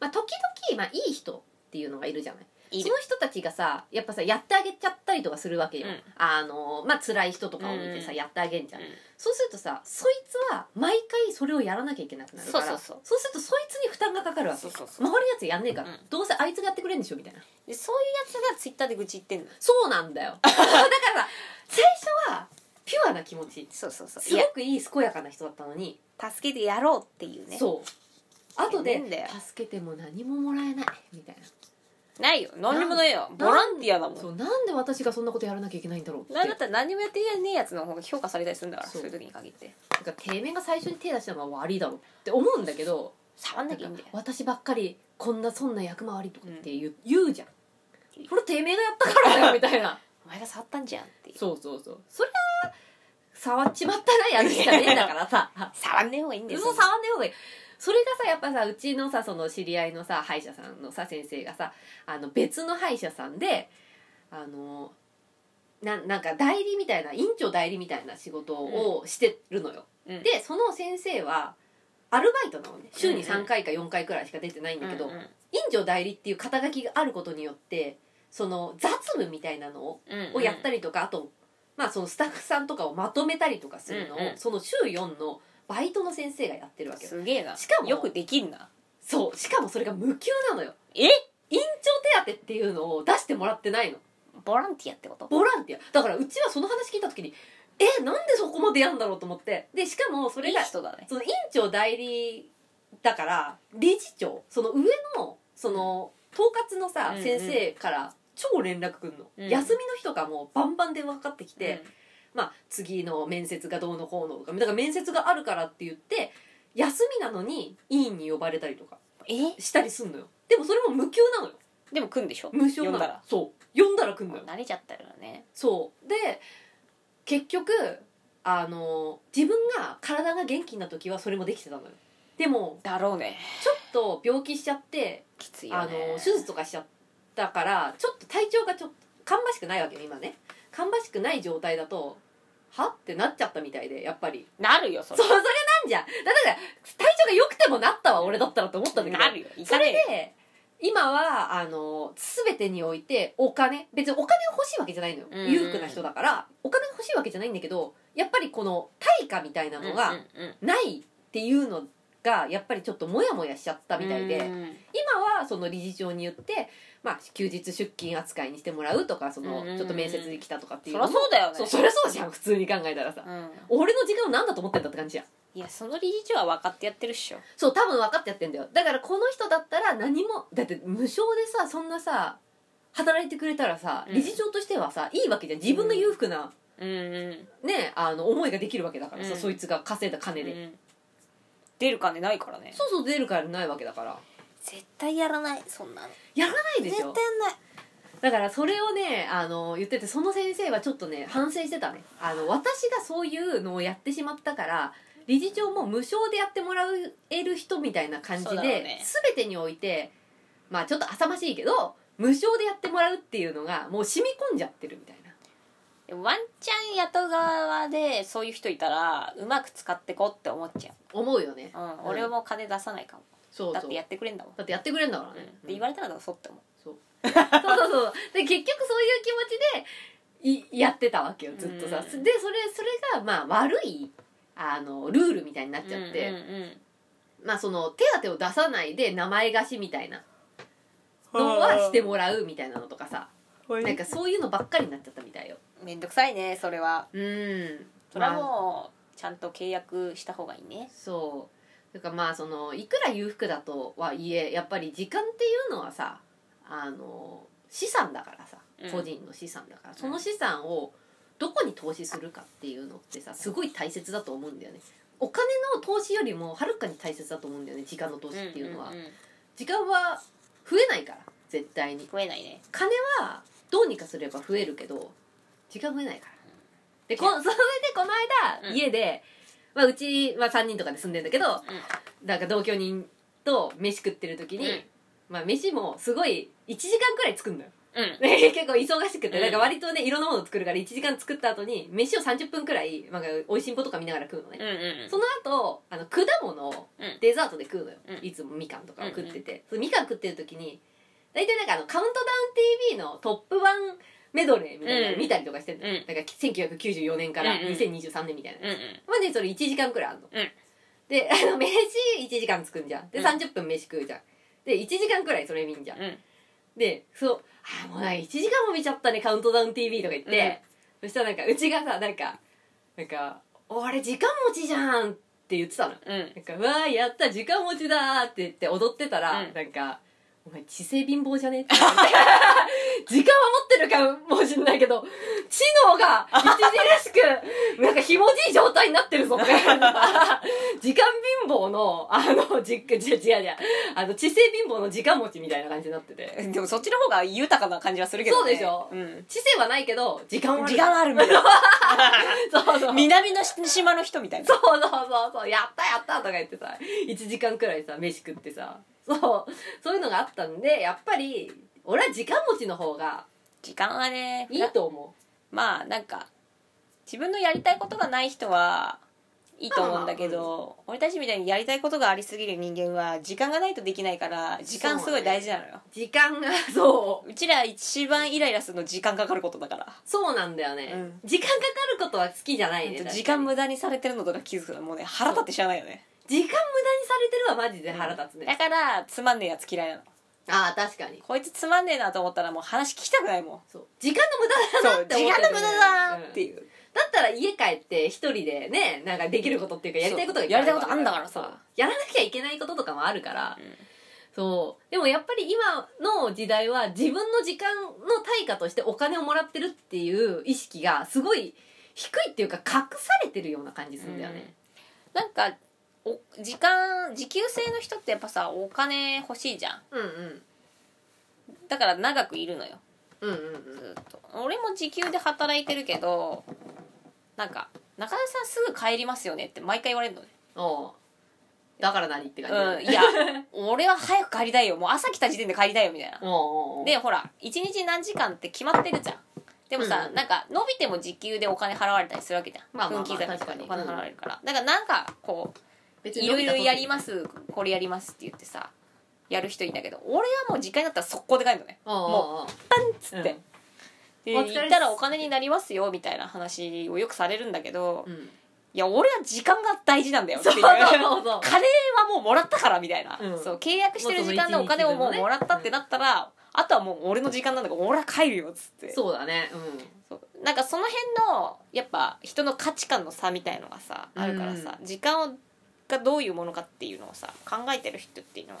Speaker 2: まあ、時々、まあ、いい人っていうのがいるじゃない
Speaker 1: い
Speaker 2: そ
Speaker 1: る
Speaker 2: の人たちがさやっぱさやってあげちゃったりとかするわけよ、
Speaker 1: うん
Speaker 2: あのまあ辛い人とかを見てさ、
Speaker 1: うん
Speaker 2: やってあげんじゃん、
Speaker 1: うん
Speaker 2: そうするとさそいつは毎回それをやらなきゃいけなくなるから
Speaker 1: そうそうそう
Speaker 2: するとそいつに負担がかかるわけ
Speaker 1: そうそうそう
Speaker 2: 周りのやつやんねえから、
Speaker 1: うん
Speaker 2: どうせあいつがやってくれんでしょみたいな
Speaker 1: でそういうやつがツイッターで愚痴言ってんの
Speaker 2: そうなんだよだからさ最初はピュアな気持ち
Speaker 1: そうそうそ
Speaker 2: す
Speaker 1: い
Speaker 2: ご
Speaker 1: や
Speaker 2: くいい健やかな人だったのに、
Speaker 1: 助けてやろうっていうね
Speaker 2: そう後
Speaker 1: い
Speaker 2: で
Speaker 1: やねえんだよ
Speaker 2: 助けても何ももらえないみたいな
Speaker 1: ないよ何にもないよボランティアだもん
Speaker 2: そうなんで私がそんなことやらなきゃいけないんだろうって
Speaker 1: なんだったら何もやってやねえやつの方が評価されたりするんだから
Speaker 2: そ
Speaker 1: そうういう時に限って
Speaker 2: てかてめえが最初に手出したのが悪いだろって思うんだけど
Speaker 1: 触ん
Speaker 2: な
Speaker 1: なんきゃ
Speaker 2: か
Speaker 1: いいんだよ
Speaker 2: 私ばっかりこんなそんな役回りとかって言う,、言うじゃん
Speaker 1: うん
Speaker 2: これてめえがやったか らだよみたいな
Speaker 1: お前が触ったんじゃんっていう
Speaker 2: そうそうそうそれは触っちまったらやるしかねえんだからさ
Speaker 1: 触んねえ 方がいいんだ
Speaker 2: 嘘
Speaker 1: よ
Speaker 2: 触んねえ方がいいそれがさやっぱさうちのさその知り合いのさ歯医者さんのさ先生がさあの別の歯医者さんであのななんか代理みたいな院長代理みたいな仕事をしてるのよ、
Speaker 1: うん
Speaker 2: でその先生はアルバイトなのね週に
Speaker 1: うんうん
Speaker 2: 3回か4回くらいしか出てないんだけど、
Speaker 1: うんうん
Speaker 2: 院長代理っていう肩書きがあることによってその雑務みたいなのを,、
Speaker 1: うんうん
Speaker 2: をやったりとかあと、まあ、そのスタッフさんとかをまとめたりとかするのを、
Speaker 1: うんうん
Speaker 2: その週4のバイトの先生がやってるわけよ
Speaker 1: すげえな
Speaker 2: しかも
Speaker 1: よくできんな
Speaker 2: そうしかもそれが無給なのよ
Speaker 1: え
Speaker 2: 院長手当っていうのを出してもらってないの
Speaker 1: ボランティアってこと
Speaker 2: ボランティアだからうちはその話聞いた時にえなんでそこまでやんだろうと思ってでしかもそ
Speaker 1: い
Speaker 2: れ
Speaker 1: い
Speaker 2: が
Speaker 1: 人だね
Speaker 2: その院長代理だから理事長その上のその統括のさ、
Speaker 1: うんうん
Speaker 2: 先生から超連絡くんの、
Speaker 1: うん
Speaker 2: 休みの日とかもバンバン電話かかってきて、
Speaker 1: うん
Speaker 2: まあ次の面接がどうのこうのとかだから面接があるからって言って休みなのに委員に呼ばれたりとか
Speaker 1: え
Speaker 2: したりすんのよでもそれも無給なのよ
Speaker 1: でも来んでしょ
Speaker 2: 無
Speaker 1: 呼
Speaker 2: 償な
Speaker 1: ん
Speaker 2: の
Speaker 1: だら
Speaker 2: そう呼んだら来んのよ
Speaker 1: 慣れちゃったよね
Speaker 2: そうで結局あの自分が体が元気な時はそれもできてたのよでも
Speaker 1: だろうね
Speaker 2: ちょっと病気しちゃって、
Speaker 1: きついよ
Speaker 2: あの
Speaker 1: ね
Speaker 2: 手術とかしちゃったからちょっと体調がちょっと芳しくないわけよ今ね芳しくない状態だとはってなっちゃったみたいでやっぱり
Speaker 1: なるよそ
Speaker 2: そう
Speaker 1: れ
Speaker 2: それなんじゃんだから体調が良くてもなったわ俺だったらと思ったんだけど
Speaker 1: なるよい
Speaker 2: そ
Speaker 1: かねえ
Speaker 2: れ
Speaker 1: よ
Speaker 2: で今はあの全てにおいてお金別にお金が欲しいわけじゃないのよ、
Speaker 1: うん
Speaker 2: 裕福な人だからお金が欲しいわけじゃないんだけどやっぱりこの対価みたいなの
Speaker 1: う
Speaker 2: が
Speaker 1: んうんうん
Speaker 2: ないっていうのがやっぱりちょっとモヤモヤしちゃったみたいで、
Speaker 1: うん
Speaker 2: 今はその理事長に言って、まあ、休日出勤扱いにしてもらうとかその
Speaker 1: うん
Speaker 2: ちょっと面接に来たとかっていう
Speaker 1: そ
Speaker 2: のも
Speaker 1: りゃそうだよね
Speaker 2: そうそりゃそうじゃん普通に考えたらさ
Speaker 1: うん
Speaker 2: 俺の時間を何だと思ってんだって感じじゃん
Speaker 1: いやその理事長は分かってやってるっしょ
Speaker 2: そう多分分かってやってんだよだからこの人だったら何もだって無償でさそんなさ働いてくれたらさ
Speaker 1: うん
Speaker 2: 理事長としてはさいいわけじゃん自分の裕福な、
Speaker 1: うんうん
Speaker 2: ねあの思いができるわけだからさ、
Speaker 1: うん
Speaker 2: そいつが稼いだ金で、
Speaker 1: うん出る金ないからね
Speaker 2: そうそう出るからないわけだから
Speaker 1: 絶対やらないそんなの
Speaker 2: ないでしょ
Speaker 1: やんない
Speaker 2: だからそれをねあの言っててその先生はちょっとね反省してたねあの私がそういうのをやってしまったから理事長も無償でやってもらえる人みたいな感じ
Speaker 1: そう
Speaker 2: で、
Speaker 1: だろうね
Speaker 2: 全てにおいてまあちょっと浅ましいけど無償でやってもらうっていうのがもう染み込んじゃってるみたいな
Speaker 1: でもワンチャン雇う側でそういう人いたらうまく使ってこうって思っちゃ
Speaker 2: 思うよね
Speaker 1: う、うん
Speaker 2: うん
Speaker 1: 俺も金出さないかも
Speaker 2: そうそう
Speaker 1: だってやってくれんだもん、
Speaker 2: だってやってくれるんだから
Speaker 1: うん
Speaker 2: ね、
Speaker 1: で言われたら出そうって思う
Speaker 2: そうそうそうで結局そういう気持ちでいやってたわけよずっとさ、
Speaker 1: うん
Speaker 2: でそれそれがまあ悪いあのルールみたいになっちゃって、
Speaker 1: うんうん
Speaker 2: まあその手当を出さないで名前貸しみたいなのはしてもらうみたいなのとかさ
Speaker 1: うん
Speaker 2: なんかそういうのばっかりになっちゃったみたいよ
Speaker 1: めんどくさいねそれは
Speaker 2: うん
Speaker 1: それはもうちゃんと契約した方がいいね
Speaker 2: そうだからまあそのいくら裕福だとはいえやっぱり時間っていうのはさあの資産だからさ
Speaker 1: うん
Speaker 2: 個人の資産だから、その資産をどこに投資するかっていうのってさすごい大切だと思うんだよねお金の投資よりもはるかに大切だと思うんだよね時間の投資っていうのは、
Speaker 1: んんん
Speaker 2: 時間は増えないから絶対に
Speaker 1: 食えないね
Speaker 2: 金はどうにかすれば増えるけど時間増えないからでこそれでこの間、
Speaker 1: うん
Speaker 2: 家で、まあ、うちは3人とかで住んでんだけど、なんか同居人と飯食ってる時に、
Speaker 1: うん
Speaker 2: まあ、飯もすごい1時間くらい作るのよ
Speaker 1: うん
Speaker 2: 結構忙しくて、
Speaker 1: うん
Speaker 2: なんか割とねいろんなもの作るから1時間作った後に飯を30分くらい、まあ、おいしんぼとか見ながら食うのね、
Speaker 1: うんうん
Speaker 2: その後あの果物を
Speaker 1: うん
Speaker 2: デザートで食うのよ、
Speaker 1: うん
Speaker 2: いつもみかんとかを食ってて、そのみかん食ってる時に大体なんかあの「カウントダウン TV」のトップ1メドレーみたいなの
Speaker 1: うん
Speaker 2: 見たりとかしてん
Speaker 1: う
Speaker 2: の、
Speaker 1: ん
Speaker 2: なんか1994年から
Speaker 1: うんうん
Speaker 2: 2023年みたいな、
Speaker 1: うんうん
Speaker 2: まあねそれ1時間くらいあるの、
Speaker 1: うん
Speaker 2: であの飯1時間作んじゃんで
Speaker 1: うん
Speaker 2: 30分飯食うじゃんで1時間くらいそれ見んじゃん
Speaker 1: うん
Speaker 2: でそう「あーもうなんか1時間も見ちゃったねカウントダウン TV」とか言って、そしたらなんかうちがさなんかなんか「俺時間持ちじゃん」って言ってたの
Speaker 1: うん
Speaker 2: なんか、わーやった、時間持ちだーって言って踊ってたら、
Speaker 1: うん
Speaker 2: なんか、お前、知性貧乏じゃねって 言われて時間は持ってるかもしんないけど、知能が著しく、なんか、ひもじい状態になって るぞ、とか言われてさ時間貧乏の、あの、じ、じ、じ、じ、あの、知性貧乏の時間持ちみたいな感じになってて。
Speaker 1: でもそっちの方が豊かな感じはするけどね
Speaker 2: そうでしょ
Speaker 1: うん
Speaker 2: 知性はないけど、時間はある。
Speaker 1: 時間はあるみたいな
Speaker 2: そうそう。
Speaker 1: 南の島の人みたいな
Speaker 2: そうそうそうそう、やったやったとか言ってさ、1時間くらいさ、飯食ってさ、そう、そういうのがあったんで、やっぱり、俺は時間持ちの方が
Speaker 1: 時間はね
Speaker 2: いいと思
Speaker 1: まあなんか自分のやりたいことがない人はいいと思うんだけど、俺たちみたいにやりたいことがありすぎる人間は時間がないとできないから時間すごい大事なのよ,、
Speaker 2: う。時間が、そう
Speaker 1: ちら一番イライラするの時間かかることだから、
Speaker 2: う、そうなんだよね。
Speaker 1: うん
Speaker 2: 時間かかることは好きじゃないね。
Speaker 1: 時間
Speaker 2: 無
Speaker 1: 無駄にされてるのとか気づくのもうね腹立って知らないよね
Speaker 2: 時間無駄にされてるわ、マジで腹立つ
Speaker 1: だ
Speaker 2: ね。
Speaker 1: からつまんねえやつ嫌いなの
Speaker 2: ああ、確かに。
Speaker 1: こいつつまんねえなと思ったらもう話聞きたくないもん
Speaker 2: そう。時間の無駄だ
Speaker 1: そ
Speaker 2: な
Speaker 1: う
Speaker 2: って
Speaker 1: 時
Speaker 2: 思っ
Speaker 1: 間
Speaker 2: て
Speaker 1: の
Speaker 2: る
Speaker 1: 無駄だなって
Speaker 2: うん
Speaker 1: いう、
Speaker 2: だったら家帰って一人でね、なんかできることっていうか、やりたいことが
Speaker 1: そうやりたいことあんだからさ
Speaker 2: そうやらなきゃいけないこととかもあるから、
Speaker 1: うん
Speaker 2: そう。でもやっぱり今の時代は自分の時間の対価としてお金をもらってるっていう意識がすごい低いっていうか隠されてるような感じするんだよね。
Speaker 1: なんかお時間時給制の人ってやっぱさお金欲しいじゃん
Speaker 2: うんうん。
Speaker 1: だから長くいるのよ
Speaker 2: うんうんうん。
Speaker 1: ずっと俺も時給で働いてるけどなんか「中田さんすぐ帰りますよね」って毎回言われるのね、
Speaker 2: おうだから何って感じだよ
Speaker 1: う
Speaker 2: ね。
Speaker 1: ん、いや俺は早く帰りたいよもう朝来た時点で帰りたいよみたいな
Speaker 2: おうおうおう
Speaker 1: でほら1日何時間って決まってるじゃんでもさ、
Speaker 2: うん
Speaker 1: なんか伸びても時給でお金払われたりするわけじゃん、
Speaker 2: まあまあまあ
Speaker 1: 分刻みとか
Speaker 2: 確か
Speaker 1: で
Speaker 2: に
Speaker 1: お金払われるから、だからなんかこう
Speaker 2: 別
Speaker 1: い
Speaker 2: に
Speaker 1: ろ
Speaker 2: 伸
Speaker 1: い
Speaker 2: び
Speaker 1: ろ
Speaker 2: た
Speaker 1: やりますこれやりますって言ってさやる人いいんだけど俺はもう時間になったら速攻で帰るのね
Speaker 2: も
Speaker 1: っつって、で
Speaker 2: お疲れっす
Speaker 1: 行ったらお金になりますよみたいな話をよくされるんだけど、
Speaker 2: う
Speaker 1: い
Speaker 2: ん、うん、
Speaker 1: や俺は時間が大事なんだよって
Speaker 2: そ
Speaker 1: いうう
Speaker 2: そうそうそう
Speaker 1: カレーはもうもらったからみたいな、
Speaker 2: うん
Speaker 1: そう契約してる時間のお金をもうもらったってなったら、あとはもう俺の時間なんだから俺は帰るよっつって
Speaker 2: そうだね
Speaker 1: そうなんかその辺のやっぱ人の価値観の差みたいのがさあるからさ、時間をがどういうものかっていうのをさ考えてる人っていうのは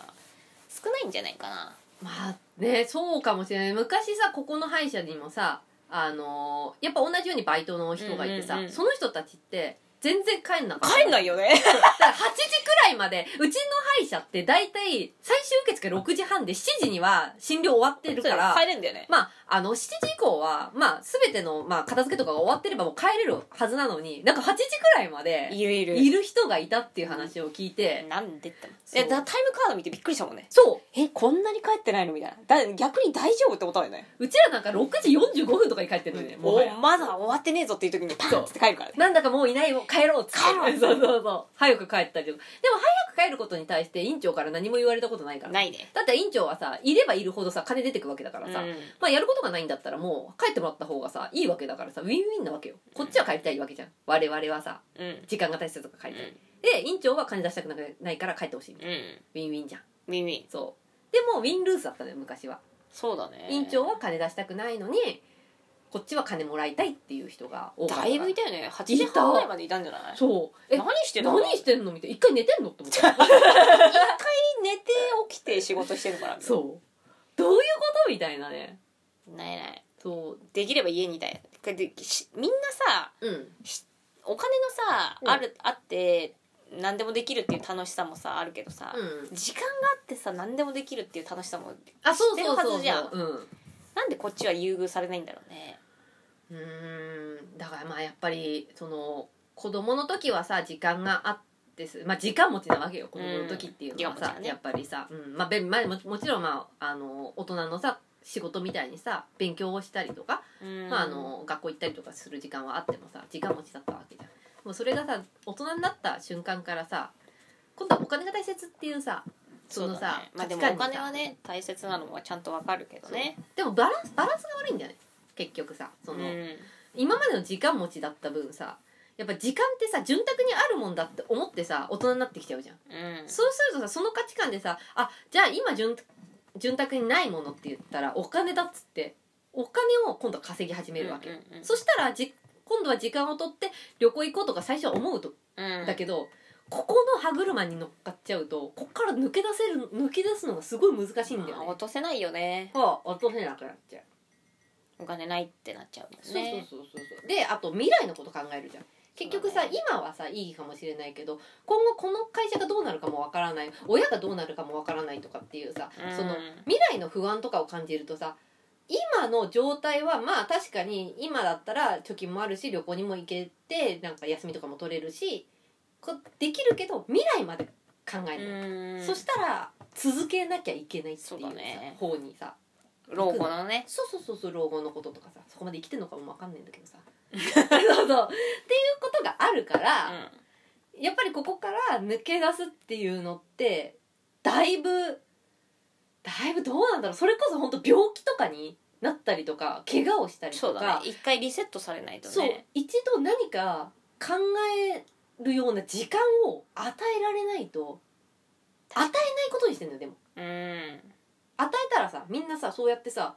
Speaker 1: 少ないんじゃないかな
Speaker 2: うんまあねそうかもしれない昔さここの歯医者にもさあのーやっぱ同じようにバイトの人がいてさ、
Speaker 1: うんうんうん
Speaker 2: その人たちって全然帰んなかった
Speaker 1: 帰んないよね
Speaker 2: だから8時くらいまでうちの歯医者って大体最終受付6時半で7時には診療終わってるか
Speaker 1: そう
Speaker 2: ら
Speaker 1: 帰れんだよね
Speaker 2: まあ、あの、7時以降は、まあ、すべての、まあ、片付けとかが終わってればもう帰れるはずなのに、なんか8時くらいまで、
Speaker 1: いるいる
Speaker 2: いる人がいたっていう話を聞いて、
Speaker 1: なんでって思う
Speaker 2: そう
Speaker 1: いやだタイムカード見てびっくりしたもんね
Speaker 2: そ
Speaker 1: えこんなに帰ってないのみたいなだ逆に大丈夫って思ったよね
Speaker 2: う、うちらなんか6時45分とかに帰ってるのよね、もは
Speaker 1: お
Speaker 2: や
Speaker 1: まだ終わってねえぞっていう時にパンって帰るからね
Speaker 2: なんだかもういないよ、帰ろうっつ
Speaker 1: 帰ろう
Speaker 2: って。そうそうそう。早く帰ったりとか。でも早く帰ることに対して院長から何も言われたことないから。
Speaker 1: ないね
Speaker 2: だって院長はさ、いればいるほどさ、金出てくわけだからさ、
Speaker 1: うん
Speaker 2: まあやることがないんだったらもう帰ってもらった方がさ、いいわけだからさ、ウィンウィンなわけよ。こっちは帰りたいわけじゃん。我々はさ、
Speaker 1: うん
Speaker 2: 時間が大切だから帰
Speaker 1: う
Speaker 2: りたい。
Speaker 1: ん
Speaker 2: で院長は金出したくなくないから帰ってほしいみたい
Speaker 1: うん
Speaker 2: なウィンウィンじゃん
Speaker 1: ミミ
Speaker 2: そうでもウィンルースだったのよ昔は
Speaker 1: そうだね
Speaker 2: 院長は金出したくないのにこっちは金もらいたいっていう人が多かっ
Speaker 1: だ
Speaker 2: たから
Speaker 1: いぶいたよね8時半ぐらいまでいたんじゃない
Speaker 2: そうえ
Speaker 1: 何してたの
Speaker 2: 何してんのみたいな一回寝てんのって思った
Speaker 1: 寝て起きて仕事してるから
Speaker 2: そうどういうことみたいなね
Speaker 1: ないない
Speaker 2: そ
Speaker 1: できれば家にいたいでしみんなさ
Speaker 2: ううん
Speaker 1: お金のさ、
Speaker 2: うん
Speaker 1: あるあって何でもできるっていう楽しさもさあるけどさ、
Speaker 2: うん
Speaker 1: 時間があってさ何でもできるっていう楽しさも
Speaker 2: あそう
Speaker 1: 知って
Speaker 2: そ
Speaker 1: る
Speaker 2: う
Speaker 1: は
Speaker 2: そう
Speaker 1: ずじゃん
Speaker 2: そううん
Speaker 1: なんでこっちは優遇されないんだろうね
Speaker 2: うーんだからまあやっぱりその子供の時はさ時間があってすまあ時間持ちなわけよ子供の時っていうのは
Speaker 1: 時間持
Speaker 2: さ
Speaker 1: ち、だね
Speaker 2: やっぱりさ、うんまあ、べまあももちろん、まあ、あの大人のさ仕事みたいにさ勉強をしたりとか、まあ、あの学校行ったりとかする時間はあってもさ時間持ちだったわけじゃんもうそれがさ大人になった瞬間からさ今度はお金が大切っていうさその
Speaker 1: うだ
Speaker 2: さ
Speaker 1: ねまあ、でも
Speaker 2: 価
Speaker 1: お
Speaker 2: 値観に
Speaker 1: 金
Speaker 2: さ
Speaker 1: はね大切なのはちゃんとわかるけどね
Speaker 2: でもバランスバランスが悪いんじゃない結局さその、
Speaker 1: うん
Speaker 2: 今までの時間持ちだった分さやっぱ時間ってさ潤沢にあるもんだって思ってさ大人になってきちゃうじゃん、
Speaker 1: うん
Speaker 2: そうするとさその価値観でさあじゃあ今潤潤沢にないものって言ったらお金だっつってお金を今度は稼ぎ始めるわけ、
Speaker 1: うんうんうん
Speaker 2: そしたらじ今度は時間を取って旅行行こうとか最初は思うと、
Speaker 1: うん
Speaker 2: だけどここの歯車に乗っかっちゃうとこっから抜け出せる抜け出すのがすごい難しいんだ
Speaker 1: ま
Speaker 2: よ
Speaker 1: あ
Speaker 2: ね
Speaker 1: 落とせないよね
Speaker 2: あ落とせなくなっちゃう
Speaker 1: お金ないってなっちゃうもん
Speaker 2: そうそう
Speaker 1: ね
Speaker 2: そうそうそうであと未来のこと考えるじゃん結局
Speaker 1: そ
Speaker 2: さ、
Speaker 1: うだね
Speaker 2: 今はさいいかもしれないけど今後この会社がどうなるかもわからない親がどうなるかもわからないとかっていうさ、その
Speaker 1: うん
Speaker 2: 未来の不安とかを感じるとさ今の状態はまあ確かに今だったら貯金もあるし旅行にも行けてなんか休みとかも取れるしこうできるけど未来まで考えない、
Speaker 1: うん
Speaker 2: そしたら続けなきゃいけないっていう
Speaker 1: そ
Speaker 2: さ
Speaker 1: うだね
Speaker 2: 方にさ
Speaker 1: 老後のね
Speaker 2: そうそうそうそう老後のこととかさそこまで生きてんのかもわかんないんだけ どさそうそうっていうことがあるから、
Speaker 1: う
Speaker 2: やっぱりここから抜け出すっていうのってだいぶだいぶどうなんだろうそれこそ本当病気とかになったりとか怪我をした
Speaker 1: ん、
Speaker 2: り
Speaker 1: そ
Speaker 2: と
Speaker 1: うだ
Speaker 2: か
Speaker 1: ね一回リセットされないと
Speaker 2: そう
Speaker 1: ね
Speaker 2: 一度何か考えるような時間を与えられないと与えないことにしてんのよでも
Speaker 1: うんうん
Speaker 2: 与えたらさみんなさそうやってさ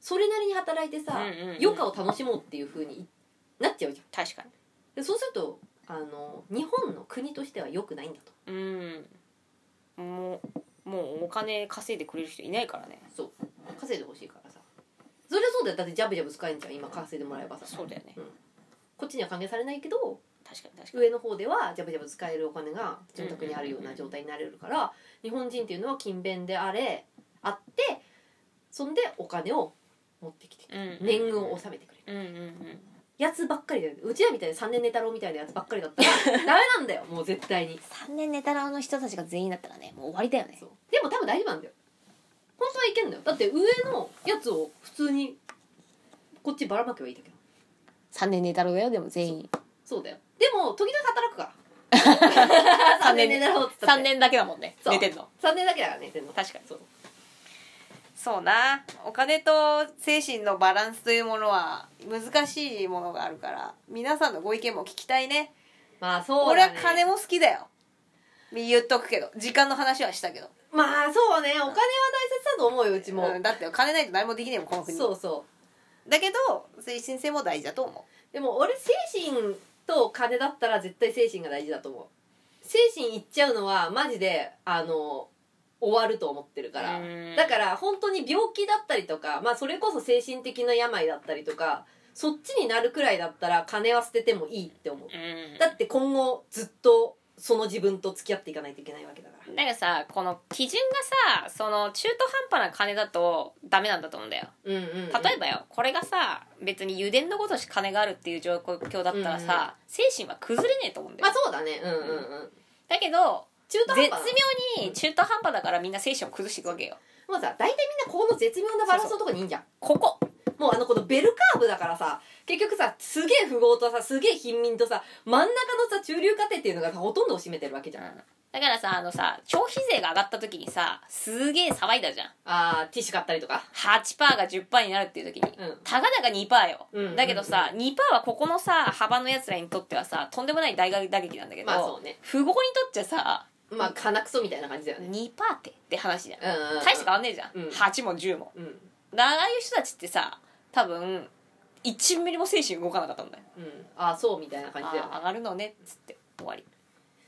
Speaker 2: それなりに働いて
Speaker 1: う
Speaker 2: さ、
Speaker 1: んうん
Speaker 2: 余暇を楽しもうっていう風になっちゃうじゃん
Speaker 1: 確かに
Speaker 2: でそうするとあの日本の国としては良くないんだと
Speaker 1: うんもうもうお金稼いでくれる人いないからね
Speaker 2: 稼いでほしいからさそれはそうだよだってジャブジャブ使えんじゃん今稼いでもらえばさ
Speaker 1: そうだよね
Speaker 2: こっちには還元されないけど
Speaker 1: 確かに確かに
Speaker 2: 上の方ではジャブジャブ使えるお金が潤沢にあるような状態になれるから日本人っていうのは勤勉であれあってそんでお金を持ってきてくれる
Speaker 1: うん
Speaker 2: 年貢を納めてくれる
Speaker 1: うんうんうん
Speaker 2: やつばっかりだようちらみたいな3年寝太郎みたいなやつばっかりだったら ダメなんだよもう絶対に
Speaker 1: 3年寝たらの人たちが全員だったらねもう終わりだよね
Speaker 2: そうでも多分大丈夫なんだよ本当はいけんだよだって上のやつを普通にこっちばらまけばいいんだけど
Speaker 1: 3年寝たらだよでも全員
Speaker 2: そうだよでも時々働くか ら3
Speaker 1: 年
Speaker 2: 年寝だろうっつった
Speaker 1: 3
Speaker 2: って
Speaker 1: 年だけだもんね
Speaker 2: そう
Speaker 1: 寝てんの
Speaker 2: 3年だけだから寝てんの
Speaker 1: 確かに
Speaker 2: そう
Speaker 1: そうなお金と精神のバランスというものは難しいものがあるから皆さんのご意見も聞きたいね
Speaker 2: まあそう
Speaker 1: 俺
Speaker 2: だ、
Speaker 1: は
Speaker 2: ね、
Speaker 1: 金も好きだよ言っとくけど時間の話はしたけど
Speaker 2: まあそうねお金は大切だと思うようちも、
Speaker 1: うんだって金ないと何もできねえもんこの国
Speaker 2: そうそう
Speaker 1: だけど精神性も大事だと思
Speaker 2: でも俺精神と金だったら絶対精神が大事だと思う精神いっちゃうのはマジであの終わると思ってる
Speaker 1: う
Speaker 2: から
Speaker 1: うん
Speaker 2: だから本当に病気だったりとか、まあ、それこそ精神的な病だったりとかそっちになるくらいだったら金は捨ててもいいって思う
Speaker 1: うん
Speaker 2: だって今後ずっとその自分と付き合っていかないといけないわけだから
Speaker 1: だからさこの基準がさその中途半端な金だとダメなんだと思うんだよ
Speaker 2: うんうん、
Speaker 1: 例えばよこれがさ別に油田のごとし金があるっていう状況だったら
Speaker 2: うんうん
Speaker 1: さ、精神は崩れねえと思うんだよ、
Speaker 2: まあそうだねうんうんうん
Speaker 1: だけど
Speaker 2: 中途半
Speaker 1: 絶
Speaker 2: 端な
Speaker 1: 妙に中途半端だからみんな精神を崩していくわけよ
Speaker 2: もうさ大体みんなここの絶妙なバランスのとこにいんじゃん
Speaker 1: ここ
Speaker 2: もうあのこのベルカーブだからさ結局さすげえ富豪とさすげえ貧民とさ真ん中のさ中流家庭っていうのがさほとんどを占めてるわけじゃんあ
Speaker 1: だからさあのさ消費税が上がった時にさすげえ騒いだじゃん
Speaker 2: あーティッシュ買ったりとか
Speaker 1: 8%が10%になるっていう時に
Speaker 2: うん
Speaker 1: たかだか2%よ、
Speaker 2: うん
Speaker 1: だけどさ2%はここのさ幅のやつらにとってはさとんでもない大打撃なんだけど、
Speaker 2: まあそうね
Speaker 1: 富豪にとっちゃさ
Speaker 2: まあ金クソみたいな感じだよね
Speaker 1: 2%ってって話じゃん、
Speaker 2: うんうん
Speaker 1: 大して変わんねえじゃん、
Speaker 2: うん
Speaker 1: 8も10も
Speaker 2: うん
Speaker 1: だからああいう人たちってさ多分1ミリも精神動かなかったんだよ
Speaker 2: うんああそうみたいな感じだよ
Speaker 1: あ
Speaker 2: ね
Speaker 1: 上がるのねっつって終わり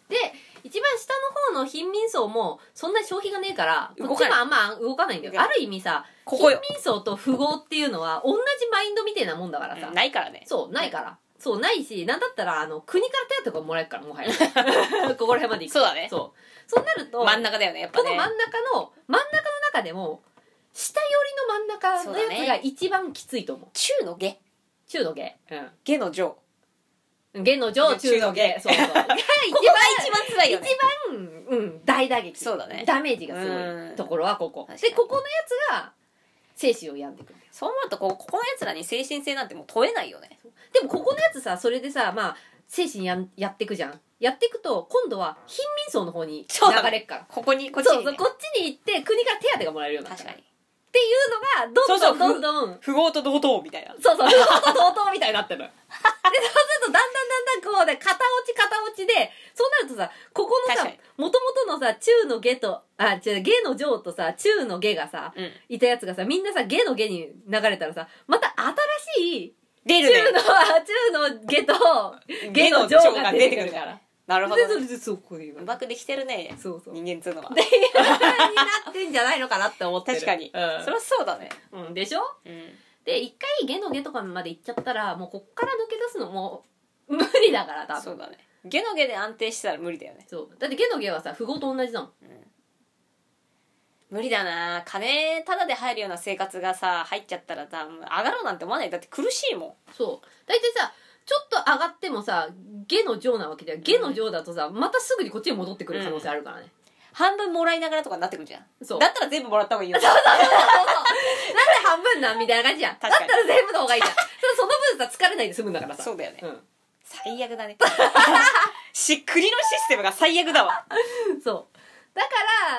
Speaker 2: で一番下の方の貧民層もそんな消費がねえからこ
Speaker 1: 動
Speaker 2: っ
Speaker 1: かな
Speaker 2: ち
Speaker 1: い
Speaker 2: もあんま動かないんだ
Speaker 1: 動
Speaker 2: よ
Speaker 1: か
Speaker 2: あ
Speaker 1: な
Speaker 2: る意味さ
Speaker 1: ここよ
Speaker 2: 貧民層と富豪っていうのは同じマインドみたいなもんだからさ、
Speaker 1: うんないからね
Speaker 2: そうないからそうないしなんだったらあの国から手当とかもらえるからもは やここら辺まで行く
Speaker 1: そうだね
Speaker 2: そう。そうなると、
Speaker 1: 真ん中だよねやっぱ
Speaker 2: こ
Speaker 1: ね
Speaker 2: の真ん中の、真ん中の中でも、下寄りの真ん中のやつが一番きついと思う。
Speaker 1: 中の下
Speaker 2: 中の下。
Speaker 1: 下の上こ
Speaker 2: うん。下の上、中の下。そうそう。が一番、
Speaker 1: こが一番辛いよね
Speaker 2: 一番、うん、大打撃。
Speaker 1: そうだね
Speaker 2: ダメージがす
Speaker 1: う
Speaker 2: ご
Speaker 1: ん
Speaker 2: いところはここ。
Speaker 1: 確か
Speaker 2: で、
Speaker 1: に
Speaker 2: ここのやつが、精神を病んでくるんだよ。
Speaker 1: そう思うとこうここのやつらに精神性なんてもう問えないよね
Speaker 2: でも、ここのやつさ、それでさ、まあ、精神やんやってくじゃん。やってくと、今度は、貧民層の方に
Speaker 1: そうだね
Speaker 2: 流れっから。
Speaker 1: ここにこっち
Speaker 2: そう
Speaker 1: に、
Speaker 2: そ
Speaker 1: ね
Speaker 2: う、こっちに行って、国から手当てがもらえるようになっ
Speaker 1: 確
Speaker 2: た
Speaker 1: か
Speaker 2: っ
Speaker 1: に
Speaker 2: ていうのが、どんどんどんどん、
Speaker 1: 富豪と同等みたいな
Speaker 2: そうそう、とうとうとうみたいに なってる。で、そうすると、だんだんだんだんこうね、片落ち片落ちで、そうなるとさ、ここのさ
Speaker 1: 確かに、
Speaker 2: もともとのさ、中の下と、あ、違う、下の上とさ、中の下がさ、
Speaker 1: うん
Speaker 2: いたやつがさ、みんなさ、下の下に流れたらさ、また新しい、
Speaker 1: 出
Speaker 2: 中
Speaker 1: るね
Speaker 2: の、あ中の下と、
Speaker 1: 下
Speaker 2: 下
Speaker 1: の
Speaker 2: の
Speaker 1: 上
Speaker 2: 上
Speaker 1: が
Speaker 2: が
Speaker 1: 出て
Speaker 2: 出て
Speaker 1: くる
Speaker 2: くる
Speaker 1: か
Speaker 2: からら
Speaker 1: なるほど、
Speaker 2: で、そ
Speaker 1: ね、
Speaker 2: れで、そう、これ今
Speaker 1: う。まくできてるね
Speaker 2: そ うそう。
Speaker 1: 人間っつうのは
Speaker 2: っていう風になってんじゃないのかなって思ってる。
Speaker 1: 確かに、それはそうだね
Speaker 2: うん。うん、でしょ
Speaker 1: うん
Speaker 2: で、一回下の下とかまで行っちゃったら、もうこっから抜け出すのもう、無理だから、多分。
Speaker 1: そうだね下の下で安定してたら無理だよね
Speaker 2: そうだってゲのゲはさ富豪と同じだもん
Speaker 1: 無理だな金タダで入るような生活がさ入っちゃったらさもう上がろうなんて思わないだって苦しいもん
Speaker 2: そう大体さちょっと上がってもさゲの上なわけじゃんゲの上だとさまたすぐにこっちに戻ってくる可能性あるからね、
Speaker 1: 半分もらいながらとかになってくるじゃん
Speaker 2: そう
Speaker 1: だ
Speaker 2: だ
Speaker 1: ったら全部もらった方がいいよ
Speaker 2: なんで半分なんみたいな感じじゃんだっ
Speaker 1: 確かに
Speaker 2: たら全部の方がいいじゃんそその分さ疲れないで済むんだからさ
Speaker 1: そうだよね
Speaker 2: う
Speaker 1: 最悪 だねし国のシステムが最悪だわ
Speaker 2: んそうだか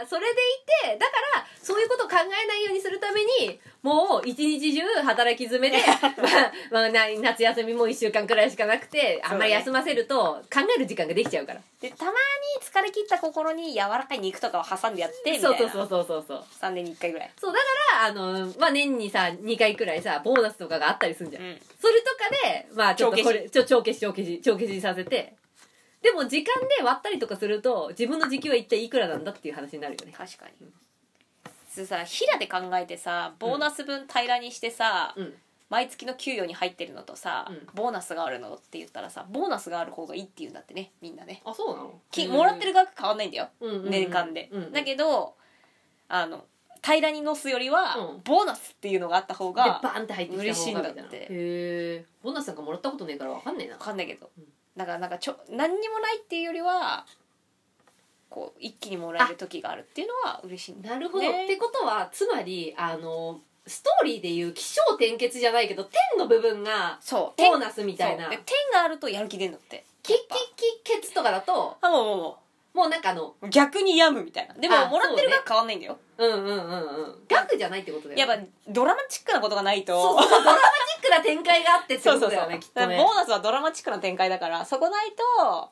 Speaker 2: らそれでいてだからそういうことを考えないようにするためにもう一日中働き詰めで、まあまあ、な夏休みも1週間くらいしかなくてあんまり休ませると考える時間ができちゃうから
Speaker 1: でたまに疲れ切った心に柔らかい肉とかを挟んでやってみたい
Speaker 2: そ
Speaker 1: な
Speaker 2: うそうそうそうそうそう
Speaker 1: 3年に1回ぐらい
Speaker 2: そうだからあの、まあ、年にさ2回くらいさボーナスとかがあったりするんじゃん、
Speaker 1: うん
Speaker 2: それとかでまあちょっとこれちょ帳消し帳消し帳消しさせてでも時間で割ったりとかすると自分の時給は一体いくらなんだっていう話になるよね
Speaker 1: 確かにそれさ平で考えてさボーナス分平らにしてさ、
Speaker 2: うん
Speaker 1: 毎月の給与に入ってるのとさ、
Speaker 2: うん
Speaker 1: ボーナスがあるのって言ったらさボーナスがある方がいいって言うんだってねみんなね
Speaker 2: あそうなの
Speaker 1: きもらってる額変わんないんだよ、
Speaker 2: る
Speaker 1: 年間で、
Speaker 2: うんうん、
Speaker 1: だけどあの平らに乗すよりは、
Speaker 2: うん
Speaker 1: ボーナスっていうのがあった方
Speaker 2: で
Speaker 1: が
Speaker 2: バーンって入ってきた
Speaker 1: 嬉しいんだって
Speaker 2: 方がみたいなへえボーナスなんかもらったことねえから分かんねえな
Speaker 1: 分かんないけど、
Speaker 2: うん
Speaker 1: だからなんかちょ何にもないっていうよりはこう一気にもらえる時があるっていうのは嬉しいんだ
Speaker 2: なるほど、
Speaker 1: ね
Speaker 2: ってことはつまりあのストーリーでいう起承転結じゃないけど天の部分が
Speaker 1: そう
Speaker 2: ボーナスみたいな
Speaker 1: そうで点があるとやる気出るんだって
Speaker 2: キッキッキッケツとかだと
Speaker 1: あもうもうも
Speaker 2: もうなんかあの
Speaker 1: う逆に病むみたいなで
Speaker 2: あ
Speaker 1: ももらってる
Speaker 2: そうね
Speaker 1: 額変わんないんだよ、
Speaker 2: うんうんうんうん額じゃないってことだよね
Speaker 1: やっぱドラマチックなことがないと
Speaker 2: そうそうそうドラマチックな展開があってって
Speaker 1: そ
Speaker 2: こ
Speaker 1: うそう
Speaker 2: とだ
Speaker 1: そう
Speaker 2: よねきっと
Speaker 1: だから
Speaker 2: ね
Speaker 1: ボーナスはドラマチックな展開だからそこないと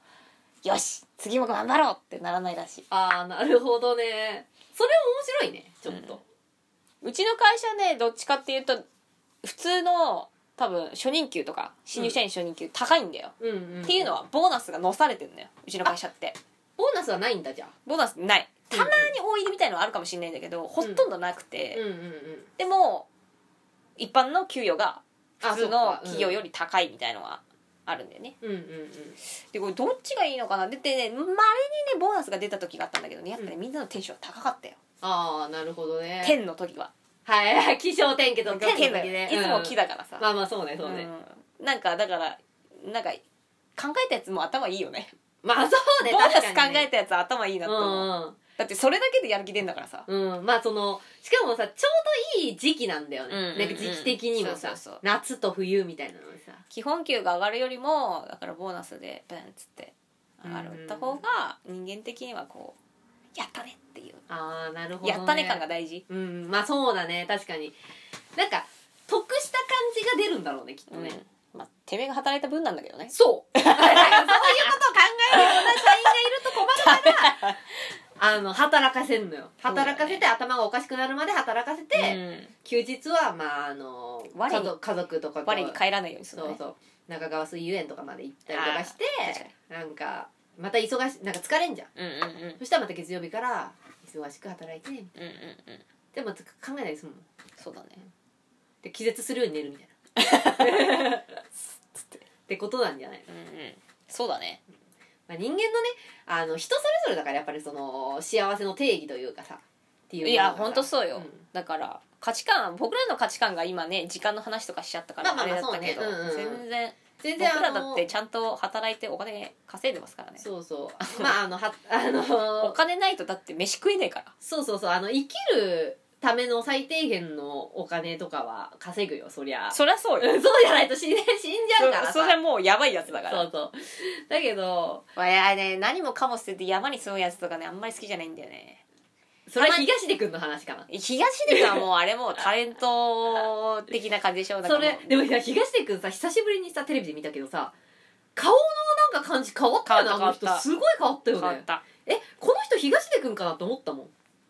Speaker 1: よし次も頑張ろうってならないらしい
Speaker 2: ああなるほどねそれ面白いねちょっと、
Speaker 1: うちの会社ねどっちかっていうと普通の多分初任給とか新入社員初任給高いんだよ、
Speaker 2: うんうん
Speaker 1: っていうのはボーナスがのされてるのようちの会社って
Speaker 2: ボーナスはないんだじゃ
Speaker 1: ボーナスない
Speaker 2: うん
Speaker 1: たまに大入りみたいのはあるかもしれないんだけど、ほとんどなく
Speaker 2: あ
Speaker 1: て、
Speaker 2: うんうん
Speaker 1: でも一般の給与が
Speaker 2: あ
Speaker 1: 普通の企業より高いみたいのがあるんだよね
Speaker 2: うんうんうん
Speaker 1: でこれどっちがいいのかなでってねまれにねボーナスが出た時があったんだけどねやっぱりみんなのテンションは高かったよ、
Speaker 2: ああなるほどね
Speaker 1: 天の時は
Speaker 2: はいはい起承転結の時
Speaker 1: 天
Speaker 2: 々
Speaker 1: の
Speaker 2: ね
Speaker 1: いつも木だからさ
Speaker 2: うん、まあまあそうねそうね、
Speaker 1: うんなんかだからなんか考えたやつも頭いいよね
Speaker 2: まあそうね
Speaker 1: ボーナス
Speaker 2: 確
Speaker 1: 考
Speaker 2: かにね
Speaker 1: えたやつ頭いいなと思う、だってそれだけでやる気出んだからさ
Speaker 2: うんうん、うん、まあそのしかもさちょうどいい時期なんだよね、
Speaker 1: うんうんうん
Speaker 2: なんか時期的にも
Speaker 1: そう
Speaker 2: さ
Speaker 1: そうそう
Speaker 2: 夏と冬みたいなのでさ
Speaker 1: 基本給が上がるよりもだからボーナスでブンっつって上が
Speaker 2: うん
Speaker 1: るった方が人間的にはこうやったねっていう、
Speaker 2: ああなるほど、ね、
Speaker 1: やったね感が大事
Speaker 2: うんまあそうだね確かになんか得した感じが出るんだろうねきっとね、
Speaker 1: うんまあ、てめえが働いた分なんだけど ね
Speaker 2: そ うそういうことを考えるような社員がいる と困るからあの働かせんのよ
Speaker 1: そうだね
Speaker 2: 働かせて、頭がおかしくなるまで働かせて、
Speaker 1: うん
Speaker 2: 休日はまああの
Speaker 1: 我に
Speaker 2: 家族家族とかと
Speaker 1: 我に帰らないようにするの
Speaker 2: そう
Speaker 1: ね
Speaker 2: そう中川水遊園とかまで行ったりとかして
Speaker 1: あー確か
Speaker 2: なんかまた忙しなんか疲れんじゃん
Speaker 1: うんうんうんうん
Speaker 2: そしたらまた月曜日から忙しく働いて
Speaker 1: うんうん
Speaker 2: でも考えないですもん
Speaker 1: そうだね
Speaker 2: で気絶するように寝るみたい なってことなんじゃないの、
Speaker 1: うんうんそうだね
Speaker 2: まあ、人間のねあの人それぞれだからやっぱりその幸せの定義というかさっていう
Speaker 1: いや
Speaker 2: もの
Speaker 1: 本
Speaker 2: が
Speaker 1: 当
Speaker 2: さ
Speaker 1: そうよ、
Speaker 2: うん
Speaker 1: だから価値観僕らの価値観が今ね時間の話とかしちゃったから
Speaker 2: まあ
Speaker 1: あ
Speaker 2: まあ
Speaker 1: れだ
Speaker 2: まあ
Speaker 1: ったけど、
Speaker 2: そうねうんう
Speaker 1: 全
Speaker 2: ん
Speaker 1: 然
Speaker 2: 全
Speaker 1: 僕
Speaker 2: 然
Speaker 1: ら
Speaker 2: あ
Speaker 1: だ
Speaker 2: の
Speaker 1: ってちゃんと働いてお金稼いでますからね
Speaker 2: そうそうまああのはあ
Speaker 1: お
Speaker 2: の
Speaker 1: 金ないとだって飯食えねえから
Speaker 2: そうそうそうあの生きるための最低限のお金とかは稼ぐよそりゃ
Speaker 1: そりゃそう
Speaker 2: う
Speaker 1: よ
Speaker 2: んそうじゃないと死んで死んじゃうからさ
Speaker 1: そそれはもうやばいやつだから
Speaker 2: そうそうだけど
Speaker 1: まあいやね何もかも捨てて山に住むやつとかねあんまり好きじゃないんだよね
Speaker 2: それは東出君の話かな
Speaker 1: 東出はもうあれもうタレント的な感じでしょだからも
Speaker 2: そ
Speaker 1: う
Speaker 2: れでもいや東出君さ久しぶりにさテレビで見たけどさ顔のなんか感じ変わったよね
Speaker 1: 変
Speaker 2: あ
Speaker 1: わ
Speaker 2: の
Speaker 1: った
Speaker 2: 人すごい変わったよ
Speaker 1: 変わ
Speaker 2: ね
Speaker 1: った
Speaker 2: えこの人東出君かなと思ったもん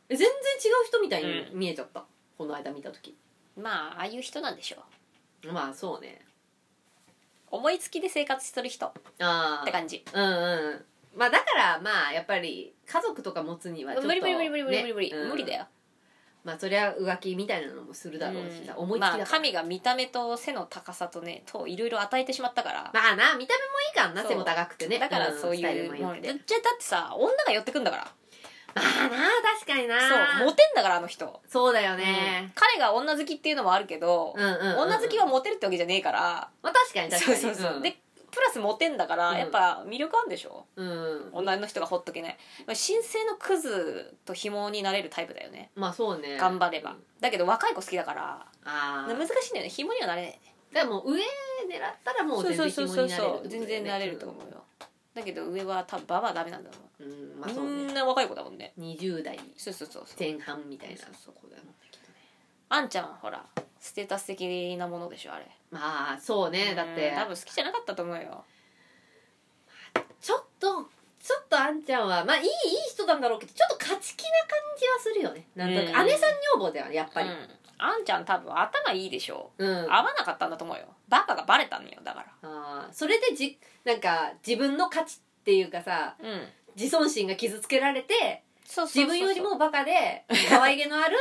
Speaker 2: え全然違う人みたいに見えちゃった、この間見た時
Speaker 1: まあああいう人なんでしょう
Speaker 2: まあそうね
Speaker 1: 思いつきで生活してる人っ
Speaker 2: ああ
Speaker 1: て感じ
Speaker 2: うんうんまあだからまあやっぱり家族とか持つにはちょっと
Speaker 1: 無理無理無理無理無理無
Speaker 2: ね
Speaker 1: 理無理、
Speaker 2: うん
Speaker 1: 無理だよ
Speaker 2: まあそりゃ浮気みたいなのもするだろうしさ、思いつき
Speaker 1: ま
Speaker 2: だか
Speaker 1: あ
Speaker 2: ら、
Speaker 1: 神が見た目と背の高さとねといろいろ与えてしまったから、
Speaker 2: まあな見た目もいいからな
Speaker 1: そう
Speaker 2: 背も高くてね
Speaker 1: だからそうい
Speaker 2: んスタイル
Speaker 1: う
Speaker 2: も
Speaker 1: も
Speaker 2: 良
Speaker 1: んじ
Speaker 2: くて
Speaker 1: ゃだってさ女が寄ってくんだから
Speaker 2: まあな確かにな
Speaker 1: そうモテんだからあの人、
Speaker 2: そうだよ
Speaker 1: うん
Speaker 2: ね、
Speaker 1: 彼が女好きっていうのもあるけど、
Speaker 2: うんうんうんうん
Speaker 1: 女好きはモテるってわけじゃねえから
Speaker 2: まあ確かに確か
Speaker 1: そう
Speaker 2: に
Speaker 1: そうそう、
Speaker 2: ん
Speaker 1: でプラスモテんだから、
Speaker 2: うん
Speaker 1: やっぱ魅力あるんでしょ
Speaker 2: うん
Speaker 1: 女の人がほっとけない新生のクズと紐になれるタイプだよね
Speaker 2: まあそうね
Speaker 1: 頑張れば、
Speaker 2: うん
Speaker 1: だけど若い子好きだから
Speaker 2: ああ
Speaker 1: 難しいんだよね紐にはなれない
Speaker 2: でも上狙ったらもう全然紐になれるってことだよね
Speaker 1: 全然なれると思うよだけど上は多分ババアダメなんだろう
Speaker 2: うん、うんまあ
Speaker 1: な、
Speaker 2: そう
Speaker 1: み
Speaker 2: ね
Speaker 1: んな若い子だもんね
Speaker 2: 20代
Speaker 1: そうそうそうそう
Speaker 2: 前半みたいな
Speaker 1: そう
Speaker 2: こだもんねきっとね
Speaker 1: あんちゃんはほらステータス的なものでしょあれ
Speaker 2: まあそうねだっ
Speaker 1: う
Speaker 2: て
Speaker 1: ん多分好きじゃなかったと思うよ
Speaker 2: ちょっとちょっとあんちゃんはまあいいいい人なんだろうけどちょっと勝ち気な感じはするよねなんとな
Speaker 1: う
Speaker 2: く、
Speaker 1: ん
Speaker 2: 姉さん女房だよねやっぱり
Speaker 1: うん、あんちゃん多分頭いいでしょ
Speaker 2: うん、
Speaker 1: 合わなかったんだと思うよバカがバレたんよだか
Speaker 2: あーそれでじなんか自分の価値っていうかさ
Speaker 1: らうん
Speaker 2: 自尊心が傷つけられて
Speaker 1: そうそうそうそう
Speaker 2: 自分よりもバカで可愛げのある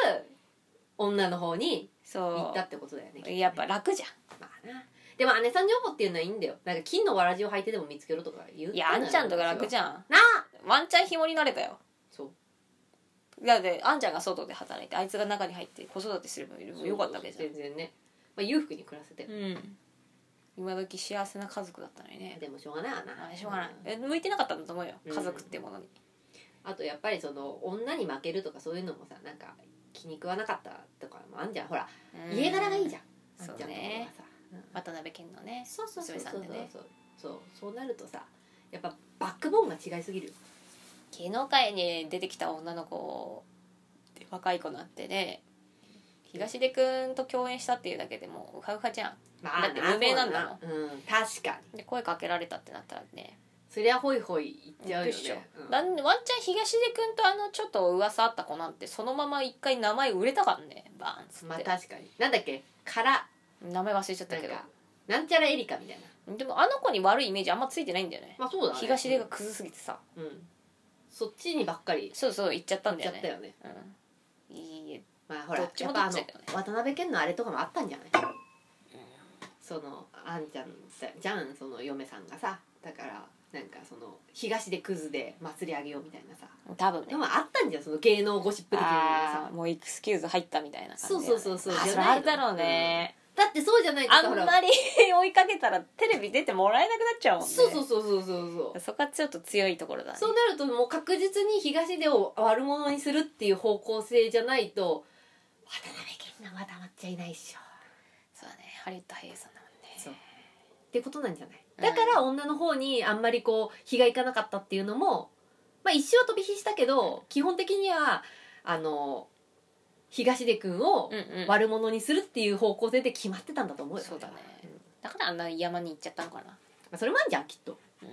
Speaker 2: 女の方に行
Speaker 1: そ
Speaker 2: ったってことだよねきっと
Speaker 1: う
Speaker 2: ね
Speaker 1: やっぱ楽じゃ
Speaker 2: まあなでも姉さん女房っていうのはいいんだよなんか金のわらじを履いてでも見つけろとか言うん
Speaker 1: いやあんちゃんとか楽じ
Speaker 2: ゃ
Speaker 1: ゃん
Speaker 2: なあ
Speaker 1: ワンチャン紐になれたよ
Speaker 2: そう
Speaker 1: だってあんちゃんが外で働いてあいつが中に入って子育てすればよかったわけじゃん
Speaker 2: 全然ね、まあ、裕福に暮らせて
Speaker 1: うん今時幸せな家族だったのにね
Speaker 2: でもしょうがないわな
Speaker 1: あれしょうがないえ向いてなかったんだと思うよ家族ってものに、
Speaker 2: あとやっぱりその女に負けるとかそういうのもさなんか気に食わなかったとかもあんじゃんほら
Speaker 1: うん
Speaker 2: 家柄がいいじゃんあんち
Speaker 1: そ
Speaker 2: ゃん
Speaker 1: う
Speaker 2: とかは
Speaker 1: ね
Speaker 2: さ、うん
Speaker 1: 渡辺謙のね
Speaker 2: そうそうそうそう
Speaker 1: 娘さんでね
Speaker 2: そうそうそうそうなるとさやっぱバックボーンが違いすぎる
Speaker 1: 芸能界に出てきた女の子で若い子なんてね東出くんと共演したっていうだけでもうウハウハじゃん
Speaker 2: ま
Speaker 1: だって無名なんだもん
Speaker 2: そううん、確かに
Speaker 1: で声かけられたってなったらね
Speaker 2: そりゃホイホイいっちゃう
Speaker 1: で
Speaker 2: よ
Speaker 1: しょ
Speaker 2: ね、うん
Speaker 1: なんでワンチャン東出くんとあのちょっと噂あった子なんてそのまま一回名前売れたからねバーンっつ
Speaker 2: まあ
Speaker 1: って、
Speaker 2: 確かになんだっけから
Speaker 1: 名前忘れちゃっ
Speaker 2: な
Speaker 1: た
Speaker 2: ん
Speaker 1: けど
Speaker 2: かなんちゃらエリカみたいな
Speaker 1: でもあの子に悪いイメージあんまついてないんだよね
Speaker 2: まあそうだね
Speaker 1: 東出がクズすぎてさ
Speaker 2: うん、うんそっちにばっかり
Speaker 1: そうそう行っちゃった
Speaker 2: 行
Speaker 1: ん
Speaker 2: っ
Speaker 1: だ
Speaker 2: ちゃ
Speaker 1: よ
Speaker 2: った
Speaker 1: ね
Speaker 2: よね
Speaker 1: うんいいえ
Speaker 2: まあほら
Speaker 1: どっちもど
Speaker 2: やっ
Speaker 1: っち
Speaker 2: ぱ
Speaker 1: だ
Speaker 2: あ
Speaker 1: けどね
Speaker 2: の渡辺謙のあれとかもあったんじゃない、そのあんちゃんじゃじゃんその嫁さんがさだからなんかその東でクズで祭り上げようみたいなさ
Speaker 1: 多分ね
Speaker 2: でもあったんじゃんその芸能ゴシップ的な
Speaker 1: あ
Speaker 2: さ
Speaker 1: ーもうエクスキューズ入ったみたいな感じだよね、
Speaker 2: そうそうそうそう
Speaker 1: あ
Speaker 2: じゃ
Speaker 1: それあ
Speaker 2: ないの
Speaker 1: るだろうね、
Speaker 2: だってそうじゃないと
Speaker 1: あ
Speaker 2: さ
Speaker 1: ん
Speaker 2: ほら
Speaker 1: まり追いかけたらテレビ出てもらえなくなっちゃうもんね
Speaker 2: そうそうそうそうそうそう
Speaker 1: そこはちょっと強いところだね
Speaker 2: そうなるともう確実に東出を悪者にするっていう方向性じゃないと渡辺謙奈は黙っちゃいないっしょ
Speaker 1: そうだねハリウッド俳優さんだもんね
Speaker 2: そうってことなんじゃないだから女の方にあんまりこう日がいかなかったっていうのもまあ一生飛び火したけど基本的にはあの東出君を
Speaker 1: うんうん
Speaker 2: 悪者にするっていう方向性で決まってたんだと思うよ
Speaker 1: そうだねだからあんな山に行っちゃったのかな
Speaker 2: まあそれもあんじゃんきっと
Speaker 1: うん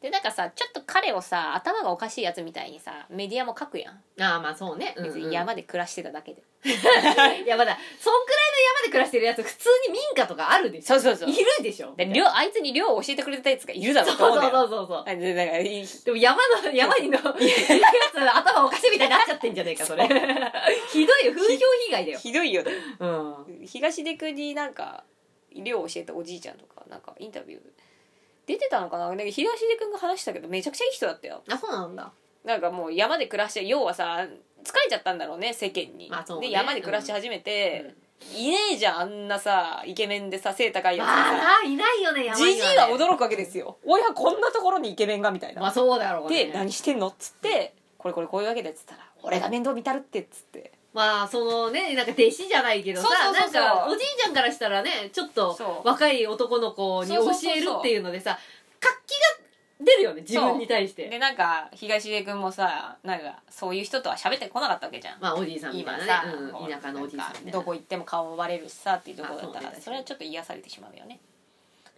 Speaker 1: でなんかさちょっと彼をさ頭がおかしいやつみたいにさメディアも書くやん
Speaker 2: ああまあそうね、
Speaker 1: 別に山で暮らしてただけで、
Speaker 2: いやまだそんくらいの山で暮らしてるやつ普通に民家とかあるでしょ
Speaker 1: そうそうそう
Speaker 2: いるでしょ
Speaker 1: で寮あいつに寮を教えてくれたやつがいるだろ
Speaker 2: そう
Speaker 1: うと思
Speaker 2: そううん
Speaker 1: だよ
Speaker 2: そうそうそう
Speaker 1: あでなんかいい
Speaker 2: でも山の山にのやつ頭おかしいみたいになっちゃってんじゃねえかそれひどいよ風評被害だよ
Speaker 1: ひどいよね
Speaker 2: うん
Speaker 1: 東出くんになんか寮を教えたおじいちゃんとかなんかインタビュー出てたのかななんか東出くんが話したけどめちゃくちゃいい人だったよ
Speaker 2: あそうなんだ
Speaker 1: なんかもう山で暮らして要はさ疲れちゃったんだろうね世間に、
Speaker 2: まあそうね
Speaker 1: で山で暮らし始めて、いねえじゃんあんなさイケメンでさ背高いやつがさ
Speaker 2: まあいないよね山
Speaker 1: じじい
Speaker 2: にはね
Speaker 1: が驚くわけですよ「おやこんなところにイケメンが」みたいな、
Speaker 2: まあそうだろうね
Speaker 1: で「何してんの?」っつって「これこれこういうわけだ」っつったら「俺が面倒見たるって」っつって
Speaker 2: まあそのねなんか弟子じゃないけどさ
Speaker 1: そうそうそうそう
Speaker 2: なんかおじいちゃんからしたらねちょっ
Speaker 1: そ
Speaker 2: と
Speaker 1: う
Speaker 2: 若い男の子に教えるっていうのでさ活気が出るよね自分に対して
Speaker 1: でなんか東出君もさなんかそういう人とは喋ってこなかったわけじゃん
Speaker 2: まあおじいさんみた
Speaker 1: 今
Speaker 2: いな
Speaker 1: さ
Speaker 2: ね、うん
Speaker 1: こう
Speaker 2: 田舎のおじいさんみたいな
Speaker 1: どこ行っても顔もバレるしさっていうところだった
Speaker 2: あそう
Speaker 1: ら
Speaker 2: ね
Speaker 1: それはちょっと癒されてしまうよね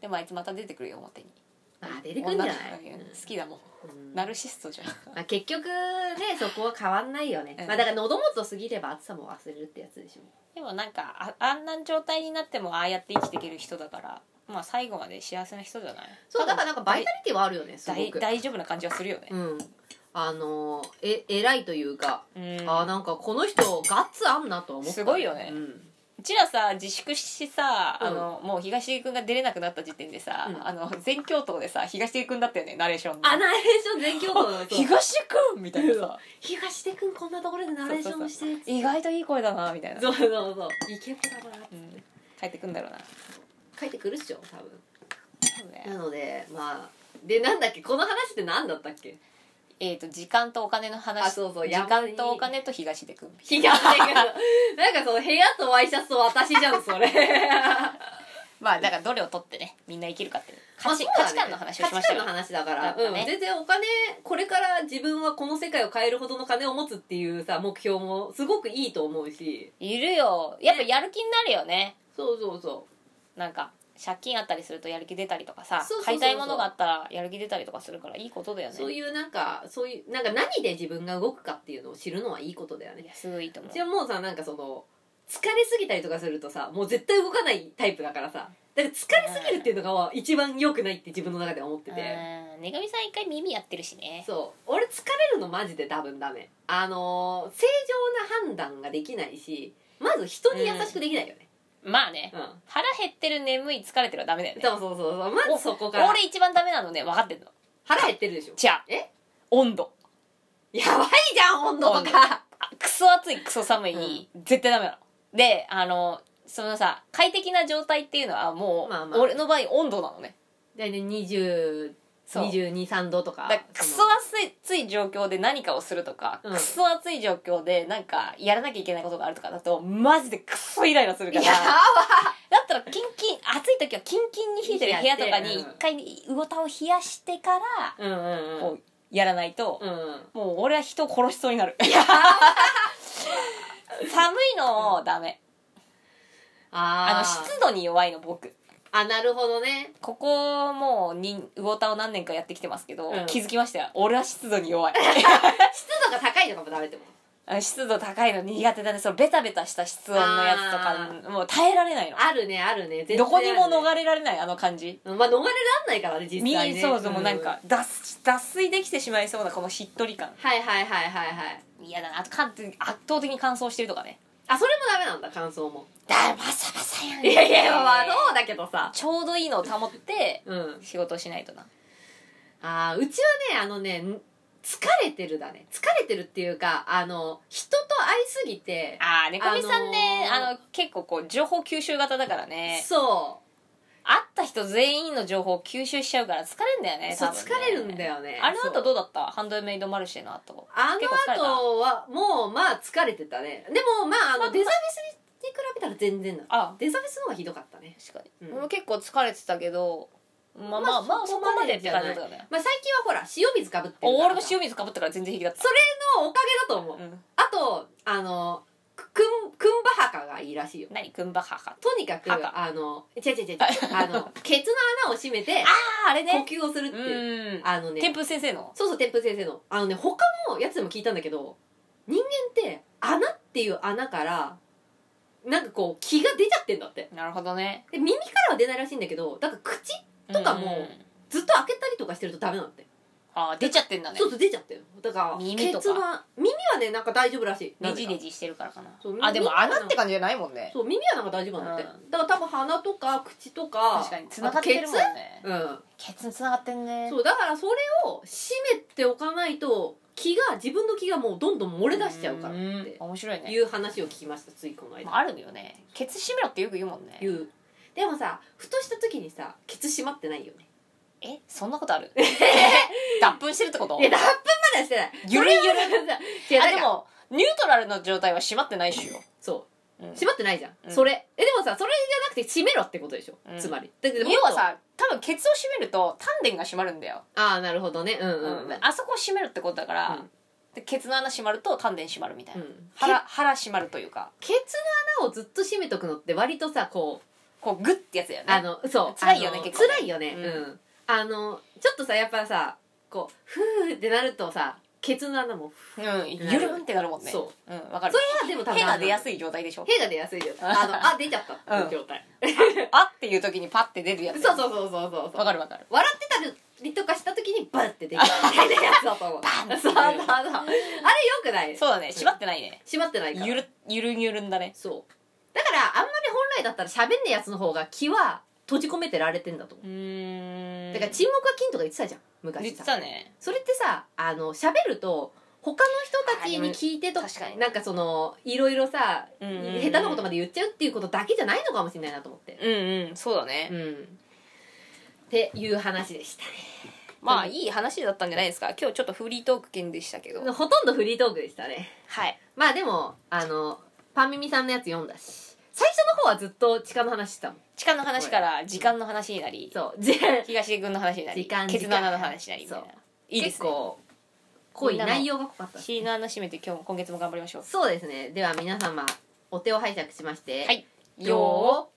Speaker 1: でもあいつまた出てくるよ表に
Speaker 2: まあ出てくるんじゃない
Speaker 1: 女の子が好きだもん、
Speaker 2: うん
Speaker 1: ナルシストじゃん
Speaker 2: まあ、結局ねそこは変わんないよね
Speaker 1: うん
Speaker 2: まあだから喉元過ぎれば暑さも忘れるってやつでしょ
Speaker 1: でもなんかああんな状態になってもああやって生きていける人だからまあ最後まで幸せな人じゃない
Speaker 2: そうだからなんかバイタリティはあるよねすご
Speaker 1: 大
Speaker 2: く
Speaker 1: 大丈夫な感じはするよね
Speaker 2: うんあのえ偉いというか
Speaker 1: うん
Speaker 2: あーなんかこの人ガッツあんなとは思った
Speaker 1: すごいよね
Speaker 2: うん
Speaker 1: うちらさ自粛してさ、
Speaker 2: うん
Speaker 1: あのもう東出君が出れなくなった時点でさ、
Speaker 2: うん
Speaker 1: あの全教頭でさ東出君だったよねナレーション
Speaker 2: あナレーション全教科のそう
Speaker 1: 東出君みたいなさ
Speaker 2: 東出君こんなところでナレーションをしてる
Speaker 1: 意外といい声だなみたいな、
Speaker 2: そうそうそうイケボだな
Speaker 1: うん、帰ってくんだろうな
Speaker 2: 書いてくるっしょ多分なのでまあでなんだっけこの話って何だったっけ
Speaker 1: えー、と時間とお金の話
Speaker 2: あそうそう
Speaker 1: 時
Speaker 2: 山に
Speaker 1: 間とお金と東出君
Speaker 2: 東出君 なんかその部屋とワイシャツと私じゃん それ
Speaker 1: まあだからどれを取ってねみんな生きるかっていう価値,、
Speaker 2: まあ
Speaker 1: 価
Speaker 2: そうだ
Speaker 1: 値観
Speaker 2: ね
Speaker 1: の話をしましたよ
Speaker 2: 価値観の話だか
Speaker 1: や
Speaker 2: ら
Speaker 1: っ、ぱね
Speaker 2: うん全然お金これから自分はこの世界を変えるほどの金を持つっていうさ目標もすごくいいと思うし
Speaker 1: いるよやっぱやる気になるよね
Speaker 2: そうそうそう
Speaker 1: なんか借金あったりするとやる気出たりとかさ
Speaker 2: そうそうそうそ
Speaker 1: 買
Speaker 2: う
Speaker 1: いたいものがあったらやる気出たりとかするからいいことだよね
Speaker 2: そういうなんかそういうなんか何で自分が動くかっていうのを知るのはいいことだよね
Speaker 1: やすごいいいと思う
Speaker 2: じゃあもうさなんかその疲れすぎたりとかするとさもう絶対動かないタイプだからさだから疲れすぎるっていうのが一番良くないって自分の中では思って
Speaker 1: うん
Speaker 2: て、
Speaker 1: ねがみさん一回耳やってるしね
Speaker 2: そう俺疲れるのマジで多分ダメあのー正常な判断ができないしまず人に優しくできないよね
Speaker 1: まあね
Speaker 2: うん、
Speaker 1: 腹減ってる眠い疲れてるはダメだよね
Speaker 2: そうそうそうそうまずそこから
Speaker 1: 俺一番ダメなのね分かってんの
Speaker 2: 腹減ってるでしょ
Speaker 1: じゃあ
Speaker 2: え
Speaker 1: 温度
Speaker 2: やばいじゃん温度とか
Speaker 1: あクソ暑いクソ寒い、絶対ダメなのであのそのさ快適な状態っていうのはもう、
Speaker 2: まあまあ
Speaker 1: 俺の場合温度なのね
Speaker 2: 大体20
Speaker 1: そう
Speaker 2: 223度とか
Speaker 1: だからク
Speaker 2: そ
Speaker 1: ソ
Speaker 2: の
Speaker 1: 暑い状況で何かをするとか、
Speaker 2: うん
Speaker 1: クソ暑い状況でなんかやらなきゃいけないことがあるとかだとマジでクソイライラするか
Speaker 2: や
Speaker 1: らだったらキンキン暑い時はキンキンに冷えてる部屋とかに
Speaker 2: 冷
Speaker 1: 一
Speaker 2: やして
Speaker 1: 回魚たを冷やしてから
Speaker 2: ばうんうんうん
Speaker 1: こうやらないと、
Speaker 2: うん
Speaker 1: もう俺は人を殺しそうになる 寒いのダメあ
Speaker 2: あ
Speaker 1: の
Speaker 2: あ
Speaker 1: 湿度に弱いの僕
Speaker 2: あなるほどね
Speaker 1: ここもうに魚たを何年かやってきてますけど、
Speaker 2: うん
Speaker 1: 気づきましたよ俺は湿度に弱い
Speaker 2: 湿度が高いのかもダメっても
Speaker 1: あの湿度高いの苦手だねそのベタベタした室温のやつとかもう耐えられないの
Speaker 2: あるねあるね絶対
Speaker 1: どこにも
Speaker 2: れ
Speaker 1: 逃れられないあの感じ
Speaker 2: まあ逃れらんないからね実
Speaker 1: み
Speaker 2: 際ね
Speaker 1: そうそうもうなんか脱脱水できてしまいそうなこのしっとり感
Speaker 2: はいはいはいはいはい
Speaker 1: 嫌だなあとかん圧倒的に乾燥してるとかね
Speaker 2: あそれもダメなんだ感想も
Speaker 1: だからバサバサやん
Speaker 2: いやいやまあそうだけどさ
Speaker 1: ちょうどいいのを保って
Speaker 2: うん
Speaker 1: 仕事をしないとな
Speaker 2: あーうちはねあのねん疲れてるだね疲れてるっていうかあの人と会いすぎて
Speaker 1: ああ猫みさんね、
Speaker 2: あのー
Speaker 1: あの結構こう情報吸収型だからね
Speaker 2: そ
Speaker 1: 会った人全員の情報を吸収しちゃうから疲れんだよ
Speaker 2: う
Speaker 1: ね
Speaker 2: そう
Speaker 1: 多分
Speaker 2: 疲
Speaker 1: ね
Speaker 2: れるんだよね
Speaker 1: あの後
Speaker 2: そう
Speaker 1: どうだったハンドメイドマルシェの後
Speaker 2: あ
Speaker 1: 結構疲れた
Speaker 2: の後はもうまあ疲れてたねでもまああのデザフェスに比べたら全然なの
Speaker 1: あ
Speaker 2: デザフェスの方がひどかったね
Speaker 1: 確かに、
Speaker 2: うん
Speaker 1: 俺も結構疲れてたけどまあまあま
Speaker 2: ま
Speaker 1: あそ
Speaker 2: あそ
Speaker 1: こ
Speaker 2: こ
Speaker 1: ま
Speaker 2: ま
Speaker 1: で
Speaker 2: で
Speaker 1: っ
Speaker 2: ってて
Speaker 1: 感
Speaker 2: 感
Speaker 1: じ
Speaker 2: じ
Speaker 1: だっ
Speaker 2: だったた
Speaker 1: よね
Speaker 2: まあ最近はほら塩水かぶってるから
Speaker 1: 俺も塩水かぶったから全然平気だった
Speaker 2: そのおかげだと思う
Speaker 1: うん
Speaker 2: あとあのくくんくんばはかがいいらしいよ
Speaker 1: 何くんばはか
Speaker 2: とにかく
Speaker 1: はか
Speaker 2: あの違う違う違う違うあのケツの穴を閉めて
Speaker 1: あああれ
Speaker 2: 呼吸をするっていう、
Speaker 1: うん
Speaker 2: あのね
Speaker 1: 天風先生の
Speaker 2: そうそう天風先生のあのね他のやつでも聞いたんだけど人間って穴っていう穴からなんかこう気が出ちゃってんだって
Speaker 1: なるほどね
Speaker 2: で耳からは出ないらしいんだけどだから口とかも
Speaker 1: うん
Speaker 2: ずっと開けたりとかしてるとダメなんだって
Speaker 1: ああ出ちゃってんだね
Speaker 2: そうそう出ちゃってるだから
Speaker 1: 耳とか
Speaker 2: ケツは耳はねなんか大丈夫らしい
Speaker 1: ねじね
Speaker 2: じ
Speaker 1: じしてるからかな
Speaker 2: そう
Speaker 1: あでも
Speaker 2: 耳かな
Speaker 1: 穴って感じじゃないもんね
Speaker 2: そう耳はなんか大丈夫なんだって、
Speaker 1: う
Speaker 2: だから多分鼻とか口とか
Speaker 1: 確かに繋がってるもんね
Speaker 2: あとケツうん
Speaker 1: ケツに繋がってんね
Speaker 2: そうだからそれを閉めておかないと気が自分の気がもうどんどん漏れ出しちゃうからっ
Speaker 1: ん
Speaker 2: て
Speaker 1: 面白いね
Speaker 2: いう話を聞きましたついこの
Speaker 1: ま
Speaker 2: 間
Speaker 1: ああるよねケツ閉めろってよく言うもんね
Speaker 2: 言うでもさふとした時にさケツ閉まってないよね
Speaker 1: えそんな ことある脱粉してるってこと
Speaker 2: いや何分まではしてない
Speaker 1: ゆるいゆるい
Speaker 2: いや
Speaker 1: あ
Speaker 2: だ
Speaker 1: で
Speaker 2: から
Speaker 1: もニュートラルの状態は閉まってないっしよ、
Speaker 2: そう
Speaker 1: うん
Speaker 2: 閉まってないじゃん、
Speaker 1: うん
Speaker 2: それえでもさそれじゃなくて閉めろってことでしょ、
Speaker 1: うん
Speaker 2: つまりだってもっと
Speaker 1: 要はさ多分ケツを閉めると丹田が閉まるんだよ、
Speaker 2: ああなるほどねうんうんうん、
Speaker 1: あそこを閉めるってことだから、
Speaker 2: うん
Speaker 1: でケツの穴閉まると丹田閉まるみたいな、
Speaker 2: うん
Speaker 1: 腹腹閉まるというか
Speaker 2: ケツの穴をずっと閉めとくのって割とさこう
Speaker 1: こうグッてやつだよね
Speaker 2: あのそう
Speaker 1: 辛いよね
Speaker 2: あの
Speaker 1: 結構ね
Speaker 2: 辛いよね
Speaker 1: う
Speaker 2: うんん、あのちょっとさやっぱさこうふーってなるとさケツの穴もふ
Speaker 1: うんゆるんってなるもんね、
Speaker 2: そう
Speaker 1: ん、わかる
Speaker 2: それはでも多分
Speaker 1: 屁が出やす
Speaker 2: い
Speaker 1: い状態でしょ
Speaker 2: 屁が出やすいよあのあ出ちゃったっていう状態、
Speaker 1: あっていう時にパッて出るやつ
Speaker 2: そうそうそうそうそうそう
Speaker 1: わかるわかる
Speaker 2: 笑ってたりとかした時にバッて出ちゃったみたいなやつだと思う
Speaker 1: バン
Speaker 2: そうそうそうあれよくない
Speaker 1: そうだね閉まってないね
Speaker 2: 閉まってないから
Speaker 1: ゆるゆるんゆるんだね
Speaker 2: そうだからあんまり本来だったら喋んねえやつの方が気は閉じ込めてられてんだと思
Speaker 1: うー
Speaker 2: うんだから沈黙は金とか言ってたじゃん昔さ
Speaker 1: 実はね
Speaker 2: それってさあの喋ると他の人たちに聞いてと
Speaker 1: あーでも確かに
Speaker 2: なんかそのいろいろさ、
Speaker 1: うんうんうん
Speaker 2: 下手なことまで言っちゃうっていうことだけじゃないのかもしれないなと思って、
Speaker 1: うんうんそうだね
Speaker 2: うん、っていう話でしたね
Speaker 1: まあいい話だったんじゃないですか今日ちょっとフリートーク券でしたけど
Speaker 2: ほとんどフリートークでしたね
Speaker 1: はい
Speaker 2: まあでもあのパンミミさんのやつ読んだし最初の方はずっと地下の話してたもん
Speaker 1: 地下の話から時間の話になり
Speaker 2: そう じ
Speaker 1: 東出君の話になり
Speaker 2: 時間
Speaker 1: ケツの穴の話になりみたいな
Speaker 2: そう
Speaker 1: いいです
Speaker 2: 結
Speaker 1: ね
Speaker 2: 構濃い内容が濃かった
Speaker 1: シーナの締めて今日も今月も頑張りましょう
Speaker 2: そうですねでは皆様お手を拝借しまして
Speaker 1: はいよー